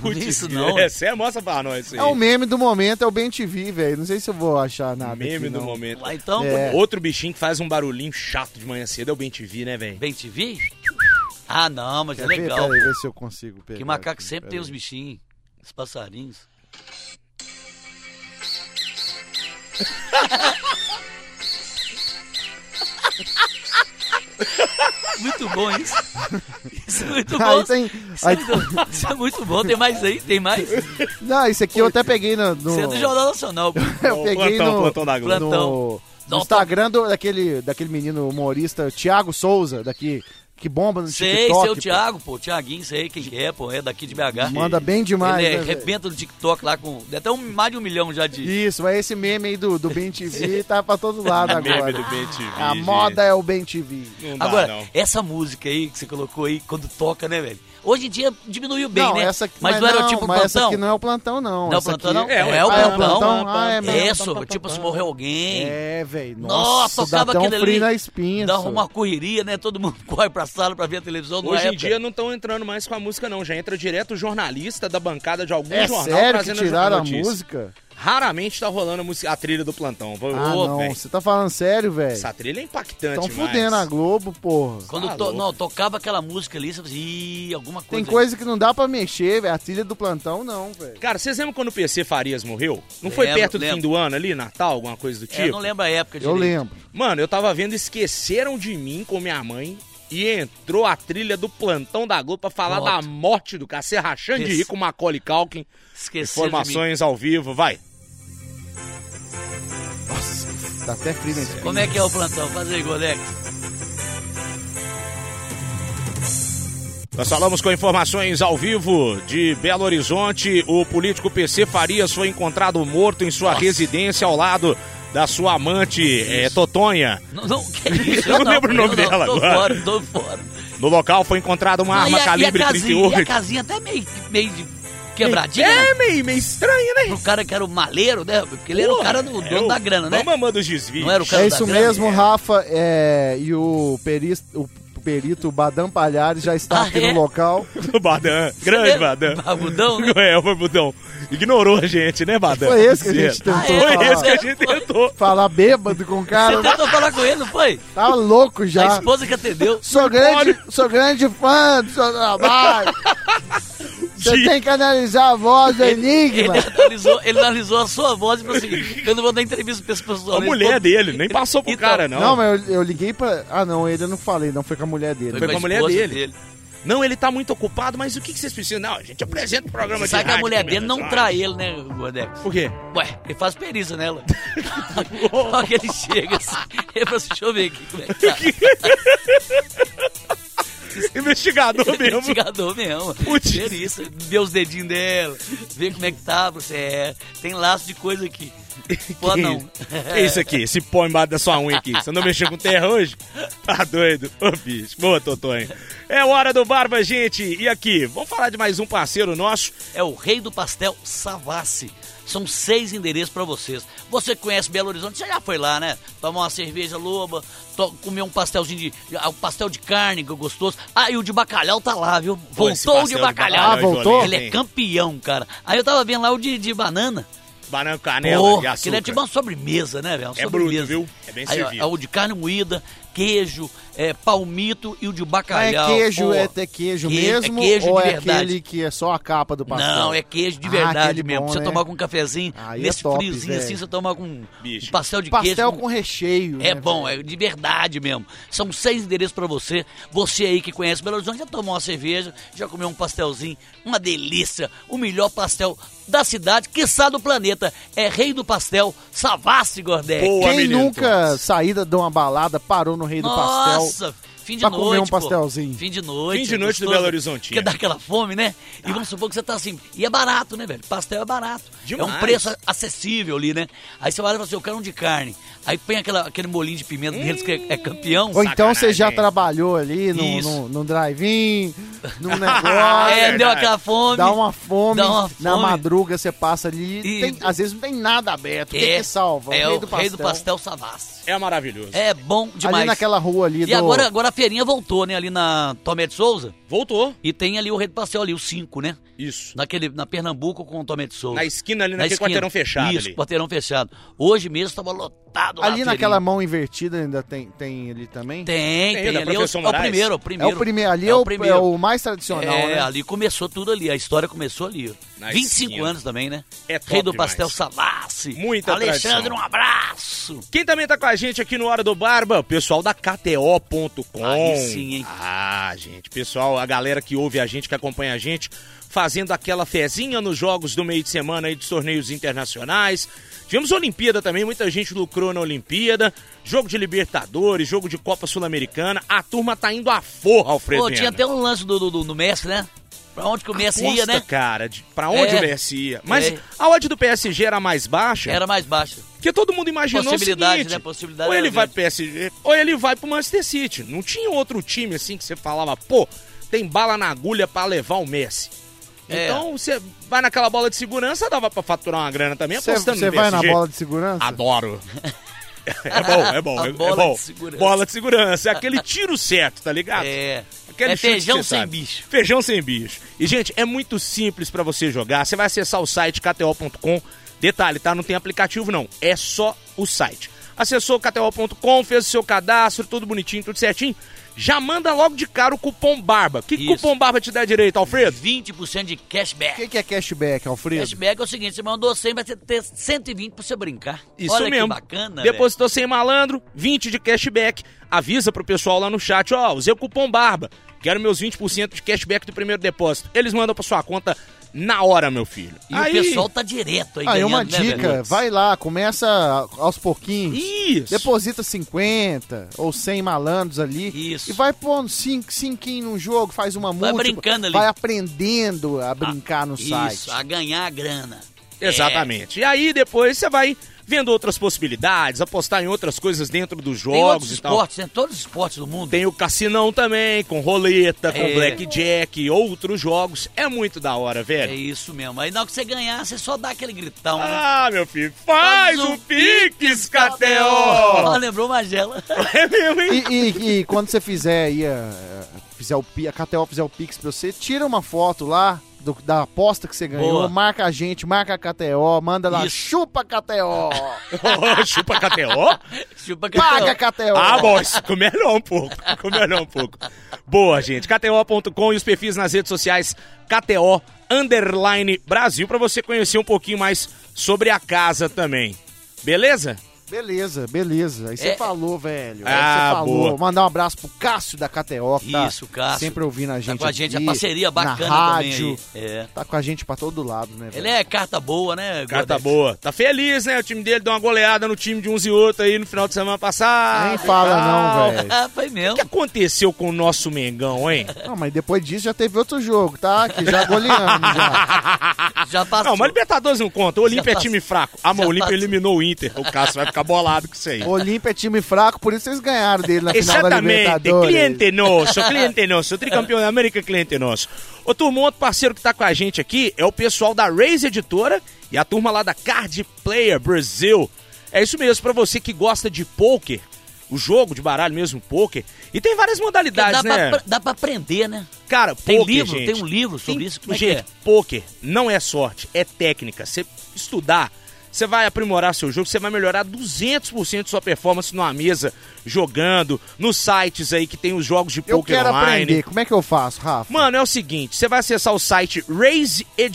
[SPEAKER 3] Putz,
[SPEAKER 2] isso não.
[SPEAKER 3] É, você mostra pra nós isso aí.
[SPEAKER 4] É o meme do momento, é o Ben TV, velho. Não sei se eu vou achar nada.
[SPEAKER 3] meme
[SPEAKER 4] aqui,
[SPEAKER 3] do
[SPEAKER 4] não.
[SPEAKER 3] momento.
[SPEAKER 2] Lá então,
[SPEAKER 4] É.
[SPEAKER 3] Outro bichinho que faz um barulhinho chato de manhã cedo é o Ben TV, né, velho?
[SPEAKER 2] bem te vi? Ah, não, mas é
[SPEAKER 4] Quer ver?
[SPEAKER 2] legal.
[SPEAKER 4] Pera aí, ver se eu consigo pegar.
[SPEAKER 2] Que macaco
[SPEAKER 4] aqui,
[SPEAKER 2] sempre
[SPEAKER 4] pera
[SPEAKER 2] tem
[SPEAKER 4] aí.
[SPEAKER 2] os bichinhos, os passarinhos. muito bom isso. Isso é muito bom.
[SPEAKER 4] Aí tem...
[SPEAKER 2] Isso, é
[SPEAKER 4] aí-
[SPEAKER 2] muito, isso é muito bom. Tem mais aí? Tem mais? Isso
[SPEAKER 4] Não, isso aqui eu até peguei no... no-
[SPEAKER 2] é do Jornal Nacional. pô.
[SPEAKER 4] Eu
[SPEAKER 3] O
[SPEAKER 4] peguei
[SPEAKER 3] plantão,
[SPEAKER 4] no...
[SPEAKER 3] plantão da Globo.
[SPEAKER 2] Plantão.
[SPEAKER 4] no, no
[SPEAKER 2] Não,
[SPEAKER 4] Instagram do, daquele, daquele menino humorista Thiago Souza, daqui, que bomba no
[SPEAKER 2] Sei,
[SPEAKER 4] TikTok.
[SPEAKER 2] seu
[SPEAKER 4] pô.
[SPEAKER 2] é Thiago, pô. Tiaguinho, sei quem que é, pô. É daqui de BH.
[SPEAKER 4] Manda bem demais,
[SPEAKER 2] Ele é,
[SPEAKER 4] né, velho?
[SPEAKER 2] arrebenta no TikTok lá com. Até um, mais de um milhão já de.
[SPEAKER 4] Isso, mas esse meme aí do, do Ben TV tá pra todo lado
[SPEAKER 3] Meme
[SPEAKER 4] agora.
[SPEAKER 3] do Ben TV.
[SPEAKER 4] A
[SPEAKER 3] gente.
[SPEAKER 4] moda é o Ben TV.
[SPEAKER 3] Não dá,
[SPEAKER 2] Agora,
[SPEAKER 3] não.
[SPEAKER 2] essa música aí que você colocou aí, quando toca, né, velho? Hoje em dia diminuiu bem,
[SPEAKER 4] não,
[SPEAKER 2] né?
[SPEAKER 4] essa aqui,
[SPEAKER 2] mas, não era o
[SPEAKER 4] não,
[SPEAKER 2] tipo
[SPEAKER 4] mas essa
[SPEAKER 2] plantão.
[SPEAKER 4] aqui não é o plantão, não.
[SPEAKER 2] Não,
[SPEAKER 4] Essa
[SPEAKER 2] plantão
[SPEAKER 4] aqui-
[SPEAKER 2] não. É,
[SPEAKER 3] é
[SPEAKER 2] o
[SPEAKER 3] o
[SPEAKER 2] plantão.
[SPEAKER 4] plantão? Ah, é mesmo.
[SPEAKER 2] É, só, tipo, se morreu alguém.
[SPEAKER 4] É, velho.
[SPEAKER 2] Nossa,
[SPEAKER 4] Nossa, dá
[SPEAKER 2] tocava
[SPEAKER 4] até um
[SPEAKER 2] aquele
[SPEAKER 4] frio
[SPEAKER 2] ali.
[SPEAKER 4] na espinha.
[SPEAKER 2] dá
[SPEAKER 4] só.
[SPEAKER 2] uma correria, né? Todo mundo corre pra sala pra ver a televisão. na
[SPEAKER 3] Hoje em
[SPEAKER 2] é época.
[SPEAKER 3] dia não estão entrando mais com a música, não. Já entra direto o jornalista da bancada de algum
[SPEAKER 4] É
[SPEAKER 3] jornal
[SPEAKER 4] sério que
[SPEAKER 3] trazendo
[SPEAKER 4] tiraram a
[SPEAKER 3] notícia.
[SPEAKER 4] música?
[SPEAKER 3] Raramente tá rolando a, música- a trilha do plantão. Ô,
[SPEAKER 4] Ah, não.
[SPEAKER 3] velho.
[SPEAKER 4] Você tá falando sério, velho?
[SPEAKER 3] Essa trilha é impactante,
[SPEAKER 4] Estão
[SPEAKER 3] demais.
[SPEAKER 4] fudendo a Globo, porra.
[SPEAKER 2] Quando
[SPEAKER 3] Tá
[SPEAKER 2] to-
[SPEAKER 3] louco.
[SPEAKER 2] não, tocava aquela música ali, você fala assim, "Ih, alguma coisa.
[SPEAKER 4] Tem
[SPEAKER 2] aí."
[SPEAKER 4] coisa que não dá pra mexer, velho. A trilha do plantão, não, velho.
[SPEAKER 3] Cara, vocês lembram quando o PC Farias morreu? Não foi
[SPEAKER 2] Lembro,
[SPEAKER 3] perto do
[SPEAKER 2] lembro.
[SPEAKER 3] fim do ano ali, Natal, alguma coisa do tipo?
[SPEAKER 2] É, eu não lembro a época
[SPEAKER 4] Eu
[SPEAKER 2] direito.
[SPEAKER 4] lembro.
[SPEAKER 3] Mano, eu tava vendo Esqueceram de Mim com minha mãe e entrou a trilha do plantão da Globo pra falar
[SPEAKER 2] Pronto.
[SPEAKER 3] da morte do cara. Se rachando de
[SPEAKER 2] Esse-
[SPEAKER 3] rico, Macaulay Culkin.
[SPEAKER 2] Esqueci
[SPEAKER 3] Informações ao vivo, vai.
[SPEAKER 4] Dá Tá até frio na espinha.
[SPEAKER 2] Como é que é o plantão? Faz aí, Golex.
[SPEAKER 3] Nós falamos com informações ao vivo de Belo Horizonte. O político PC Farias foi encontrado morto em sua residência ao lado da sua amante, eh, Totonha.
[SPEAKER 2] Não, não, que isso?
[SPEAKER 3] Eu não lembro o nome
[SPEAKER 2] eu não,
[SPEAKER 3] dela
[SPEAKER 2] tô
[SPEAKER 3] agora.
[SPEAKER 2] Fora, tô fora.
[SPEAKER 3] No local foi encontrada uma
[SPEAKER 2] Não, e
[SPEAKER 3] arma
[SPEAKER 2] a- e a
[SPEAKER 3] calibre
[SPEAKER 2] casinha, E a
[SPEAKER 3] 38.
[SPEAKER 2] casinha até meio, meio de quebradinha, né?
[SPEAKER 3] É meio, meio estranho, né?
[SPEAKER 2] Pro cara que era o maleiro, né? Porque ele era o cara
[SPEAKER 3] é
[SPEAKER 2] do dono da grana, né?
[SPEAKER 3] Mamãe dos desvios.
[SPEAKER 2] Não era o cara
[SPEAKER 4] É
[SPEAKER 2] da
[SPEAKER 4] isso
[SPEAKER 2] grana?
[SPEAKER 4] mesmo, Rafa. é, e o, peris, o perito Badam Palhares já está
[SPEAKER 2] Ah,
[SPEAKER 4] aqui
[SPEAKER 2] é?
[SPEAKER 4] no local.
[SPEAKER 3] O Badan. Grande Badan.
[SPEAKER 2] Barbudão, né?
[SPEAKER 3] É, o Barbudão. Ignorou a gente, né, Badan?
[SPEAKER 4] Foi esse que a gente
[SPEAKER 3] Certo.
[SPEAKER 4] tentou
[SPEAKER 2] Ah, é?
[SPEAKER 3] Foi
[SPEAKER 4] falar.
[SPEAKER 3] esse que a gente tentou.
[SPEAKER 4] Falar bêbado com o
[SPEAKER 2] Você
[SPEAKER 4] cara.
[SPEAKER 2] tentou falar com ele, não foi?
[SPEAKER 4] Tá louco
[SPEAKER 2] A
[SPEAKER 4] já.
[SPEAKER 2] esposa que atendeu.
[SPEAKER 4] Sou grande, sou grande fã do seu trabalho. Você
[SPEAKER 3] Sim.
[SPEAKER 4] tem que analisar a voz do
[SPEAKER 2] Ele
[SPEAKER 4] Enigma.
[SPEAKER 2] analisou, ele analisou a sua voz e falou assim: eu não vou dar entrevista pra esse pessoal. né?"
[SPEAKER 3] A mulher dele, nem passou pro
[SPEAKER 2] Então,
[SPEAKER 3] cara, né? não.
[SPEAKER 4] Não, mas eu, eu liguei pra. Ah, não, ele eu não falei, não. Foi com a mulher dele.
[SPEAKER 3] Foi com a mulher
[SPEAKER 2] esposa
[SPEAKER 3] dele. Não, ele tá muito ocupado, mas o que, que vocês precisam? Não, a gente apresenta o programa
[SPEAKER 2] Você
[SPEAKER 3] de
[SPEAKER 2] sabe que a
[SPEAKER 3] rádio
[SPEAKER 2] mulher
[SPEAKER 3] com
[SPEAKER 2] dele não
[SPEAKER 3] menos
[SPEAKER 2] trai ele, né, Godex?
[SPEAKER 3] Por quê?
[SPEAKER 2] Ué, ele faz perícia nela. Só que ele chega assim, ele fala assim, deixa eu ver aqui como é que tá.
[SPEAKER 3] Investigador mesmo.
[SPEAKER 2] Investigador mesmo.
[SPEAKER 3] Putz.
[SPEAKER 2] Perícia, vê os dedinhos dela, vê como é que tá, você é, tem laço de coisa aqui. Pô,
[SPEAKER 3] Que
[SPEAKER 2] não.
[SPEAKER 3] isso? Que isso aqui? Esse pó embaixo da sua unha aqui. Você não mexeu com terra hoje? Tá doido? Ô, bicho. Boa, Totonho. É hora do Barba, gente. E aqui, vamos falar de mais um parceiro nosso.
[SPEAKER 2] é o Rei do Pastel Savassi. São seis endereços pra vocês. Você que conhece Belo Horizonte, você já foi lá, né? Tomar uma cerveja loba, to- comer um pastelzinho de. ah, Um pastel de carne que é gostoso. Ah, e o de bacalhau tá lá, viu?
[SPEAKER 3] Pô, esse
[SPEAKER 2] Voltou o de
[SPEAKER 3] pastel
[SPEAKER 2] bacalhau.
[SPEAKER 4] Ah, voltou?
[SPEAKER 2] Ele é
[SPEAKER 3] hein?
[SPEAKER 2] campeão, cara. Aí eu tava vendo lá o de, de banana.
[SPEAKER 3] Banana com canela e
[SPEAKER 2] Porra,
[SPEAKER 3] açúcar.
[SPEAKER 2] aquele é tipo uma sobremesa, né, velho? Uma
[SPEAKER 3] É
[SPEAKER 2] sobremesa.
[SPEAKER 3] bruto, viu? É bem
[SPEAKER 2] Aí, ó,
[SPEAKER 3] servido.
[SPEAKER 2] é o de carne moída, queijo, é, palmito e o de
[SPEAKER 4] Mas
[SPEAKER 2] bacalhau.
[SPEAKER 4] é queijo,
[SPEAKER 2] Porra.
[SPEAKER 4] é, é queijo
[SPEAKER 2] Que- é
[SPEAKER 4] mesmo?
[SPEAKER 2] queijo
[SPEAKER 4] ou
[SPEAKER 2] de
[SPEAKER 4] é
[SPEAKER 2] verdade.
[SPEAKER 4] aquele que é só a capa do pastel?
[SPEAKER 2] Não, é queijo de
[SPEAKER 4] Ah,
[SPEAKER 2] verdade
[SPEAKER 4] aquele
[SPEAKER 2] mesmo.
[SPEAKER 4] bom,
[SPEAKER 2] você
[SPEAKER 4] né?
[SPEAKER 2] tomar com um cafezinho,
[SPEAKER 4] Aí é
[SPEAKER 2] nesse
[SPEAKER 4] top,
[SPEAKER 2] friozinho assim,
[SPEAKER 4] velho.
[SPEAKER 2] você tomar com um
[SPEAKER 3] Bicho.
[SPEAKER 2] pastel de
[SPEAKER 4] Pastel
[SPEAKER 2] queijo.
[SPEAKER 4] com recheio.
[SPEAKER 2] É
[SPEAKER 4] né,
[SPEAKER 2] bom,
[SPEAKER 4] velho?
[SPEAKER 2] é de verdade mesmo. São seis endereços pra você. Você aí que conhece Belo Horizonte já tomou uma cerveja, já comeu um pastelzinho, uma delícia. O melhor pastel da cidade, quiçá do planeta. É rei do pastel, Savassi Gordé.
[SPEAKER 3] Boa,
[SPEAKER 4] Quem
[SPEAKER 3] menino.
[SPEAKER 4] nunca saída de uma balada parou no Rei do Pastel?
[SPEAKER 2] Nossa, fim de
[SPEAKER 4] pra
[SPEAKER 2] noite.
[SPEAKER 4] comer um
[SPEAKER 2] pô.
[SPEAKER 4] pastelzinho.
[SPEAKER 2] Fim de noite.
[SPEAKER 3] Fim de noite do
[SPEAKER 2] gostoso.
[SPEAKER 3] Belo é. Ah. Horizontino.
[SPEAKER 2] Porque dá aquela fome, né? E vamos supor que você tá assim. E é barato, né, velho? Pastel é barato.
[SPEAKER 3] Demais.
[SPEAKER 2] É um preço acessível ali, né? Aí você olha e fala assim: eu quero um de carne. Aí põe aquela, aquele molinho de pimenta deles que é, é campeão.
[SPEAKER 4] Ou então você já
[SPEAKER 3] Sacanagem.
[SPEAKER 4] trabalhou ali num,
[SPEAKER 2] Isso.
[SPEAKER 4] num, num drive-in, num
[SPEAKER 2] Ah,
[SPEAKER 4] negócio.
[SPEAKER 2] é,
[SPEAKER 3] verdade.
[SPEAKER 2] deu aquela fome.
[SPEAKER 4] Dá uma fome,
[SPEAKER 2] Dá uma
[SPEAKER 4] na
[SPEAKER 2] fome.
[SPEAKER 4] madruga você passa ali,
[SPEAKER 2] E-
[SPEAKER 4] tem- às vezes não tem nada aberto, o que, que salva?
[SPEAKER 2] É o rei do pastel Savassi.
[SPEAKER 3] É maravilhoso.
[SPEAKER 2] É bom demais.
[SPEAKER 4] Ali naquela rua ali
[SPEAKER 2] E
[SPEAKER 4] do...
[SPEAKER 2] agora, agora a feirinha voltou, né? Ali na Tomé de Souza.
[SPEAKER 3] Voltou.
[SPEAKER 2] E tem ali o rei do pastel ali, o 5, né?
[SPEAKER 3] Isso.
[SPEAKER 2] naquele, na Pernambuco com o Tomé de Souza.
[SPEAKER 3] Na esquina ali,
[SPEAKER 2] Na
[SPEAKER 3] naquele
[SPEAKER 2] esquina.
[SPEAKER 3] quarteirão fechado
[SPEAKER 2] Isso,
[SPEAKER 3] ali.
[SPEAKER 2] quarteirão fechado. Hoje mesmo estava lotado lá.
[SPEAKER 4] ali
[SPEAKER 2] a
[SPEAKER 4] naquela
[SPEAKER 2] feirinha.
[SPEAKER 4] mão invertida ainda tem, tem ele também?
[SPEAKER 2] Tem,
[SPEAKER 3] Tem,
[SPEAKER 2] tem.
[SPEAKER 3] da
[SPEAKER 2] ali é o,
[SPEAKER 3] Professor
[SPEAKER 2] é o
[SPEAKER 3] Moraes.
[SPEAKER 2] primeiro, é o
[SPEAKER 4] É
[SPEAKER 2] primeiro.
[SPEAKER 4] o primeiro, ali é, o, é o mais tradicional,
[SPEAKER 2] É,
[SPEAKER 4] né?
[SPEAKER 2] ali começou tudo ali, a história começou ali. ó.
[SPEAKER 3] Na
[SPEAKER 2] 25
[SPEAKER 3] esquina.
[SPEAKER 2] anos também, né?
[SPEAKER 3] É top
[SPEAKER 2] Rei do
[SPEAKER 3] demais.
[SPEAKER 2] Pastel Savassi.
[SPEAKER 3] Muita
[SPEAKER 2] Alexandre,
[SPEAKER 3] tradição.
[SPEAKER 2] um abraço.
[SPEAKER 3] Quem também tá com a gente aqui no Hora do Barba, o pessoal da KTO.com.
[SPEAKER 2] Aí sim, hein?
[SPEAKER 3] Ah, gente, pessoal, a galera que ouve a gente, que acompanha a gente, fazendo aquela fezinha nos jogos do meio de semana aí dos torneios internacionais. Tivemos Olimpíada também, muita gente lucrou na Olimpíada. Jogo de Libertadores, jogo de Copa Sul-Americana. A turma tá indo à forra, Alfredo.
[SPEAKER 2] Pô, tinha
[SPEAKER 3] Mena.
[SPEAKER 2] até um lance do, do, do, do Messi, né? Pra onde que o Messi ia,
[SPEAKER 3] Aposta,
[SPEAKER 2] né?
[SPEAKER 3] cara, de, pra onde
[SPEAKER 2] É.
[SPEAKER 3] o Messi ia. Mas
[SPEAKER 2] É.
[SPEAKER 3] a odd do PSG era mais baixa.
[SPEAKER 2] Era mais baixa.
[SPEAKER 3] Porque todo mundo imaginou
[SPEAKER 2] Possibilidade,
[SPEAKER 3] o seguinte,
[SPEAKER 2] né? Possibilidade
[SPEAKER 3] ou ele
[SPEAKER 2] era
[SPEAKER 3] vai pro PSG, ou ele vai pro Manchester City. Não tinha outro time assim que você falava, pô, tem bala na agulha pra levar o Messi.
[SPEAKER 2] É.
[SPEAKER 3] Então você vai naquela bola de segurança, dava pra faturar uma grana
[SPEAKER 2] é
[SPEAKER 3] também
[SPEAKER 4] Você
[SPEAKER 3] apostando
[SPEAKER 4] você
[SPEAKER 3] no
[SPEAKER 4] vai na
[SPEAKER 3] PSG.
[SPEAKER 4] bola de segurança?
[SPEAKER 3] Adoro. É bom, é bom,
[SPEAKER 2] A
[SPEAKER 3] é, é
[SPEAKER 2] bola
[SPEAKER 3] bom.
[SPEAKER 2] de segurança.
[SPEAKER 3] bola de segurança, é aquele tiro certo, tá ligado?
[SPEAKER 2] É.
[SPEAKER 3] Aquele
[SPEAKER 2] é
[SPEAKER 3] chute que
[SPEAKER 2] feijão
[SPEAKER 3] você
[SPEAKER 2] sem
[SPEAKER 3] sabe.
[SPEAKER 2] bicho.
[SPEAKER 3] Feijão sem bicho. E, gente, é muito simples pra você jogar. Você vai acessar o site kto.com. Detalhe, tá? Não tem aplicativo, não. É só o site. Acessou kto.com, fez o seu cadastro, tudo bonitinho, tudo certinho. Já manda logo de cara o cupom BARBA. Que
[SPEAKER 2] Isso.
[SPEAKER 3] cupom BARBA te dá direito, Alfredo?
[SPEAKER 2] 20% de
[SPEAKER 4] O
[SPEAKER 2] cashback.
[SPEAKER 4] que, que é cashback, Alfredo?
[SPEAKER 2] Cashback é o seguinte, você mandou 100, vai ter 120 pra você brincar.
[SPEAKER 3] Isso
[SPEAKER 2] Olha
[SPEAKER 3] mesmo.
[SPEAKER 2] que bacana,
[SPEAKER 3] Depositou sem malandro, 20 de cashback. Avisa pro pessoal lá no chat, ó, usei o cupom barba. Quero meus 20% de cashback do primeiro depósito. Eles mandam pra sua conta na hora, meu filho.
[SPEAKER 2] velho. E o pessoal tá direto aí
[SPEAKER 4] Aí
[SPEAKER 2] ganhando,
[SPEAKER 4] Ah, uma
[SPEAKER 2] né,
[SPEAKER 4] dica,
[SPEAKER 2] velho?
[SPEAKER 4] vai lá, começa aos pouquinhos.
[SPEAKER 3] Isso.
[SPEAKER 4] Deposita 50 ou 100 malandros ali.
[SPEAKER 2] Isso.
[SPEAKER 4] E vai pondo 5 cinquinho num jogo, faz uma
[SPEAKER 2] Vai
[SPEAKER 4] múltipla.
[SPEAKER 2] brincando ali.
[SPEAKER 4] Vai aprendendo a brincar no
[SPEAKER 2] Isso,
[SPEAKER 4] site.
[SPEAKER 2] a ganhar a grana.
[SPEAKER 3] Exatamente. E aí depois você vai vendo outras possibilidades, apostar em outras coisas dentro dos
[SPEAKER 2] Tem outros
[SPEAKER 3] jogos e tal.
[SPEAKER 2] esportes, né? Todos os esportes do mundo.
[SPEAKER 3] Tem o cassinão também, com roleta, com
[SPEAKER 2] É.
[SPEAKER 3] blackjack e outros jogos. É muito da hora,
[SPEAKER 2] É
[SPEAKER 3] velho.
[SPEAKER 2] isso mesmo. Aí na hora que você ganhar, você só dá aquele gritão. né?
[SPEAKER 3] Ah, meu filho, faz um
[SPEAKER 2] Ó,
[SPEAKER 3] pique, escateó!
[SPEAKER 2] lembrou Magela.
[SPEAKER 3] É mesmo, hein?
[SPEAKER 4] E, e- e quando você fizer aí, a, a- fizer o, pi- a KTO fizer o Pix pra você, tira uma foto lá do- da aposta que você ganhou,
[SPEAKER 2] Boa.
[SPEAKER 4] marca a gente, marca a KTO, manda lá,
[SPEAKER 2] Isso.
[SPEAKER 4] chupa a KTO,
[SPEAKER 3] Ó, Chupa
[SPEAKER 4] É
[SPEAKER 3] KTO?
[SPEAKER 2] Chupa que
[SPEAKER 4] paga a
[SPEAKER 2] eu tô-
[SPEAKER 4] KTO.
[SPEAKER 3] Ah, bom, isso ficou melhor um pouco. Ficou melhor um pouco. Boa, gente. KTO.com e os perfis nas redes sociais KTO Underline Brasil pra você conhecer um pouquinho mais sobre a casa também. Beleza?
[SPEAKER 4] Beleza, beleza. Aí você
[SPEAKER 2] É.
[SPEAKER 4] falou, velho. Aí
[SPEAKER 3] Ah,
[SPEAKER 4] você falou.
[SPEAKER 3] boa.
[SPEAKER 4] Mandar um abraço pro Cássio da KTO, que tá
[SPEAKER 2] Isso, Cássio.
[SPEAKER 4] sempre ouvindo a gente
[SPEAKER 2] Tá com a gente,
[SPEAKER 4] aqui,
[SPEAKER 2] a parceria bacana
[SPEAKER 4] na rádio.
[SPEAKER 2] também. aí. É.
[SPEAKER 4] Tá com a gente pra todo lado, né, velho?
[SPEAKER 2] Ele é carta boa, né?
[SPEAKER 3] Carta
[SPEAKER 2] Gordetti?
[SPEAKER 3] boa. Tá feliz, né? O time dele deu uma goleada no time de uns e outros aí no final de semana
[SPEAKER 2] é
[SPEAKER 3] passado.
[SPEAKER 4] Nem fala não, velho.
[SPEAKER 2] Ah, foi
[SPEAKER 3] O que
[SPEAKER 2] mesmo.
[SPEAKER 3] aconteceu com o nosso Mengão, hein?
[SPEAKER 4] Não, mas depois disso já teve outro jogo, tá? Que já goleamos já.
[SPEAKER 2] Já passou.
[SPEAKER 3] Não, mas Libertadores não conta. O Olímpia é
[SPEAKER 4] tá
[SPEAKER 2] passou.
[SPEAKER 3] time fraco. Ah, mas o
[SPEAKER 2] Já
[SPEAKER 3] Olímpia
[SPEAKER 2] passou.
[SPEAKER 3] eliminou o Inter. O Cássio vai ficar bolado com isso aí.
[SPEAKER 4] Olímpia é time fraco, por isso vocês ganharam dele na final da
[SPEAKER 3] Exatamente,
[SPEAKER 4] Libertadores.
[SPEAKER 3] cliente nosso, cliente nosso, tricampeão da América, cliente nosso. Ô turma, outro parceiro que tá com a gente aqui é o pessoal da Raise Editora e a turma lá da Card Player Brasil. É isso mesmo, pra você que gosta de poker, o jogo de baralho mesmo, poker, e tem várias
[SPEAKER 2] Porque
[SPEAKER 3] modalidades,
[SPEAKER 2] dá,
[SPEAKER 3] né?
[SPEAKER 2] pra, dá pra aprender, né?
[SPEAKER 3] Cara,
[SPEAKER 2] Tem
[SPEAKER 3] poker,
[SPEAKER 2] livro,
[SPEAKER 3] gente.
[SPEAKER 2] tem um livro sobre isso, como é que
[SPEAKER 3] gente,
[SPEAKER 2] é?
[SPEAKER 3] poker não é sorte, é técnica. Você estudar, você vai aprimorar seu jogo, você vai melhorar 200% sua performance numa mesa, jogando, nos sites aí que tem os jogos de
[SPEAKER 4] Eu
[SPEAKER 3] poker
[SPEAKER 4] quero
[SPEAKER 3] online.
[SPEAKER 4] aprender. Como é que eu faço, Rafa?
[SPEAKER 3] Mano, é o seguinte, você vai acessar o site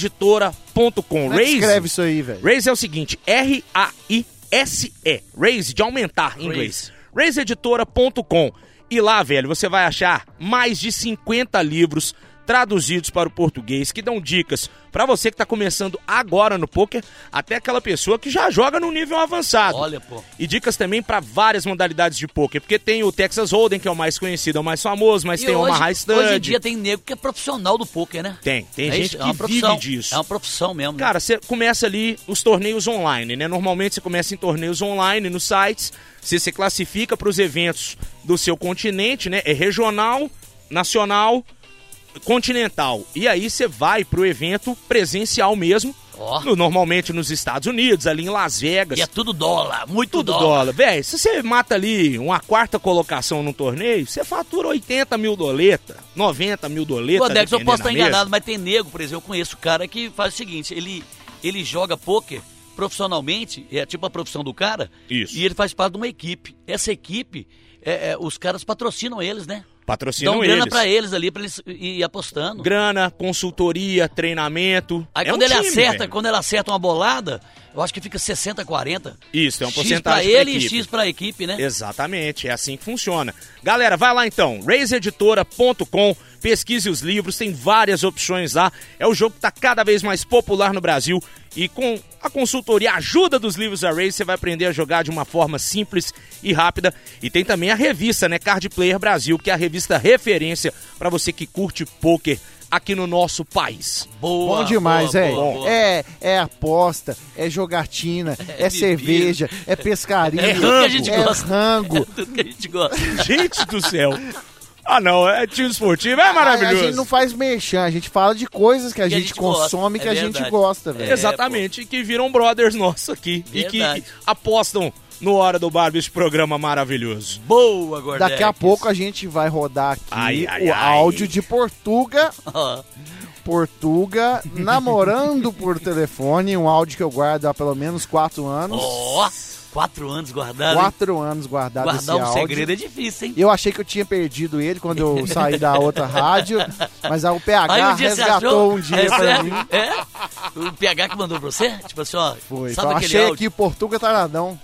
[SPEAKER 3] raiseeditora.com.
[SPEAKER 4] Como é que
[SPEAKER 3] Raise-
[SPEAKER 4] escreve isso aí, velho?
[SPEAKER 3] Raise é o seguinte, R-A-I-S-E. Raise, de aumentar em inglês. RaiseEditora.com. E lá, velho, você vai achar mais de 50 livros traduzidos para o português que dão dicas para você que tá começando agora no poker, até aquela pessoa que já joga num nível avançado.
[SPEAKER 2] Olha, pô.
[SPEAKER 3] E dicas também para várias modalidades de poker, porque tem o Texas Hold'em, que é o mais conhecido, é o mais famoso, mas
[SPEAKER 2] E
[SPEAKER 3] tem o
[SPEAKER 2] hoje,
[SPEAKER 3] Omaha Stud.
[SPEAKER 2] hoje em dia tem nego que é profissional do poker, né?
[SPEAKER 3] Tem, tem
[SPEAKER 2] É
[SPEAKER 3] gente
[SPEAKER 2] isso,
[SPEAKER 3] que
[SPEAKER 2] é uma profissão.
[SPEAKER 3] vive disso.
[SPEAKER 2] É uma profissão mesmo. né?
[SPEAKER 3] Cara, você começa ali os torneios online, né? Normalmente você começa em torneios online nos sites, você se classifica para os eventos do seu continente, né? É regional, nacional, continental. E aí você vai pro evento presencial mesmo,
[SPEAKER 2] Ó.
[SPEAKER 3] no- normalmente nos Estados Unidos, ali em Las Vegas.
[SPEAKER 2] E é tudo dólar, muito
[SPEAKER 3] Tudo
[SPEAKER 2] dólar.
[SPEAKER 3] dólar. Véi, se você mata ali uma quarta colocação num torneio, você fatura 80 mil doleta, 90 mil doleta.
[SPEAKER 2] Godex, eu
[SPEAKER 3] dependendo
[SPEAKER 2] posso estar
[SPEAKER 3] da mesa.
[SPEAKER 2] enganado, mas tem nego, por exemplo, eu conheço um cara que faz o seguinte, ele, ele joga pôquer profissionalmente, é tipo a profissão do cara,
[SPEAKER 3] Isso.
[SPEAKER 2] e ele faz parte de uma equipe. Essa equipe, é, é, os caras patrocinam eles, né?
[SPEAKER 3] Patrocinam
[SPEAKER 2] Dão grana
[SPEAKER 3] eles.
[SPEAKER 2] pra eles ali, pra eles ir apostando.
[SPEAKER 3] grana, consultoria, treinamento.
[SPEAKER 2] Aí
[SPEAKER 3] É
[SPEAKER 2] quando
[SPEAKER 3] um
[SPEAKER 2] ele
[SPEAKER 3] time,
[SPEAKER 2] acerta,
[SPEAKER 3] velho.
[SPEAKER 2] quando ele acerta uma bolada, eu acho que fica 60, 40.
[SPEAKER 3] Isso, é uma
[SPEAKER 2] X pra
[SPEAKER 3] porcentagem pra
[SPEAKER 2] ele e
[SPEAKER 3] equipe.
[SPEAKER 2] X pra equipe, né?
[SPEAKER 3] Exatamente, é assim que funciona. Galera, vai lá então, raiseeditora.com, pesquise os livros, tem várias opções lá. É o jogo que tá cada vez mais popular no Brasil e com a consultoria, a ajuda dos livros da Raise, você vai aprender a jogar de uma forma simples e rápida. E tem também a revista, né, Card Player Brasil, que é a revista referência pra você que curte poker aqui no nosso país.
[SPEAKER 2] Boa,
[SPEAKER 4] Bom demais,
[SPEAKER 2] boa,
[SPEAKER 4] é.
[SPEAKER 2] boa, boa.
[SPEAKER 4] É, é aposta, é jogatina, é,
[SPEAKER 2] bebida.
[SPEAKER 4] cerveja, é pescaria,
[SPEAKER 2] É tudo que a gente
[SPEAKER 4] é
[SPEAKER 2] gosta.
[SPEAKER 4] rango.
[SPEAKER 2] Tudo que a gente gosta.
[SPEAKER 3] Gente do céu. Ah, não, é time esportivo, é
[SPEAKER 4] A,
[SPEAKER 3] maravilhoso.
[SPEAKER 4] gente não faz merchan, a gente fala de coisas que a,
[SPEAKER 2] Que a
[SPEAKER 4] gente,
[SPEAKER 2] gente gosta,
[SPEAKER 4] consome, que
[SPEAKER 2] é
[SPEAKER 4] a gente
[SPEAKER 2] verdade.
[SPEAKER 4] gosta, velho.
[SPEAKER 3] Exatamente, que viram brothers nossos aqui e
[SPEAKER 2] Verdade.
[SPEAKER 3] que apostam no Hora do Barba esse programa maravilhoso.
[SPEAKER 2] Boa, Gordex.
[SPEAKER 4] Daqui a pouco a gente vai rodar aqui
[SPEAKER 3] Ai, ai,
[SPEAKER 4] o
[SPEAKER 3] ai.
[SPEAKER 4] áudio de Portuga,
[SPEAKER 2] Ó,
[SPEAKER 4] Portuga namorando por telefone, um áudio que eu guardo há pelo menos quatro anos.
[SPEAKER 2] ó, quatro anos guardado. hein?
[SPEAKER 4] Quatro anos guardado esse
[SPEAKER 2] Guardar um
[SPEAKER 4] áudio.
[SPEAKER 2] segredo é difícil, hein?
[SPEAKER 4] Eu achei que eu tinha perdido ele quando eu saí da outra rádio, mas o
[SPEAKER 2] Aí
[SPEAKER 4] PH
[SPEAKER 2] um dia você
[SPEAKER 4] resgatou
[SPEAKER 2] achou?
[SPEAKER 4] um dia
[SPEAKER 2] é,
[SPEAKER 4] pra
[SPEAKER 2] sério?
[SPEAKER 4] mim.
[SPEAKER 2] É? O PH que mandou pra você? Tipo assim, ó.
[SPEAKER 4] Foi.
[SPEAKER 2] Sabe
[SPEAKER 4] Então,
[SPEAKER 2] aquele
[SPEAKER 4] achei
[SPEAKER 2] áudio?
[SPEAKER 4] aqui Portuga Taradão.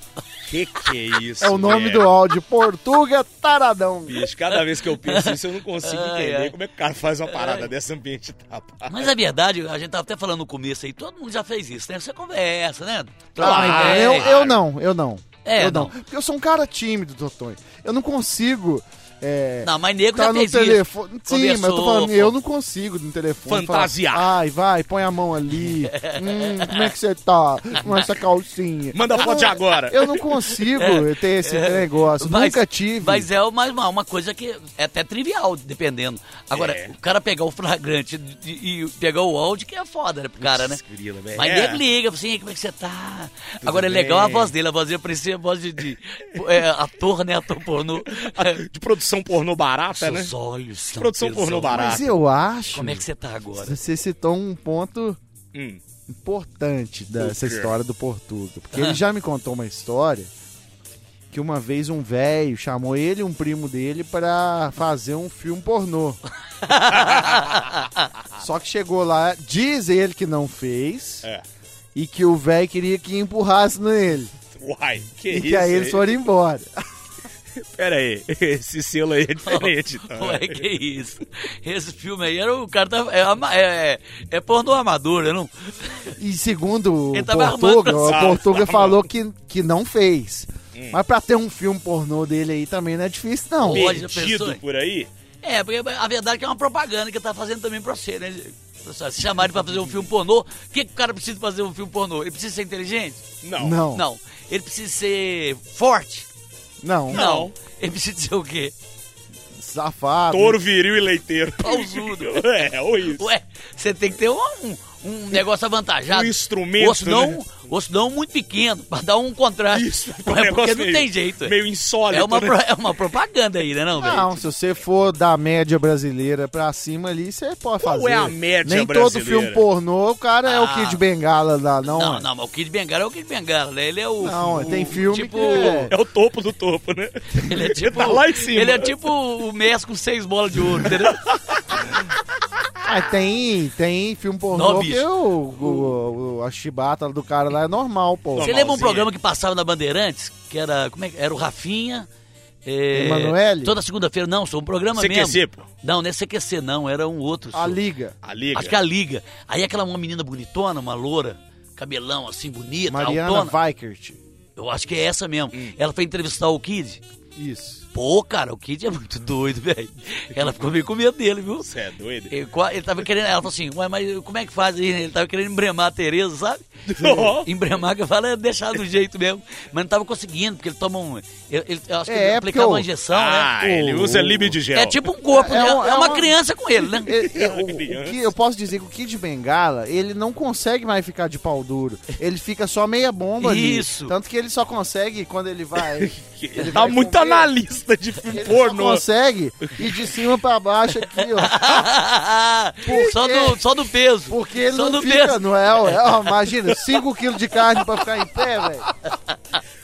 [SPEAKER 3] Que que é isso?
[SPEAKER 4] É o nome
[SPEAKER 3] velho?
[SPEAKER 4] do áudio, Portuga Taradão.
[SPEAKER 3] Bicho, cada vez que eu penso isso, eu não consigo
[SPEAKER 2] Ai,
[SPEAKER 3] entender
[SPEAKER 2] ai.
[SPEAKER 3] como é que o cara faz uma parada dessa ambiente tapado.
[SPEAKER 2] Mas é verdade, a gente tava até falando no começo aí, todo mundo já fez isso, né? Você conversa, né? Troca uma
[SPEAKER 4] Ah,
[SPEAKER 2] ideia.
[SPEAKER 4] eu, eu não, eu não.
[SPEAKER 2] É,
[SPEAKER 4] eu não.
[SPEAKER 2] não.
[SPEAKER 4] Porque eu sou um cara tímido, Totonho. Eu não consigo é,
[SPEAKER 2] Não, mas nego
[SPEAKER 4] tá
[SPEAKER 2] já
[SPEAKER 4] no
[SPEAKER 2] fez isso.
[SPEAKER 4] telefone. Sim, mas eu tô
[SPEAKER 2] Conversou,
[SPEAKER 4] falando,
[SPEAKER 2] fo-
[SPEAKER 4] eu não consigo no telefone. falar,
[SPEAKER 3] Fantasiar.
[SPEAKER 4] Ai, vai, põe a mão ali. Hum, como é que você tá com essa calcinha?
[SPEAKER 3] Manda
[SPEAKER 4] Eu
[SPEAKER 3] foto
[SPEAKER 4] não-
[SPEAKER 3] de agora.
[SPEAKER 4] Eu não consigo ter esse negócio.
[SPEAKER 2] É, Mas-
[SPEAKER 4] Nunca tive.
[SPEAKER 2] Mas é uma, uma, uma coisa que é até trivial, dependendo. Agora,
[SPEAKER 3] É.
[SPEAKER 2] o cara pegar o flagrante e, e pegar o áudio, que é foda, né, pro cara, né?
[SPEAKER 3] grila, velho.
[SPEAKER 2] Mas
[SPEAKER 3] É.
[SPEAKER 2] ele liga, fala assim, "Ei, como é que você tá? Agora é
[SPEAKER 3] bem?"
[SPEAKER 2] legal a voz dele, a voz dele parecia a voz de, de é, ator, né? Ator pornô.
[SPEAKER 3] De produção pornô barata, Tá, né?
[SPEAKER 2] Seus olhos são
[SPEAKER 3] Produção pornô
[SPEAKER 2] tesouro.
[SPEAKER 4] Mas
[SPEAKER 3] barata.
[SPEAKER 4] eu acho.
[SPEAKER 2] Como é que você tá agora?
[SPEAKER 4] Você citou um ponto
[SPEAKER 3] Hum.
[SPEAKER 4] importante
[SPEAKER 3] O
[SPEAKER 4] dessa
[SPEAKER 3] quê?
[SPEAKER 4] história do Portuga. Porque
[SPEAKER 2] Ah.
[SPEAKER 4] ele já me contou uma história que uma vez um velho chamou ele e um primo dele pra fazer um filme pornô. Só que chegou lá, diz ele que não fez.
[SPEAKER 3] É.
[SPEAKER 4] E que o velho queria que empurrasse nele.
[SPEAKER 3] Uai, que
[SPEAKER 4] e
[SPEAKER 3] isso?
[SPEAKER 4] que aí eles foram embora.
[SPEAKER 3] Pera aí, esse selo aí é diferente. Tá?
[SPEAKER 2] Ué, é que isso? Esse filme aí era o cara tá, é, ama- é, é, é pornô amador, né, não?
[SPEAKER 4] E segundo
[SPEAKER 2] Ele
[SPEAKER 4] o
[SPEAKER 2] tava
[SPEAKER 4] Portuga,
[SPEAKER 2] armando
[SPEAKER 4] o
[SPEAKER 3] pra-
[SPEAKER 4] Portuga
[SPEAKER 3] Tava- Hum.
[SPEAKER 4] falou que, que não fez. Mas pra ter um filme pornô dele aí também não é difícil, não.
[SPEAKER 2] Pô,
[SPEAKER 3] Perdido por aí?
[SPEAKER 2] É, porque a verdade é que é uma propaganda que tá fazendo também pra você, né? Se chamarem pra fazer um filme pornô, o que, que o cara precisa fazer um filme pornô? Ele precisa ser inteligente?
[SPEAKER 3] Não.
[SPEAKER 4] Não, não.
[SPEAKER 2] Não. Ele precisa ser forte? Não. Ele precisa ser o quê?
[SPEAKER 4] Safado.
[SPEAKER 3] Touro viril e leiteiro.
[SPEAKER 2] Pausudo.
[SPEAKER 3] É, ou isso.
[SPEAKER 2] Ué, você tem que ter um, um, um negócio avantajado.
[SPEAKER 3] Um instrumento,
[SPEAKER 2] Ou senão,
[SPEAKER 3] né?
[SPEAKER 2] ou senão muito pequeno, pra dar um contraste.
[SPEAKER 3] Isso,
[SPEAKER 2] Ué,
[SPEAKER 3] um
[SPEAKER 2] porque
[SPEAKER 3] negócio
[SPEAKER 2] não
[SPEAKER 3] meio-
[SPEAKER 2] tem jeito. ué.
[SPEAKER 3] Meio insólito.
[SPEAKER 2] É uma,
[SPEAKER 3] né?
[SPEAKER 2] pro- é uma propaganda aí, né não, velho?
[SPEAKER 4] Não, se você for da média brasileira pra cima ali, você pode
[SPEAKER 3] Qual
[SPEAKER 4] fazer.
[SPEAKER 3] é a média
[SPEAKER 4] Nem todo
[SPEAKER 3] brasileira?
[SPEAKER 4] filme pornô, o cara é o
[SPEAKER 2] Ah.
[SPEAKER 4] Kid Bengala lá, não.
[SPEAKER 2] Não,
[SPEAKER 4] é?
[SPEAKER 2] não, mas o Kid Bengala é o Kid Bengala, né? Ele é o.
[SPEAKER 4] Não,
[SPEAKER 2] o-
[SPEAKER 4] tem filme
[SPEAKER 2] tipo,
[SPEAKER 4] que é-
[SPEAKER 3] É o topo do topo, né?
[SPEAKER 2] Ele é tipo.
[SPEAKER 3] tá lá em cima.
[SPEAKER 2] Ele é tipo o Messi com seis bolas de ouro, entendeu?
[SPEAKER 4] Ah, tem, tem filme pornô
[SPEAKER 2] Não,
[SPEAKER 4] que
[SPEAKER 2] bicho.
[SPEAKER 4] o, o- o- a chibata do cara lá é normal, pô.
[SPEAKER 2] Você lembra um programa que passava na Bandeirantes? Que era. Como é que era? O Rafinha. É,
[SPEAKER 4] Emanuele?
[SPEAKER 2] Toda segunda-feira, não, sou um programa
[SPEAKER 3] CQC,
[SPEAKER 2] mesmo.
[SPEAKER 3] pô.
[SPEAKER 2] Não, não é CQC, não, era um outro.
[SPEAKER 4] A
[SPEAKER 2] só.
[SPEAKER 4] Liga.
[SPEAKER 3] A liga.
[SPEAKER 2] Acho que é a Liga. Aí aquela uma menina bonitona, uma loura, cabelão assim, bonita,
[SPEAKER 4] Mariana Hum.
[SPEAKER 2] autona.
[SPEAKER 4] Vikert.
[SPEAKER 2] Eu acho que é essa mesmo. Ela foi entrevistar o Kid.
[SPEAKER 4] Isso.
[SPEAKER 2] Pô, cara, o Kid é muito doido, velho. Ela ficou meio com medo dele, viu?
[SPEAKER 3] Você é doido?
[SPEAKER 2] Ele, qua- ele tava querendo, ela falou assim, ué, mas como é que faz aí? Ele tava querendo embremar a Tereza, sabe?
[SPEAKER 3] Ó.
[SPEAKER 2] Embremar, que eu falo, é deixar do jeito mesmo. Mas não tava conseguindo, porque ele toma um... Ele, ele- eu acho que
[SPEAKER 4] É,
[SPEAKER 2] ele
[SPEAKER 4] é
[SPEAKER 2] aplicava
[SPEAKER 4] porque
[SPEAKER 2] uma
[SPEAKER 4] o-
[SPEAKER 2] injeção,
[SPEAKER 3] Ah, então.
[SPEAKER 2] né?
[SPEAKER 3] ele usa líbio de gel.
[SPEAKER 2] É tipo um corpo,
[SPEAKER 4] É
[SPEAKER 2] né?
[SPEAKER 4] um-
[SPEAKER 2] é,
[SPEAKER 4] é
[SPEAKER 2] uma
[SPEAKER 4] uma-
[SPEAKER 2] criança com ele, né?
[SPEAKER 4] E- e- o- o que eu posso dizer que o Kid Bengala, ele não consegue mais ficar de pau duro. Ele fica só meia bomba ali.
[SPEAKER 2] Isso.
[SPEAKER 4] Tanto que ele só consegue quando ele vai.
[SPEAKER 3] Ele
[SPEAKER 4] ele
[SPEAKER 3] tá
[SPEAKER 4] vai
[SPEAKER 3] muito
[SPEAKER 4] comer.
[SPEAKER 3] analista de
[SPEAKER 2] é
[SPEAKER 3] filme
[SPEAKER 4] Ele só
[SPEAKER 3] pornô.
[SPEAKER 4] consegue ir de cima pra baixo aqui, ó. Por
[SPEAKER 2] só,
[SPEAKER 4] quê?
[SPEAKER 2] do, só do peso.
[SPEAKER 4] Porque ele
[SPEAKER 2] só
[SPEAKER 4] não
[SPEAKER 2] do
[SPEAKER 4] fica,
[SPEAKER 2] peso.
[SPEAKER 4] não é? ué? Ó, imagina, 5 quilos de carne pra ficar em pé, velho.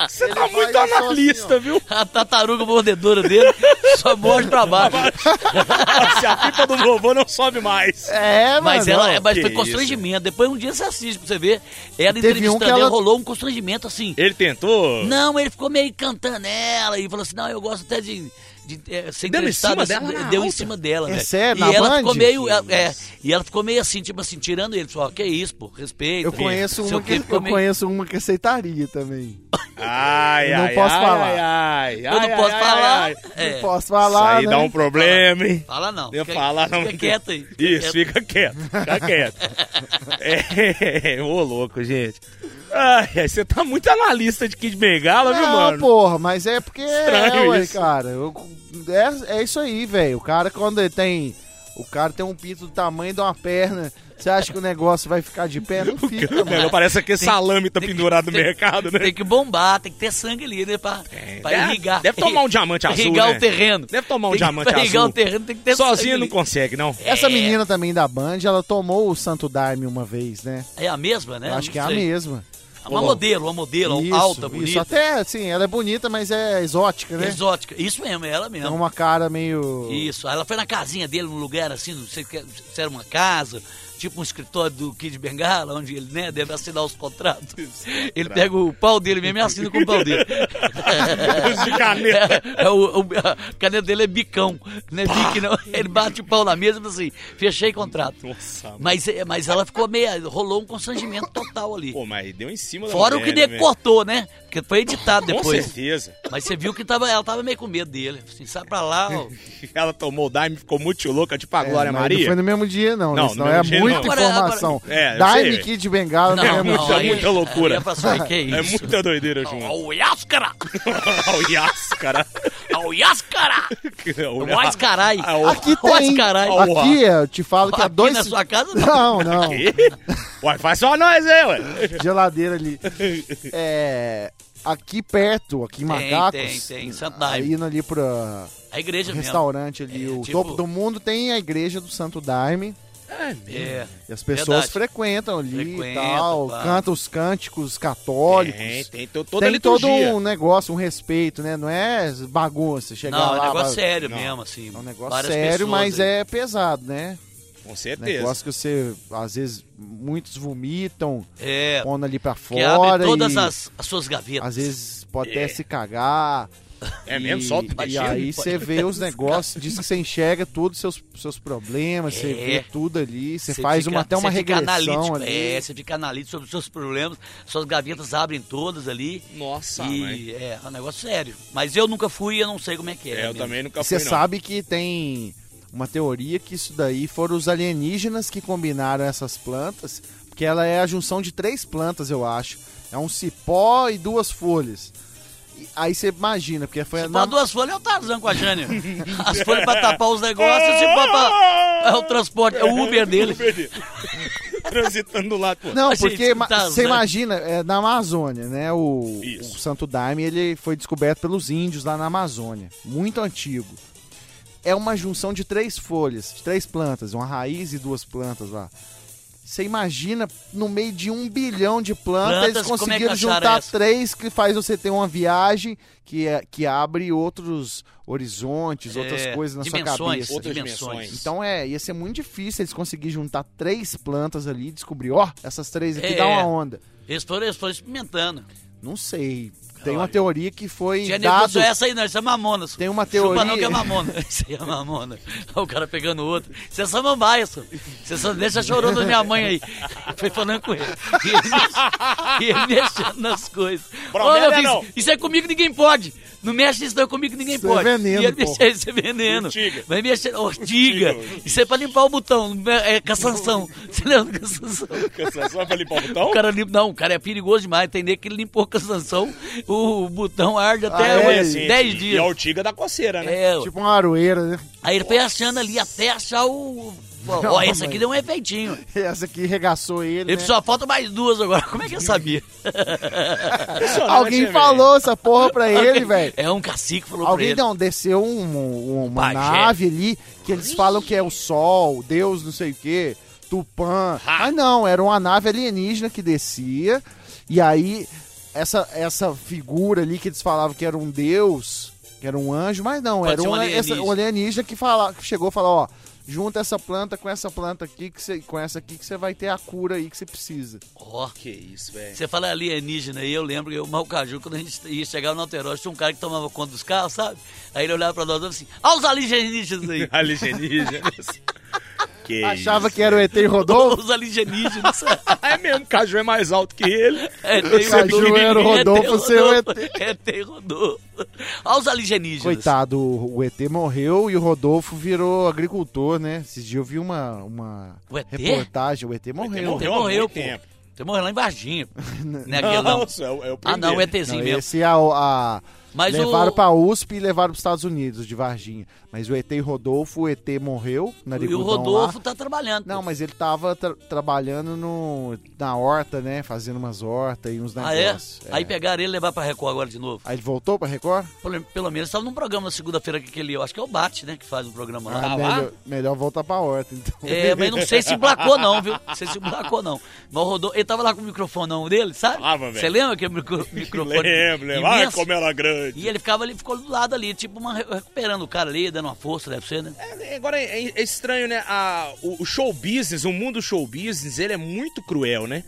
[SPEAKER 3] Você
[SPEAKER 4] Ele
[SPEAKER 3] tá
[SPEAKER 4] vai
[SPEAKER 3] muito
[SPEAKER 4] só assim,
[SPEAKER 3] analista, viu?
[SPEAKER 2] A tartaruga mordedora dele só morde pra baixo.
[SPEAKER 3] Ah, Se a pipa do vovô não sobe mais.
[SPEAKER 4] É, mano.
[SPEAKER 2] Mas ela, mas
[SPEAKER 3] que
[SPEAKER 2] foi
[SPEAKER 3] isso.
[SPEAKER 2] constrangimento. Depois um dia você assiste pra você ver. Ela
[SPEAKER 4] Teve um que
[SPEAKER 2] entrevistando,
[SPEAKER 4] ela-
[SPEAKER 2] ela... rolou um constrangimento assim.
[SPEAKER 3] Ele tentou.
[SPEAKER 2] Não, ele ficou meio cantando ela e falou assim: não, eu gosto até de. de, eh, ser
[SPEAKER 3] Deu em
[SPEAKER 2] entrevistada,
[SPEAKER 3] cima dela
[SPEAKER 2] assim,
[SPEAKER 3] na
[SPEAKER 2] deu em
[SPEAKER 3] alta?
[SPEAKER 2] cima dela,
[SPEAKER 4] É
[SPEAKER 2] né?
[SPEAKER 4] sério?
[SPEAKER 2] E
[SPEAKER 4] Na
[SPEAKER 2] ela
[SPEAKER 4] Band?
[SPEAKER 2] ficou meio.
[SPEAKER 4] Que
[SPEAKER 2] é, é, e ela ficou meio assim, tipo assim, tirando ele. Falou, ó, que isso, pô, respeito. né?
[SPEAKER 4] Eu conheço,
[SPEAKER 2] sei
[SPEAKER 4] uma
[SPEAKER 2] o
[SPEAKER 4] que,
[SPEAKER 2] quê, ficou
[SPEAKER 4] eu
[SPEAKER 2] meio-
[SPEAKER 4] conheço uma que aceitaria também.
[SPEAKER 3] Ai,
[SPEAKER 4] Não
[SPEAKER 3] ai,
[SPEAKER 4] posso
[SPEAKER 3] ai,
[SPEAKER 4] falar.
[SPEAKER 3] ai, ai,
[SPEAKER 2] Eu
[SPEAKER 3] ai,
[SPEAKER 2] não posso
[SPEAKER 3] ai,
[SPEAKER 2] falar.
[SPEAKER 3] ai.
[SPEAKER 2] É,
[SPEAKER 4] Não posso
[SPEAKER 3] Isso
[SPEAKER 4] falar,
[SPEAKER 3] aí
[SPEAKER 4] né?
[SPEAKER 3] dá um problema, hein?
[SPEAKER 2] Fala não.
[SPEAKER 3] Eu
[SPEAKER 2] fica,
[SPEAKER 3] falar não.
[SPEAKER 2] Fica quieto aí. fica quieto.
[SPEAKER 3] Isso, fica quieto, fica quieto. É, ô louco, gente. Ai, ai, você tá muito analista de Kid Bengala, viu,
[SPEAKER 4] Não,
[SPEAKER 3] mano?
[SPEAKER 4] porra, mas é porque é,
[SPEAKER 3] Estranho
[SPEAKER 4] ué,
[SPEAKER 3] isso.
[SPEAKER 4] cara. eu- é, é isso aí, velho. O cara quando ele tem... O cara tem um pinto do tamanho de uma perna. Você acha que o negócio vai ficar de pé? Não fica,
[SPEAKER 3] O negócio parece aquele salame tá pendurado no
[SPEAKER 2] tem-
[SPEAKER 3] mercado, né? É,
[SPEAKER 2] Tem que bombar, tem que ter sangue ali, né? Pra, pra
[SPEAKER 3] deve-
[SPEAKER 2] irrigar.
[SPEAKER 3] deve tomar um diamante azul,
[SPEAKER 2] Irrigar
[SPEAKER 3] né?
[SPEAKER 2] o terreno.
[SPEAKER 3] Deve tomar um
[SPEAKER 2] Tem que-
[SPEAKER 3] diamante
[SPEAKER 2] pra irrigar
[SPEAKER 3] azul.
[SPEAKER 2] o terreno tem que ter
[SPEAKER 3] Sozinho não
[SPEAKER 2] sangue.
[SPEAKER 3] consegue, não.
[SPEAKER 4] Essa
[SPEAKER 2] É.
[SPEAKER 4] menina também da Band, ela tomou o Santo Daime uma vez, né?
[SPEAKER 2] É a mesma, né?
[SPEAKER 4] Eu acho
[SPEAKER 2] Não
[SPEAKER 4] que é a
[SPEAKER 2] sei.
[SPEAKER 4] mesma.
[SPEAKER 2] Uma modelo, uma modelo, alta,
[SPEAKER 4] Isso,
[SPEAKER 2] bonita.
[SPEAKER 4] até assim, ela é bonita, mas é exótica, né?
[SPEAKER 2] Exótica. Isso mesmo, é ela
[SPEAKER 4] Tem
[SPEAKER 2] mesmo.
[SPEAKER 4] Então, uma cara meio.
[SPEAKER 2] Isso. Aí Ela foi na casinha dele, num lugar assim, não sei o que- se era uma casa, tipo um escritório do Kid Bengala, onde ele né, deve assinar os contratos. Ele
[SPEAKER 3] contrato.
[SPEAKER 2] pega o pau dele mesmo e assina com o pau dele.
[SPEAKER 7] De caneta.
[SPEAKER 2] É, o, o- a caneta dele é bicão. Né? Bic, não. Ele bate o pau na mesa e fala assim, fechei contrato.
[SPEAKER 3] Nossa, mano.
[SPEAKER 2] Mas, é, mas ela ficou meia, rolou um constrangimento total ali.
[SPEAKER 3] Pô, mas deu em cima da
[SPEAKER 2] Fora o que
[SPEAKER 3] mulher, né,
[SPEAKER 2] decortou, né? Porque foi editado
[SPEAKER 3] velho? Com
[SPEAKER 2] depois.
[SPEAKER 3] certeza.
[SPEAKER 2] Mas você viu que tava, ela tava meio com medo dele. Assim, sai pra lá, ó.
[SPEAKER 3] Ela tomou o daime, ficou muito louca, tipo a
[SPEAKER 4] É,
[SPEAKER 3] Glória
[SPEAKER 4] não, Não
[SPEAKER 3] Maria.
[SPEAKER 4] foi no mesmo dia, não.
[SPEAKER 3] Não,
[SPEAKER 4] Não,
[SPEAKER 3] no
[SPEAKER 4] é
[SPEAKER 3] mesmo dia,
[SPEAKER 4] muita
[SPEAKER 3] não.
[SPEAKER 2] Agora-
[SPEAKER 4] informação.
[SPEAKER 2] agora-
[SPEAKER 3] É, eu
[SPEAKER 4] Dime
[SPEAKER 3] sei.
[SPEAKER 4] Kid de Bengala não, é muito.
[SPEAKER 3] não. muita loucura.
[SPEAKER 2] Aí ela falou assim, que
[SPEAKER 3] É
[SPEAKER 2] isso?
[SPEAKER 3] muita doideira junto.
[SPEAKER 2] Ao Yáscara!
[SPEAKER 3] Ao Yas, cara.
[SPEAKER 2] Ao Yáscara!
[SPEAKER 3] Ao
[SPEAKER 2] Mas carai!
[SPEAKER 3] Ao-
[SPEAKER 4] Aqui
[SPEAKER 2] Ó,
[SPEAKER 4] tem.
[SPEAKER 2] esse caralho.
[SPEAKER 4] Aqui eu te falo que há
[SPEAKER 2] Aqui
[SPEAKER 4] dois.
[SPEAKER 2] na sua casa, não.
[SPEAKER 4] Não, não.
[SPEAKER 3] Ué, faz só nós, hein, ué.
[SPEAKER 4] Geladeira ali. É. Aqui perto, aqui em Macacos.
[SPEAKER 2] tem, tem, em Santo Daime.
[SPEAKER 4] aí indo ali pra
[SPEAKER 2] É A igreja mesmo.
[SPEAKER 4] restaurante ali,
[SPEAKER 2] É,
[SPEAKER 4] o
[SPEAKER 2] tipo-
[SPEAKER 4] topo do mundo, tem a igreja do Santo Daime.
[SPEAKER 2] É.
[SPEAKER 4] E as pessoas
[SPEAKER 2] Verdade.
[SPEAKER 4] frequentam ali e
[SPEAKER 2] Frequentam,
[SPEAKER 4] tal,
[SPEAKER 2] pá.
[SPEAKER 4] cantam os cânticos católicos.
[SPEAKER 3] Tem, tem to- toda a
[SPEAKER 4] tem todo
[SPEAKER 3] liturgia.
[SPEAKER 4] um negócio, um respeito, né? Não é bagunça, chegar
[SPEAKER 2] Não, é um
[SPEAKER 4] lá...
[SPEAKER 2] negócio
[SPEAKER 4] vai-
[SPEAKER 2] sério
[SPEAKER 3] Não.
[SPEAKER 2] mesmo, assim.
[SPEAKER 4] É um negócio
[SPEAKER 2] Várias
[SPEAKER 4] sério,
[SPEAKER 2] pessoas
[SPEAKER 4] mas
[SPEAKER 2] aí. É
[SPEAKER 4] é pesado, né?
[SPEAKER 3] Com certeza.
[SPEAKER 4] Negócio que você, às vezes, muitos vomitam,
[SPEAKER 2] É,
[SPEAKER 4] pondo ali pra
[SPEAKER 2] que abre
[SPEAKER 4] fora
[SPEAKER 2] todas
[SPEAKER 4] e...
[SPEAKER 2] as, É. as suas gavetas.
[SPEAKER 4] Às vezes pode até se cagar.
[SPEAKER 3] É
[SPEAKER 4] e-
[SPEAKER 3] mesmo? tá Solta o
[SPEAKER 4] E
[SPEAKER 3] bichinho?
[SPEAKER 4] aí você vê os negócios, diz que você enxerga todos os seus, seus problemas, você
[SPEAKER 2] É.
[SPEAKER 4] vê tudo ali, você faz
[SPEAKER 2] fica-
[SPEAKER 4] uma, até uma
[SPEAKER 2] você fica
[SPEAKER 4] regressão
[SPEAKER 2] analítico,
[SPEAKER 4] ali.
[SPEAKER 2] É, você fica analítico sobre os seus problemas, suas gavetas abrem todas ali.
[SPEAKER 3] Nossa, mãe.
[SPEAKER 2] e é, é um negócio sério. Mas eu nunca fui e eu não sei como é que é.
[SPEAKER 3] É, eu
[SPEAKER 2] mesmo.
[SPEAKER 3] também nunca
[SPEAKER 4] E
[SPEAKER 3] fui,
[SPEAKER 4] Você
[SPEAKER 3] não.
[SPEAKER 4] sabe que tem uma teoria que isso daí foram os alienígenas que combinaram essas plantas, porque ela é a junção de três plantas, eu acho. É um cipó e duas folhas. E aí você imagina, porque foi
[SPEAKER 2] Se
[SPEAKER 4] na-
[SPEAKER 2] pôr duas folhas é o Tarzan com a Jane. As folhas pra tapar os negócios, se pôr pra... É o transporte, é o Uber dele.
[SPEAKER 3] Transitando do lado, pô.
[SPEAKER 4] Não,
[SPEAKER 2] Mas,
[SPEAKER 4] porque
[SPEAKER 2] gente,
[SPEAKER 4] ma-
[SPEAKER 2] tá
[SPEAKER 4] você
[SPEAKER 2] usando.
[SPEAKER 4] imagina, é, na Amazônia, né? O,
[SPEAKER 3] Isso.
[SPEAKER 4] o Santo Daime ele foi descoberto pelos índios lá na Amazônia, muito antigo. É uma junção de três folhas, de três plantas, uma raiz e duas plantas lá. Você imagina, no meio de um bilhão de plantas,
[SPEAKER 2] Plantas,
[SPEAKER 4] eles
[SPEAKER 2] como é que
[SPEAKER 4] conseguiram
[SPEAKER 2] acharam
[SPEAKER 4] juntar
[SPEAKER 2] essa?
[SPEAKER 4] três que faz você ter uma viagem que, é- que abre outros horizontes, outras
[SPEAKER 2] É,
[SPEAKER 4] coisas na sua
[SPEAKER 2] dimensões,
[SPEAKER 4] cabeça. né?
[SPEAKER 3] Outras dimensões.
[SPEAKER 2] dimensões.
[SPEAKER 4] Então é, ia ser muito difícil eles conseguirem juntar três plantas ali e descobrir, ó, essas três aqui
[SPEAKER 2] É.
[SPEAKER 4] dá uma onda.
[SPEAKER 2] Eles foram, eles foram experimentando.
[SPEAKER 4] Não sei. Tem uma teoria que foi
[SPEAKER 2] Tinha nego que
[SPEAKER 4] dado.
[SPEAKER 2] usou essa aí, não. Isso é mamona. senhor.
[SPEAKER 4] Tem uma
[SPEAKER 2] Chupa não que
[SPEAKER 4] teoria.
[SPEAKER 2] é mamona. Isso aí é mamona. Olha o cara pegando o outro. Isso é samambaia, senhor. Você só deixa chorando da minha mãe aí. Foi falando com ele. E ele, e ele mexendo nas coisas.
[SPEAKER 3] Problema
[SPEAKER 2] Ô, meu
[SPEAKER 3] é
[SPEAKER 2] filho,
[SPEAKER 3] não.
[SPEAKER 2] Isso é comigo ninguém pode. Não mexe nisso não, é comigo ninguém
[SPEAKER 4] Isso é
[SPEAKER 2] pode.
[SPEAKER 4] veneno,
[SPEAKER 2] e ele
[SPEAKER 4] pô.
[SPEAKER 2] mexeu, isso é veneno.
[SPEAKER 3] Urtiga.
[SPEAKER 2] Vai mexer, ortiga.
[SPEAKER 3] Urtiga.
[SPEAKER 2] Isso é pra limpar o botão. É cassação. Você lembra da cassação?
[SPEAKER 3] Só pra limpar o botão?
[SPEAKER 2] O cara limpa, não, o cara é perigoso demais. Tem nem que ele limpou com a sanção, o botão arde até
[SPEAKER 4] Ah, é,
[SPEAKER 2] hoje,
[SPEAKER 3] gente,
[SPEAKER 2] 10
[SPEAKER 3] E a
[SPEAKER 2] dias.
[SPEAKER 3] ortiga da coceira, né?
[SPEAKER 2] É,
[SPEAKER 4] Tipo uma aroeira, né?
[SPEAKER 2] aí ele foi achando ali até achar o. Ó,
[SPEAKER 4] Não,
[SPEAKER 2] esse aqui
[SPEAKER 4] mas- Né?
[SPEAKER 2] deu um efeitinho.
[SPEAKER 4] Essa aqui regaçou ele.
[SPEAKER 2] Ele
[SPEAKER 4] né?
[SPEAKER 2] só falta mais duas agora. Como é que eu sabia?
[SPEAKER 3] Impressionante, né,
[SPEAKER 4] Alguém
[SPEAKER 3] velho?
[SPEAKER 4] falou essa porra pra ele, velho.
[SPEAKER 2] É um cacique falou
[SPEAKER 4] Alguém
[SPEAKER 2] pra ele.
[SPEAKER 4] não, desceu um- um- uma
[SPEAKER 2] Pajé.
[SPEAKER 4] nave ali que eles falam que é o Sol, Deus, não sei o quê, Tupã. Mas não, era uma nave alienígena que descia. E aí, essa, essa figura ali que eles falavam que era um Deus, que era um anjo, mas não,
[SPEAKER 2] Pode
[SPEAKER 4] era
[SPEAKER 2] ser um
[SPEAKER 4] um, alienígena.
[SPEAKER 2] alienígena.
[SPEAKER 4] um alienígena que, fala, que chegou e falou: ó. Junta essa planta com essa planta aqui, que você, com essa aqui, que você vai ter a cura aí que você precisa.
[SPEAKER 2] Ó,
[SPEAKER 3] Que isso,
[SPEAKER 4] um-
[SPEAKER 3] velho.
[SPEAKER 2] você fala alienígena aí, eu lembro que eu, Malcaju, quando a gente ia chegar no Alterói, tinha um cara que tomava conta dos carros, sabe? Aí ele olhava pra nós e falava assim: olha os alienígenas aí.
[SPEAKER 3] Alienígenas. Que
[SPEAKER 4] Achava
[SPEAKER 3] isso,
[SPEAKER 4] que era o
[SPEAKER 2] né?
[SPEAKER 4] ET Rodolfo?
[SPEAKER 2] os alienígenas.
[SPEAKER 3] É mesmo, o Caju é mais alto que ele.
[SPEAKER 2] É, tem
[SPEAKER 4] Caju era o Rodolfo, um
[SPEAKER 2] É, tem
[SPEAKER 4] seu
[SPEAKER 2] É, tem Rodolfo. Olha os alienígenas.
[SPEAKER 4] Coitado, o ET morreu e o Rodolfo virou agricultor, né? Esses dias eu vi uma, uma
[SPEAKER 2] O ET?
[SPEAKER 4] reportagem. O ET morreu.
[SPEAKER 2] Você
[SPEAKER 3] Morreu há
[SPEAKER 2] morreu,
[SPEAKER 3] muito
[SPEAKER 2] pô.
[SPEAKER 3] tempo.
[SPEAKER 2] Você morreu lá em Varginha. Não é aquele, não.
[SPEAKER 3] Nossa, é o, é o primeiro.
[SPEAKER 2] Ah, não, o
[SPEAKER 4] Não,
[SPEAKER 2] ETzinho mesmo.
[SPEAKER 4] esse é a, a-
[SPEAKER 2] Mas
[SPEAKER 4] levaram
[SPEAKER 2] o-
[SPEAKER 4] pra USP e levaram pros Estados Unidos, de Varginha. Mas o ET e Rodolfo, o ET morreu na
[SPEAKER 2] E o Rodolfo tá trabalhando.
[SPEAKER 4] Não,
[SPEAKER 2] pô.
[SPEAKER 4] mas ele tava tra- trabalhando no, na horta, né? Fazendo umas hortas e uns
[SPEAKER 2] Ah, é?
[SPEAKER 4] negócios. É.
[SPEAKER 2] Aí pegaram ele e levaram pra Record agora de novo.
[SPEAKER 4] Aí ele voltou pra Record?
[SPEAKER 2] Pelo, pelo menos estava num programa na segunda-feira que ele. Eu acho que é o Bate, né? Que faz um programa lá.
[SPEAKER 4] Ah, melhor, melhor voltar pra horta, então.
[SPEAKER 2] É, mas não sei se emplacou não, viu? Não sei se emplacou não. Mas o Rodolfo, ele tava lá com o microfonão dele, sabe?
[SPEAKER 3] Tava, velho.
[SPEAKER 2] Você lembra que o micro, microfone
[SPEAKER 3] Lembro, Ah, lembro. Ai,
[SPEAKER 2] imenso?
[SPEAKER 3] como era grande.
[SPEAKER 7] doido.
[SPEAKER 2] E ele ficava ali, ficou do lado ali, tipo, uma- recuperando o cara ali, dando uma força, deve ser, né?
[SPEAKER 3] É, agora é, é estranho, né? A- o, o show business, o mundo show business, ele é muito cruel, né?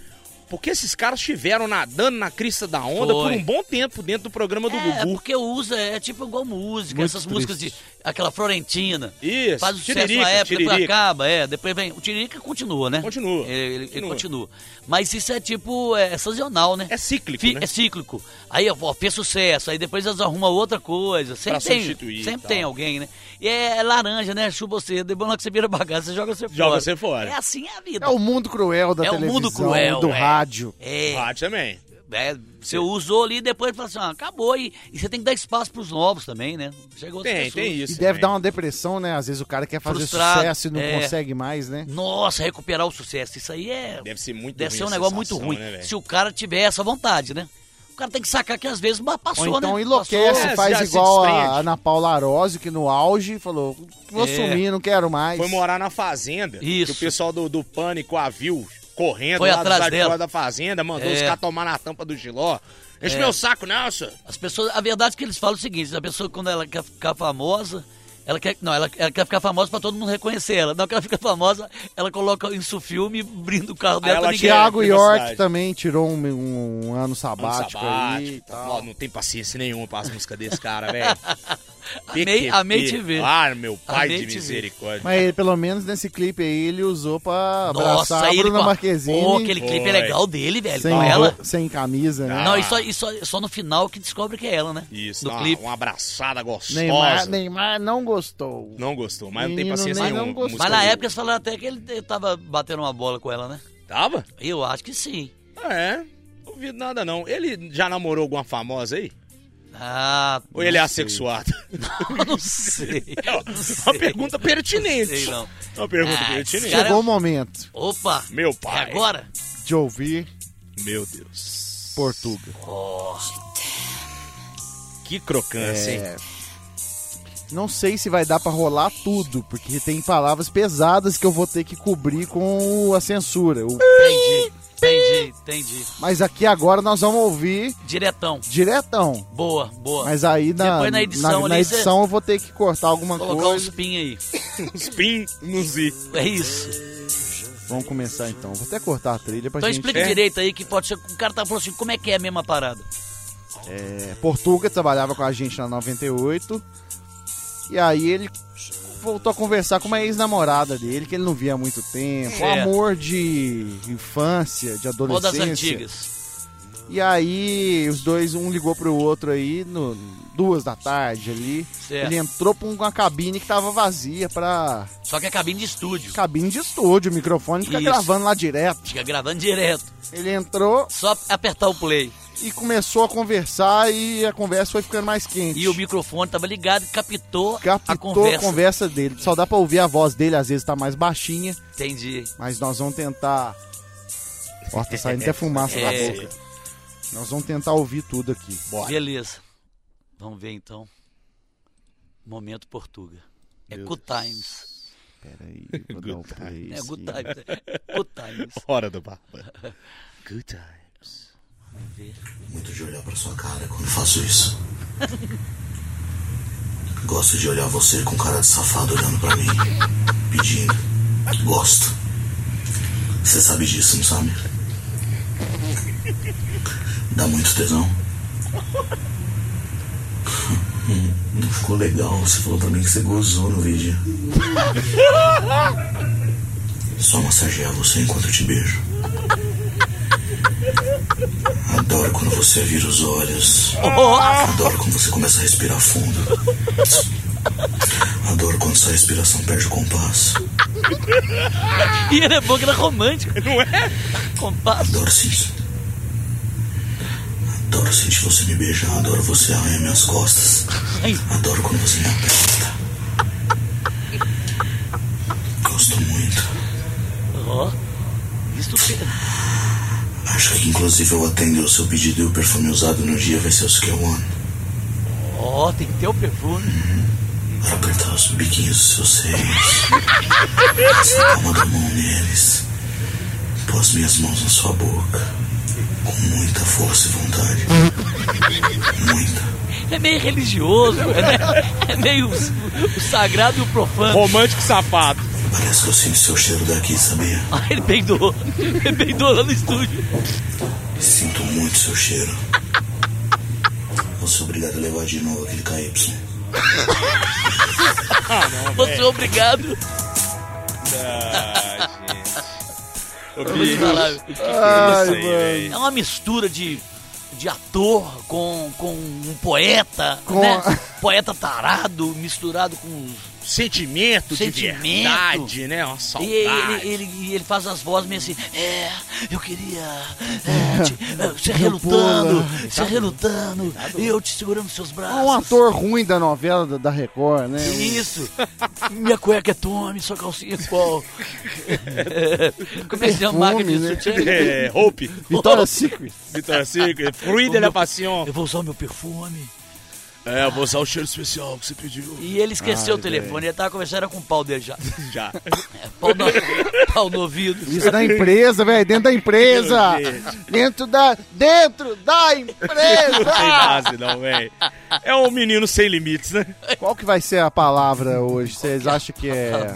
[SPEAKER 3] Porque esses caras estiveram nadando na crista da onda
[SPEAKER 2] Foi.
[SPEAKER 3] por um bom tempo dentro do programa do
[SPEAKER 2] é,
[SPEAKER 3] Gugu.
[SPEAKER 2] porque usa, é tipo igual música,
[SPEAKER 4] Muito
[SPEAKER 2] essas músicas de. Aquela Florentina.
[SPEAKER 3] Isso,
[SPEAKER 2] Faz o sucesso
[SPEAKER 3] Tiririca,
[SPEAKER 2] na época, depois
[SPEAKER 3] Tiririca.
[SPEAKER 2] acaba, é. Depois vem. O Tiririca continua, né?
[SPEAKER 3] Continua,
[SPEAKER 2] Ele, ele- ele
[SPEAKER 3] continua.
[SPEAKER 2] continua. Mas isso é tipo. É, sazonal, né?
[SPEAKER 3] É cíclico,
[SPEAKER 2] Fi-
[SPEAKER 3] né?
[SPEAKER 2] É cíclico. Aí, ó, fez sucesso, aí depois eles arrumam outra coisa. Sempre
[SPEAKER 3] Pra
[SPEAKER 2] tem.
[SPEAKER 3] substituir e
[SPEAKER 2] sempre
[SPEAKER 3] tal.
[SPEAKER 2] tem alguém, né? E é, laranja, né? Chupa você, depois na hora que você vira bagaça, você joga você fora.
[SPEAKER 3] Joga você fora.
[SPEAKER 2] É assim a vida.
[SPEAKER 4] É o mundo cruel da
[SPEAKER 2] É o
[SPEAKER 4] televisão,
[SPEAKER 2] mundo cruel,
[SPEAKER 4] do
[SPEAKER 2] é.
[SPEAKER 4] rádio.
[SPEAKER 2] É,
[SPEAKER 3] Rádio Ah, também.
[SPEAKER 2] É, você usou ali e depois fala assim, ah, acabou. E, e você tem que dar espaço pros novos também, né? Chega outras
[SPEAKER 3] Tem,
[SPEAKER 2] pessoas.
[SPEAKER 3] tem
[SPEAKER 4] E
[SPEAKER 3] isso.
[SPEAKER 4] deve
[SPEAKER 3] também.
[SPEAKER 4] dar uma depressão, né? Às vezes o cara quer fazer
[SPEAKER 2] Frustrado,
[SPEAKER 4] sucesso e não
[SPEAKER 2] é.
[SPEAKER 4] consegue mais, né?
[SPEAKER 2] Nossa, recuperar o sucesso. Isso aí é.
[SPEAKER 3] Deve ser muito
[SPEAKER 2] Deve
[SPEAKER 3] ruim
[SPEAKER 2] ser um
[SPEAKER 3] a
[SPEAKER 2] negócio muito
[SPEAKER 3] sensação,
[SPEAKER 2] ruim.
[SPEAKER 3] né, velho?
[SPEAKER 2] se o cara tiver essa vontade, né? O cara tem que sacar que às vezes mas passou,
[SPEAKER 4] Ou então
[SPEAKER 2] né?
[SPEAKER 4] enlouquece,
[SPEAKER 2] Passou.
[SPEAKER 3] É, já
[SPEAKER 4] faz
[SPEAKER 3] se
[SPEAKER 4] igual
[SPEAKER 3] desprende.
[SPEAKER 4] a Ana Paula Arósio, que no auge falou, vou
[SPEAKER 2] É.
[SPEAKER 4] sumir, não quero mais.
[SPEAKER 3] Foi morar na fazenda.
[SPEAKER 2] Isso.
[SPEAKER 3] Que o pessoal do, do Pânico a viu correndo
[SPEAKER 2] Foi
[SPEAKER 3] lá do
[SPEAKER 2] atrás
[SPEAKER 3] lado de
[SPEAKER 2] dela.
[SPEAKER 3] fora da fazenda, mandou
[SPEAKER 2] É.
[SPEAKER 3] os caras tomar na tampa do giló. Enche meu saco, não, senhor.
[SPEAKER 2] As pessoas, a verdade é que eles falam o seguinte: a pessoa, quando ela quer ficar famosa, ela quer, não, ela, ela quer ficar famosa pra todo mundo reconhecer ela. Na hora que ela fica famosa, ela coloca isso o filme, brinda o carro dela
[SPEAKER 3] ela
[SPEAKER 2] pra
[SPEAKER 3] tira
[SPEAKER 2] ninguém.
[SPEAKER 4] Thiago
[SPEAKER 3] é,
[SPEAKER 4] York
[SPEAKER 3] privacidade.
[SPEAKER 4] também tirou um, um ano sabático, aí. e
[SPEAKER 2] tá
[SPEAKER 4] tal.
[SPEAKER 3] Ó, tá não tem paciência nenhuma pra as músicas desse cara, velho.
[SPEAKER 2] Amei, amei te ver.
[SPEAKER 3] Ah, meu pai
[SPEAKER 2] Amei
[SPEAKER 3] de
[SPEAKER 2] te ver.
[SPEAKER 3] misericórdia.
[SPEAKER 4] Mas ele, pelo menos nesse clipe aí, ele usou pra
[SPEAKER 2] Nossa,
[SPEAKER 4] abraçar a
[SPEAKER 2] aí ele
[SPEAKER 4] Bruna
[SPEAKER 2] com a-
[SPEAKER 4] Marquezine.
[SPEAKER 2] Pô, aquele clipe
[SPEAKER 3] Foi.
[SPEAKER 2] é legal dele, velho,
[SPEAKER 4] sem,
[SPEAKER 2] com ela.
[SPEAKER 4] ro- sem camisa, né?
[SPEAKER 3] Ah,
[SPEAKER 2] Não, e só, e só, só no final que descobre que é ela, né?
[SPEAKER 3] Isso,
[SPEAKER 2] Do
[SPEAKER 3] uma,
[SPEAKER 2] clipe.
[SPEAKER 3] uma abraçada gostosa.
[SPEAKER 4] Neymar, Neymar não gostou.
[SPEAKER 3] Não gostou, mas não tem
[SPEAKER 4] Menino
[SPEAKER 3] paciência
[SPEAKER 4] nem não
[SPEAKER 3] nenhuma.
[SPEAKER 4] gostou.
[SPEAKER 3] música
[SPEAKER 2] Mas na
[SPEAKER 3] dele.
[SPEAKER 2] época eles falaram até que ele tava batendo uma bola com ela, né?
[SPEAKER 3] Tava?
[SPEAKER 2] Eu acho que sim.
[SPEAKER 3] É, não duvido nada não. Ele já namorou alguma famosa aí?
[SPEAKER 2] Ah,
[SPEAKER 3] Ou ele é assexuado?
[SPEAKER 2] eu não sei.
[SPEAKER 3] É uma pergunta pertinente.
[SPEAKER 2] Sei não.
[SPEAKER 3] É Uma pergunta
[SPEAKER 2] Ah,
[SPEAKER 3] pertinente.
[SPEAKER 2] cara-
[SPEAKER 4] Chegou o momento
[SPEAKER 2] Opa!
[SPEAKER 3] Meu pai.
[SPEAKER 2] É agora?
[SPEAKER 4] de ouvir
[SPEAKER 3] Meu Deus.
[SPEAKER 4] Portuga.
[SPEAKER 3] Que crocância, hein?
[SPEAKER 4] Não sei se vai dar pra rolar tudo, porque tem palavras pesadas que eu vou ter que cobrir com o- a censura. O-
[SPEAKER 2] Entendi, entendi, entendi.
[SPEAKER 4] Mas aqui agora nós vamos ouvir
[SPEAKER 2] Diretão.
[SPEAKER 4] diretão.
[SPEAKER 2] Boa, boa.
[SPEAKER 4] Mas aí na,
[SPEAKER 2] Depois na edição
[SPEAKER 4] na,
[SPEAKER 2] ali
[SPEAKER 4] na
[SPEAKER 2] você-
[SPEAKER 4] edição eu vou ter que cortar alguma
[SPEAKER 2] Colocar
[SPEAKER 4] coisa.
[SPEAKER 2] uns pin aí.
[SPEAKER 3] Uns pin no Z.
[SPEAKER 2] É isso.
[SPEAKER 4] Vamos começar então. Vou até cortar a trilha pra
[SPEAKER 2] Então
[SPEAKER 4] gente.
[SPEAKER 3] É.
[SPEAKER 2] explica direito aí que pode ser. O cara tá falando assim, como é que é a mesma parada?
[SPEAKER 4] É, Portuga trabalhava com a gente na 98. E aí ele voltou a conversar com uma ex-namorada dele, que ele não via há muito tempo. O
[SPEAKER 2] Certo.
[SPEAKER 4] amor de infância,
[SPEAKER 2] Ou
[SPEAKER 4] de
[SPEAKER 2] É. das
[SPEAKER 4] adolescência.
[SPEAKER 2] antigas.
[SPEAKER 4] E aí os dois, um ligou pro outro aí, no, duas da tarde ali.
[SPEAKER 2] Certo.
[SPEAKER 4] Ele entrou pra uma cabine que tava vazia pra.
[SPEAKER 2] Só que é cabine de estúdio.
[SPEAKER 4] Cabine de estúdio, o microfone fica
[SPEAKER 2] Isso.
[SPEAKER 4] gravando lá direto.
[SPEAKER 2] Fica gravando direto.
[SPEAKER 4] Ele entrou
[SPEAKER 2] Só apertar o play.
[SPEAKER 4] e começou a conversar e a conversa foi ficando mais quente.
[SPEAKER 2] E o microfone tava ligado e captou,
[SPEAKER 4] captou
[SPEAKER 2] a conversa.
[SPEAKER 4] dele. Só dá pra ouvir a voz dele, às vezes tá mais baixinha,
[SPEAKER 2] Entendi.
[SPEAKER 4] mas nós vamos tentar. Ó, tá saindo até fumaça da
[SPEAKER 2] É.
[SPEAKER 4] boca. Nós vamos tentar ouvir tudo aqui. Bora.
[SPEAKER 2] Beleza. Vamos ver então. Momento Portuga. É Good Times.
[SPEAKER 4] Pera aí, vou dar o play.
[SPEAKER 2] É Good
[SPEAKER 4] sim.
[SPEAKER 2] Times. é Good Times.
[SPEAKER 3] Hora do Papa. Good times.
[SPEAKER 1] Muito de olhar pra sua cara quando faço isso. Gosto de olhar você com cara de safado olhando pra mim, pedindo. Gosto. Você sabe disso, não sabe? Dá muito tesão. Hum, Não ficou legal. Você falou pra mim que você gozou no vídeo. Só massagear você enquanto eu te beijo. Adoro quando você vira os olhos. Adoro quando você começa a respirar fundo. Adoro quando sua respiração perde o compasso.
[SPEAKER 2] E ele é bom que era romântico. Não é? Compasso.
[SPEAKER 1] Adoro sentir. Adoro sentir você me beijar. Adoro você arranhar minhas costas.
[SPEAKER 2] Ai.
[SPEAKER 1] Adoro quando você me aperta. Gosto muito.
[SPEAKER 2] Ó. Isso que... é-
[SPEAKER 1] Acho que inclusive eu atendo o seu pedido e o perfume usado no dia vai ser o Skill One.
[SPEAKER 2] Ó, tem que ter o perfume.
[SPEAKER 1] Para apertar os biquinhos dos seus seios. A palma da mão neles. Pôr as minhas mãos na sua boca. Com muita força e vontade. Muita.
[SPEAKER 2] é meio religioso, né? é meio o, o sagrado e o profano.
[SPEAKER 3] Romântico safado.
[SPEAKER 1] Parece que eu sinto seu cheiro daqui, sabia?
[SPEAKER 2] Ah, ele peidou, ele peidou lá no estúdio.
[SPEAKER 1] Sinto muito seu cheiro. Vou ser obrigado a levar de novo aquele KY.
[SPEAKER 2] Você é obrigado.
[SPEAKER 3] Ah, Ô,
[SPEAKER 2] Eu vou te
[SPEAKER 3] bicho,
[SPEAKER 2] falar,
[SPEAKER 4] Ai,
[SPEAKER 3] sei, velho.
[SPEAKER 2] É uma mistura de, de ator com, com um poeta,
[SPEAKER 4] Com
[SPEAKER 2] né?
[SPEAKER 4] a-
[SPEAKER 2] Poeta tarado misturado com...
[SPEAKER 3] sentimento,
[SPEAKER 2] Sentimento.
[SPEAKER 3] de verdade, né? Uma saudade.
[SPEAKER 2] E ele, ele, e ele faz as vozes meio assim, é, eu queria, é, te, é, você relutando, você relutando, e eu te segurando nos seus
[SPEAKER 4] É um
[SPEAKER 2] braços.
[SPEAKER 4] ator ruim da novela da, da Record, né?
[SPEAKER 2] Isso, minha cueca é tome, sua calcinha é qual. Como é que chama a marca
[SPEAKER 4] Perfume,
[SPEAKER 2] disso?
[SPEAKER 4] né?
[SPEAKER 3] É, Hope,
[SPEAKER 4] Vitória Secret.
[SPEAKER 3] Vitor Secret, Fruida da Passion.
[SPEAKER 2] Eu vou usar o meu perfume.
[SPEAKER 3] É, eu vou usar o cheiro especial que você pediu.
[SPEAKER 2] E ele esqueceu o telefone, ele tava conversando era com o pau dele já.
[SPEAKER 3] Já.
[SPEAKER 2] Pau no, pau no ouvido.
[SPEAKER 4] Isso da empresa, velho. Dentro da empresa.
[SPEAKER 3] Meu Deus.
[SPEAKER 4] dentro da. Dentro da
[SPEAKER 3] Não tem
[SPEAKER 4] empresa.
[SPEAKER 3] base, não, velho. É um menino sem limites, né?
[SPEAKER 4] Qual que vai ser a palavra hoje? Vocês acham que é.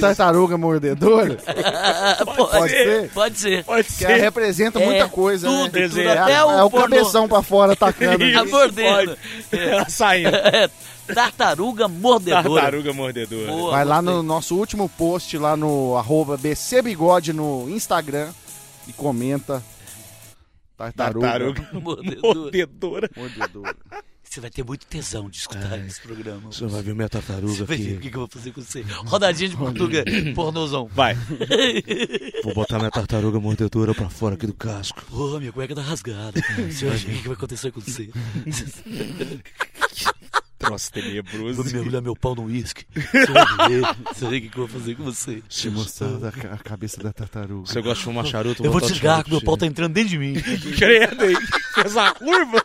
[SPEAKER 4] Tartaruga mordedora?
[SPEAKER 2] pode
[SPEAKER 4] ser?
[SPEAKER 2] Pode ser.
[SPEAKER 3] Pode
[SPEAKER 4] Que ela
[SPEAKER 3] ser.
[SPEAKER 4] representa muita
[SPEAKER 2] É,
[SPEAKER 4] coisa, né?
[SPEAKER 2] tudo,
[SPEAKER 3] tudo,
[SPEAKER 4] é,
[SPEAKER 2] até
[SPEAKER 4] é
[SPEAKER 2] o
[SPEAKER 4] o
[SPEAKER 2] pornô.
[SPEAKER 4] cabeção pra fora tacando.
[SPEAKER 3] Isso,
[SPEAKER 2] A mordendo.
[SPEAKER 3] pode. Ela saindo.
[SPEAKER 2] É, Tartaruga mordedora.
[SPEAKER 3] Tartaruga mordedora.
[SPEAKER 2] Boa,
[SPEAKER 4] Vai lá
[SPEAKER 2] gostei.
[SPEAKER 4] no nosso último post, lá no arroba BC Bigode no Instagram e comenta. Tartaruga.
[SPEAKER 3] Tartaruga
[SPEAKER 2] Mordedora.
[SPEAKER 3] mordedora.
[SPEAKER 4] Mordedor.
[SPEAKER 2] Você vai ter muito tesão de escutar esse programa. Você
[SPEAKER 3] vai ver minha tartaruga
[SPEAKER 2] vai ver o que que eu vou fazer com você. Rodadinha de Portuga, pornozão.
[SPEAKER 3] Vai.
[SPEAKER 7] Vou botar minha tartaruga mordedora pra fora aqui do casco.
[SPEAKER 2] Pô, minha cueca tá rasgada. cara. Você acha que que vai acontecer com você?
[SPEAKER 3] Troço
[SPEAKER 2] Vou
[SPEAKER 3] tenebroso.
[SPEAKER 2] mergulhar meu pau no uísque. Você vai ver. Você vai ver o que que eu vou fazer com você.
[SPEAKER 7] Te mostrar a cabeça da tartaruga.
[SPEAKER 3] Você gosta de fumar charuto?
[SPEAKER 2] Eu vou
[SPEAKER 3] botar o
[SPEAKER 2] desligar,
[SPEAKER 3] charuto
[SPEAKER 2] que meu pau tá entrando dentro de mim.
[SPEAKER 3] Credo, hein? Fez uma curva.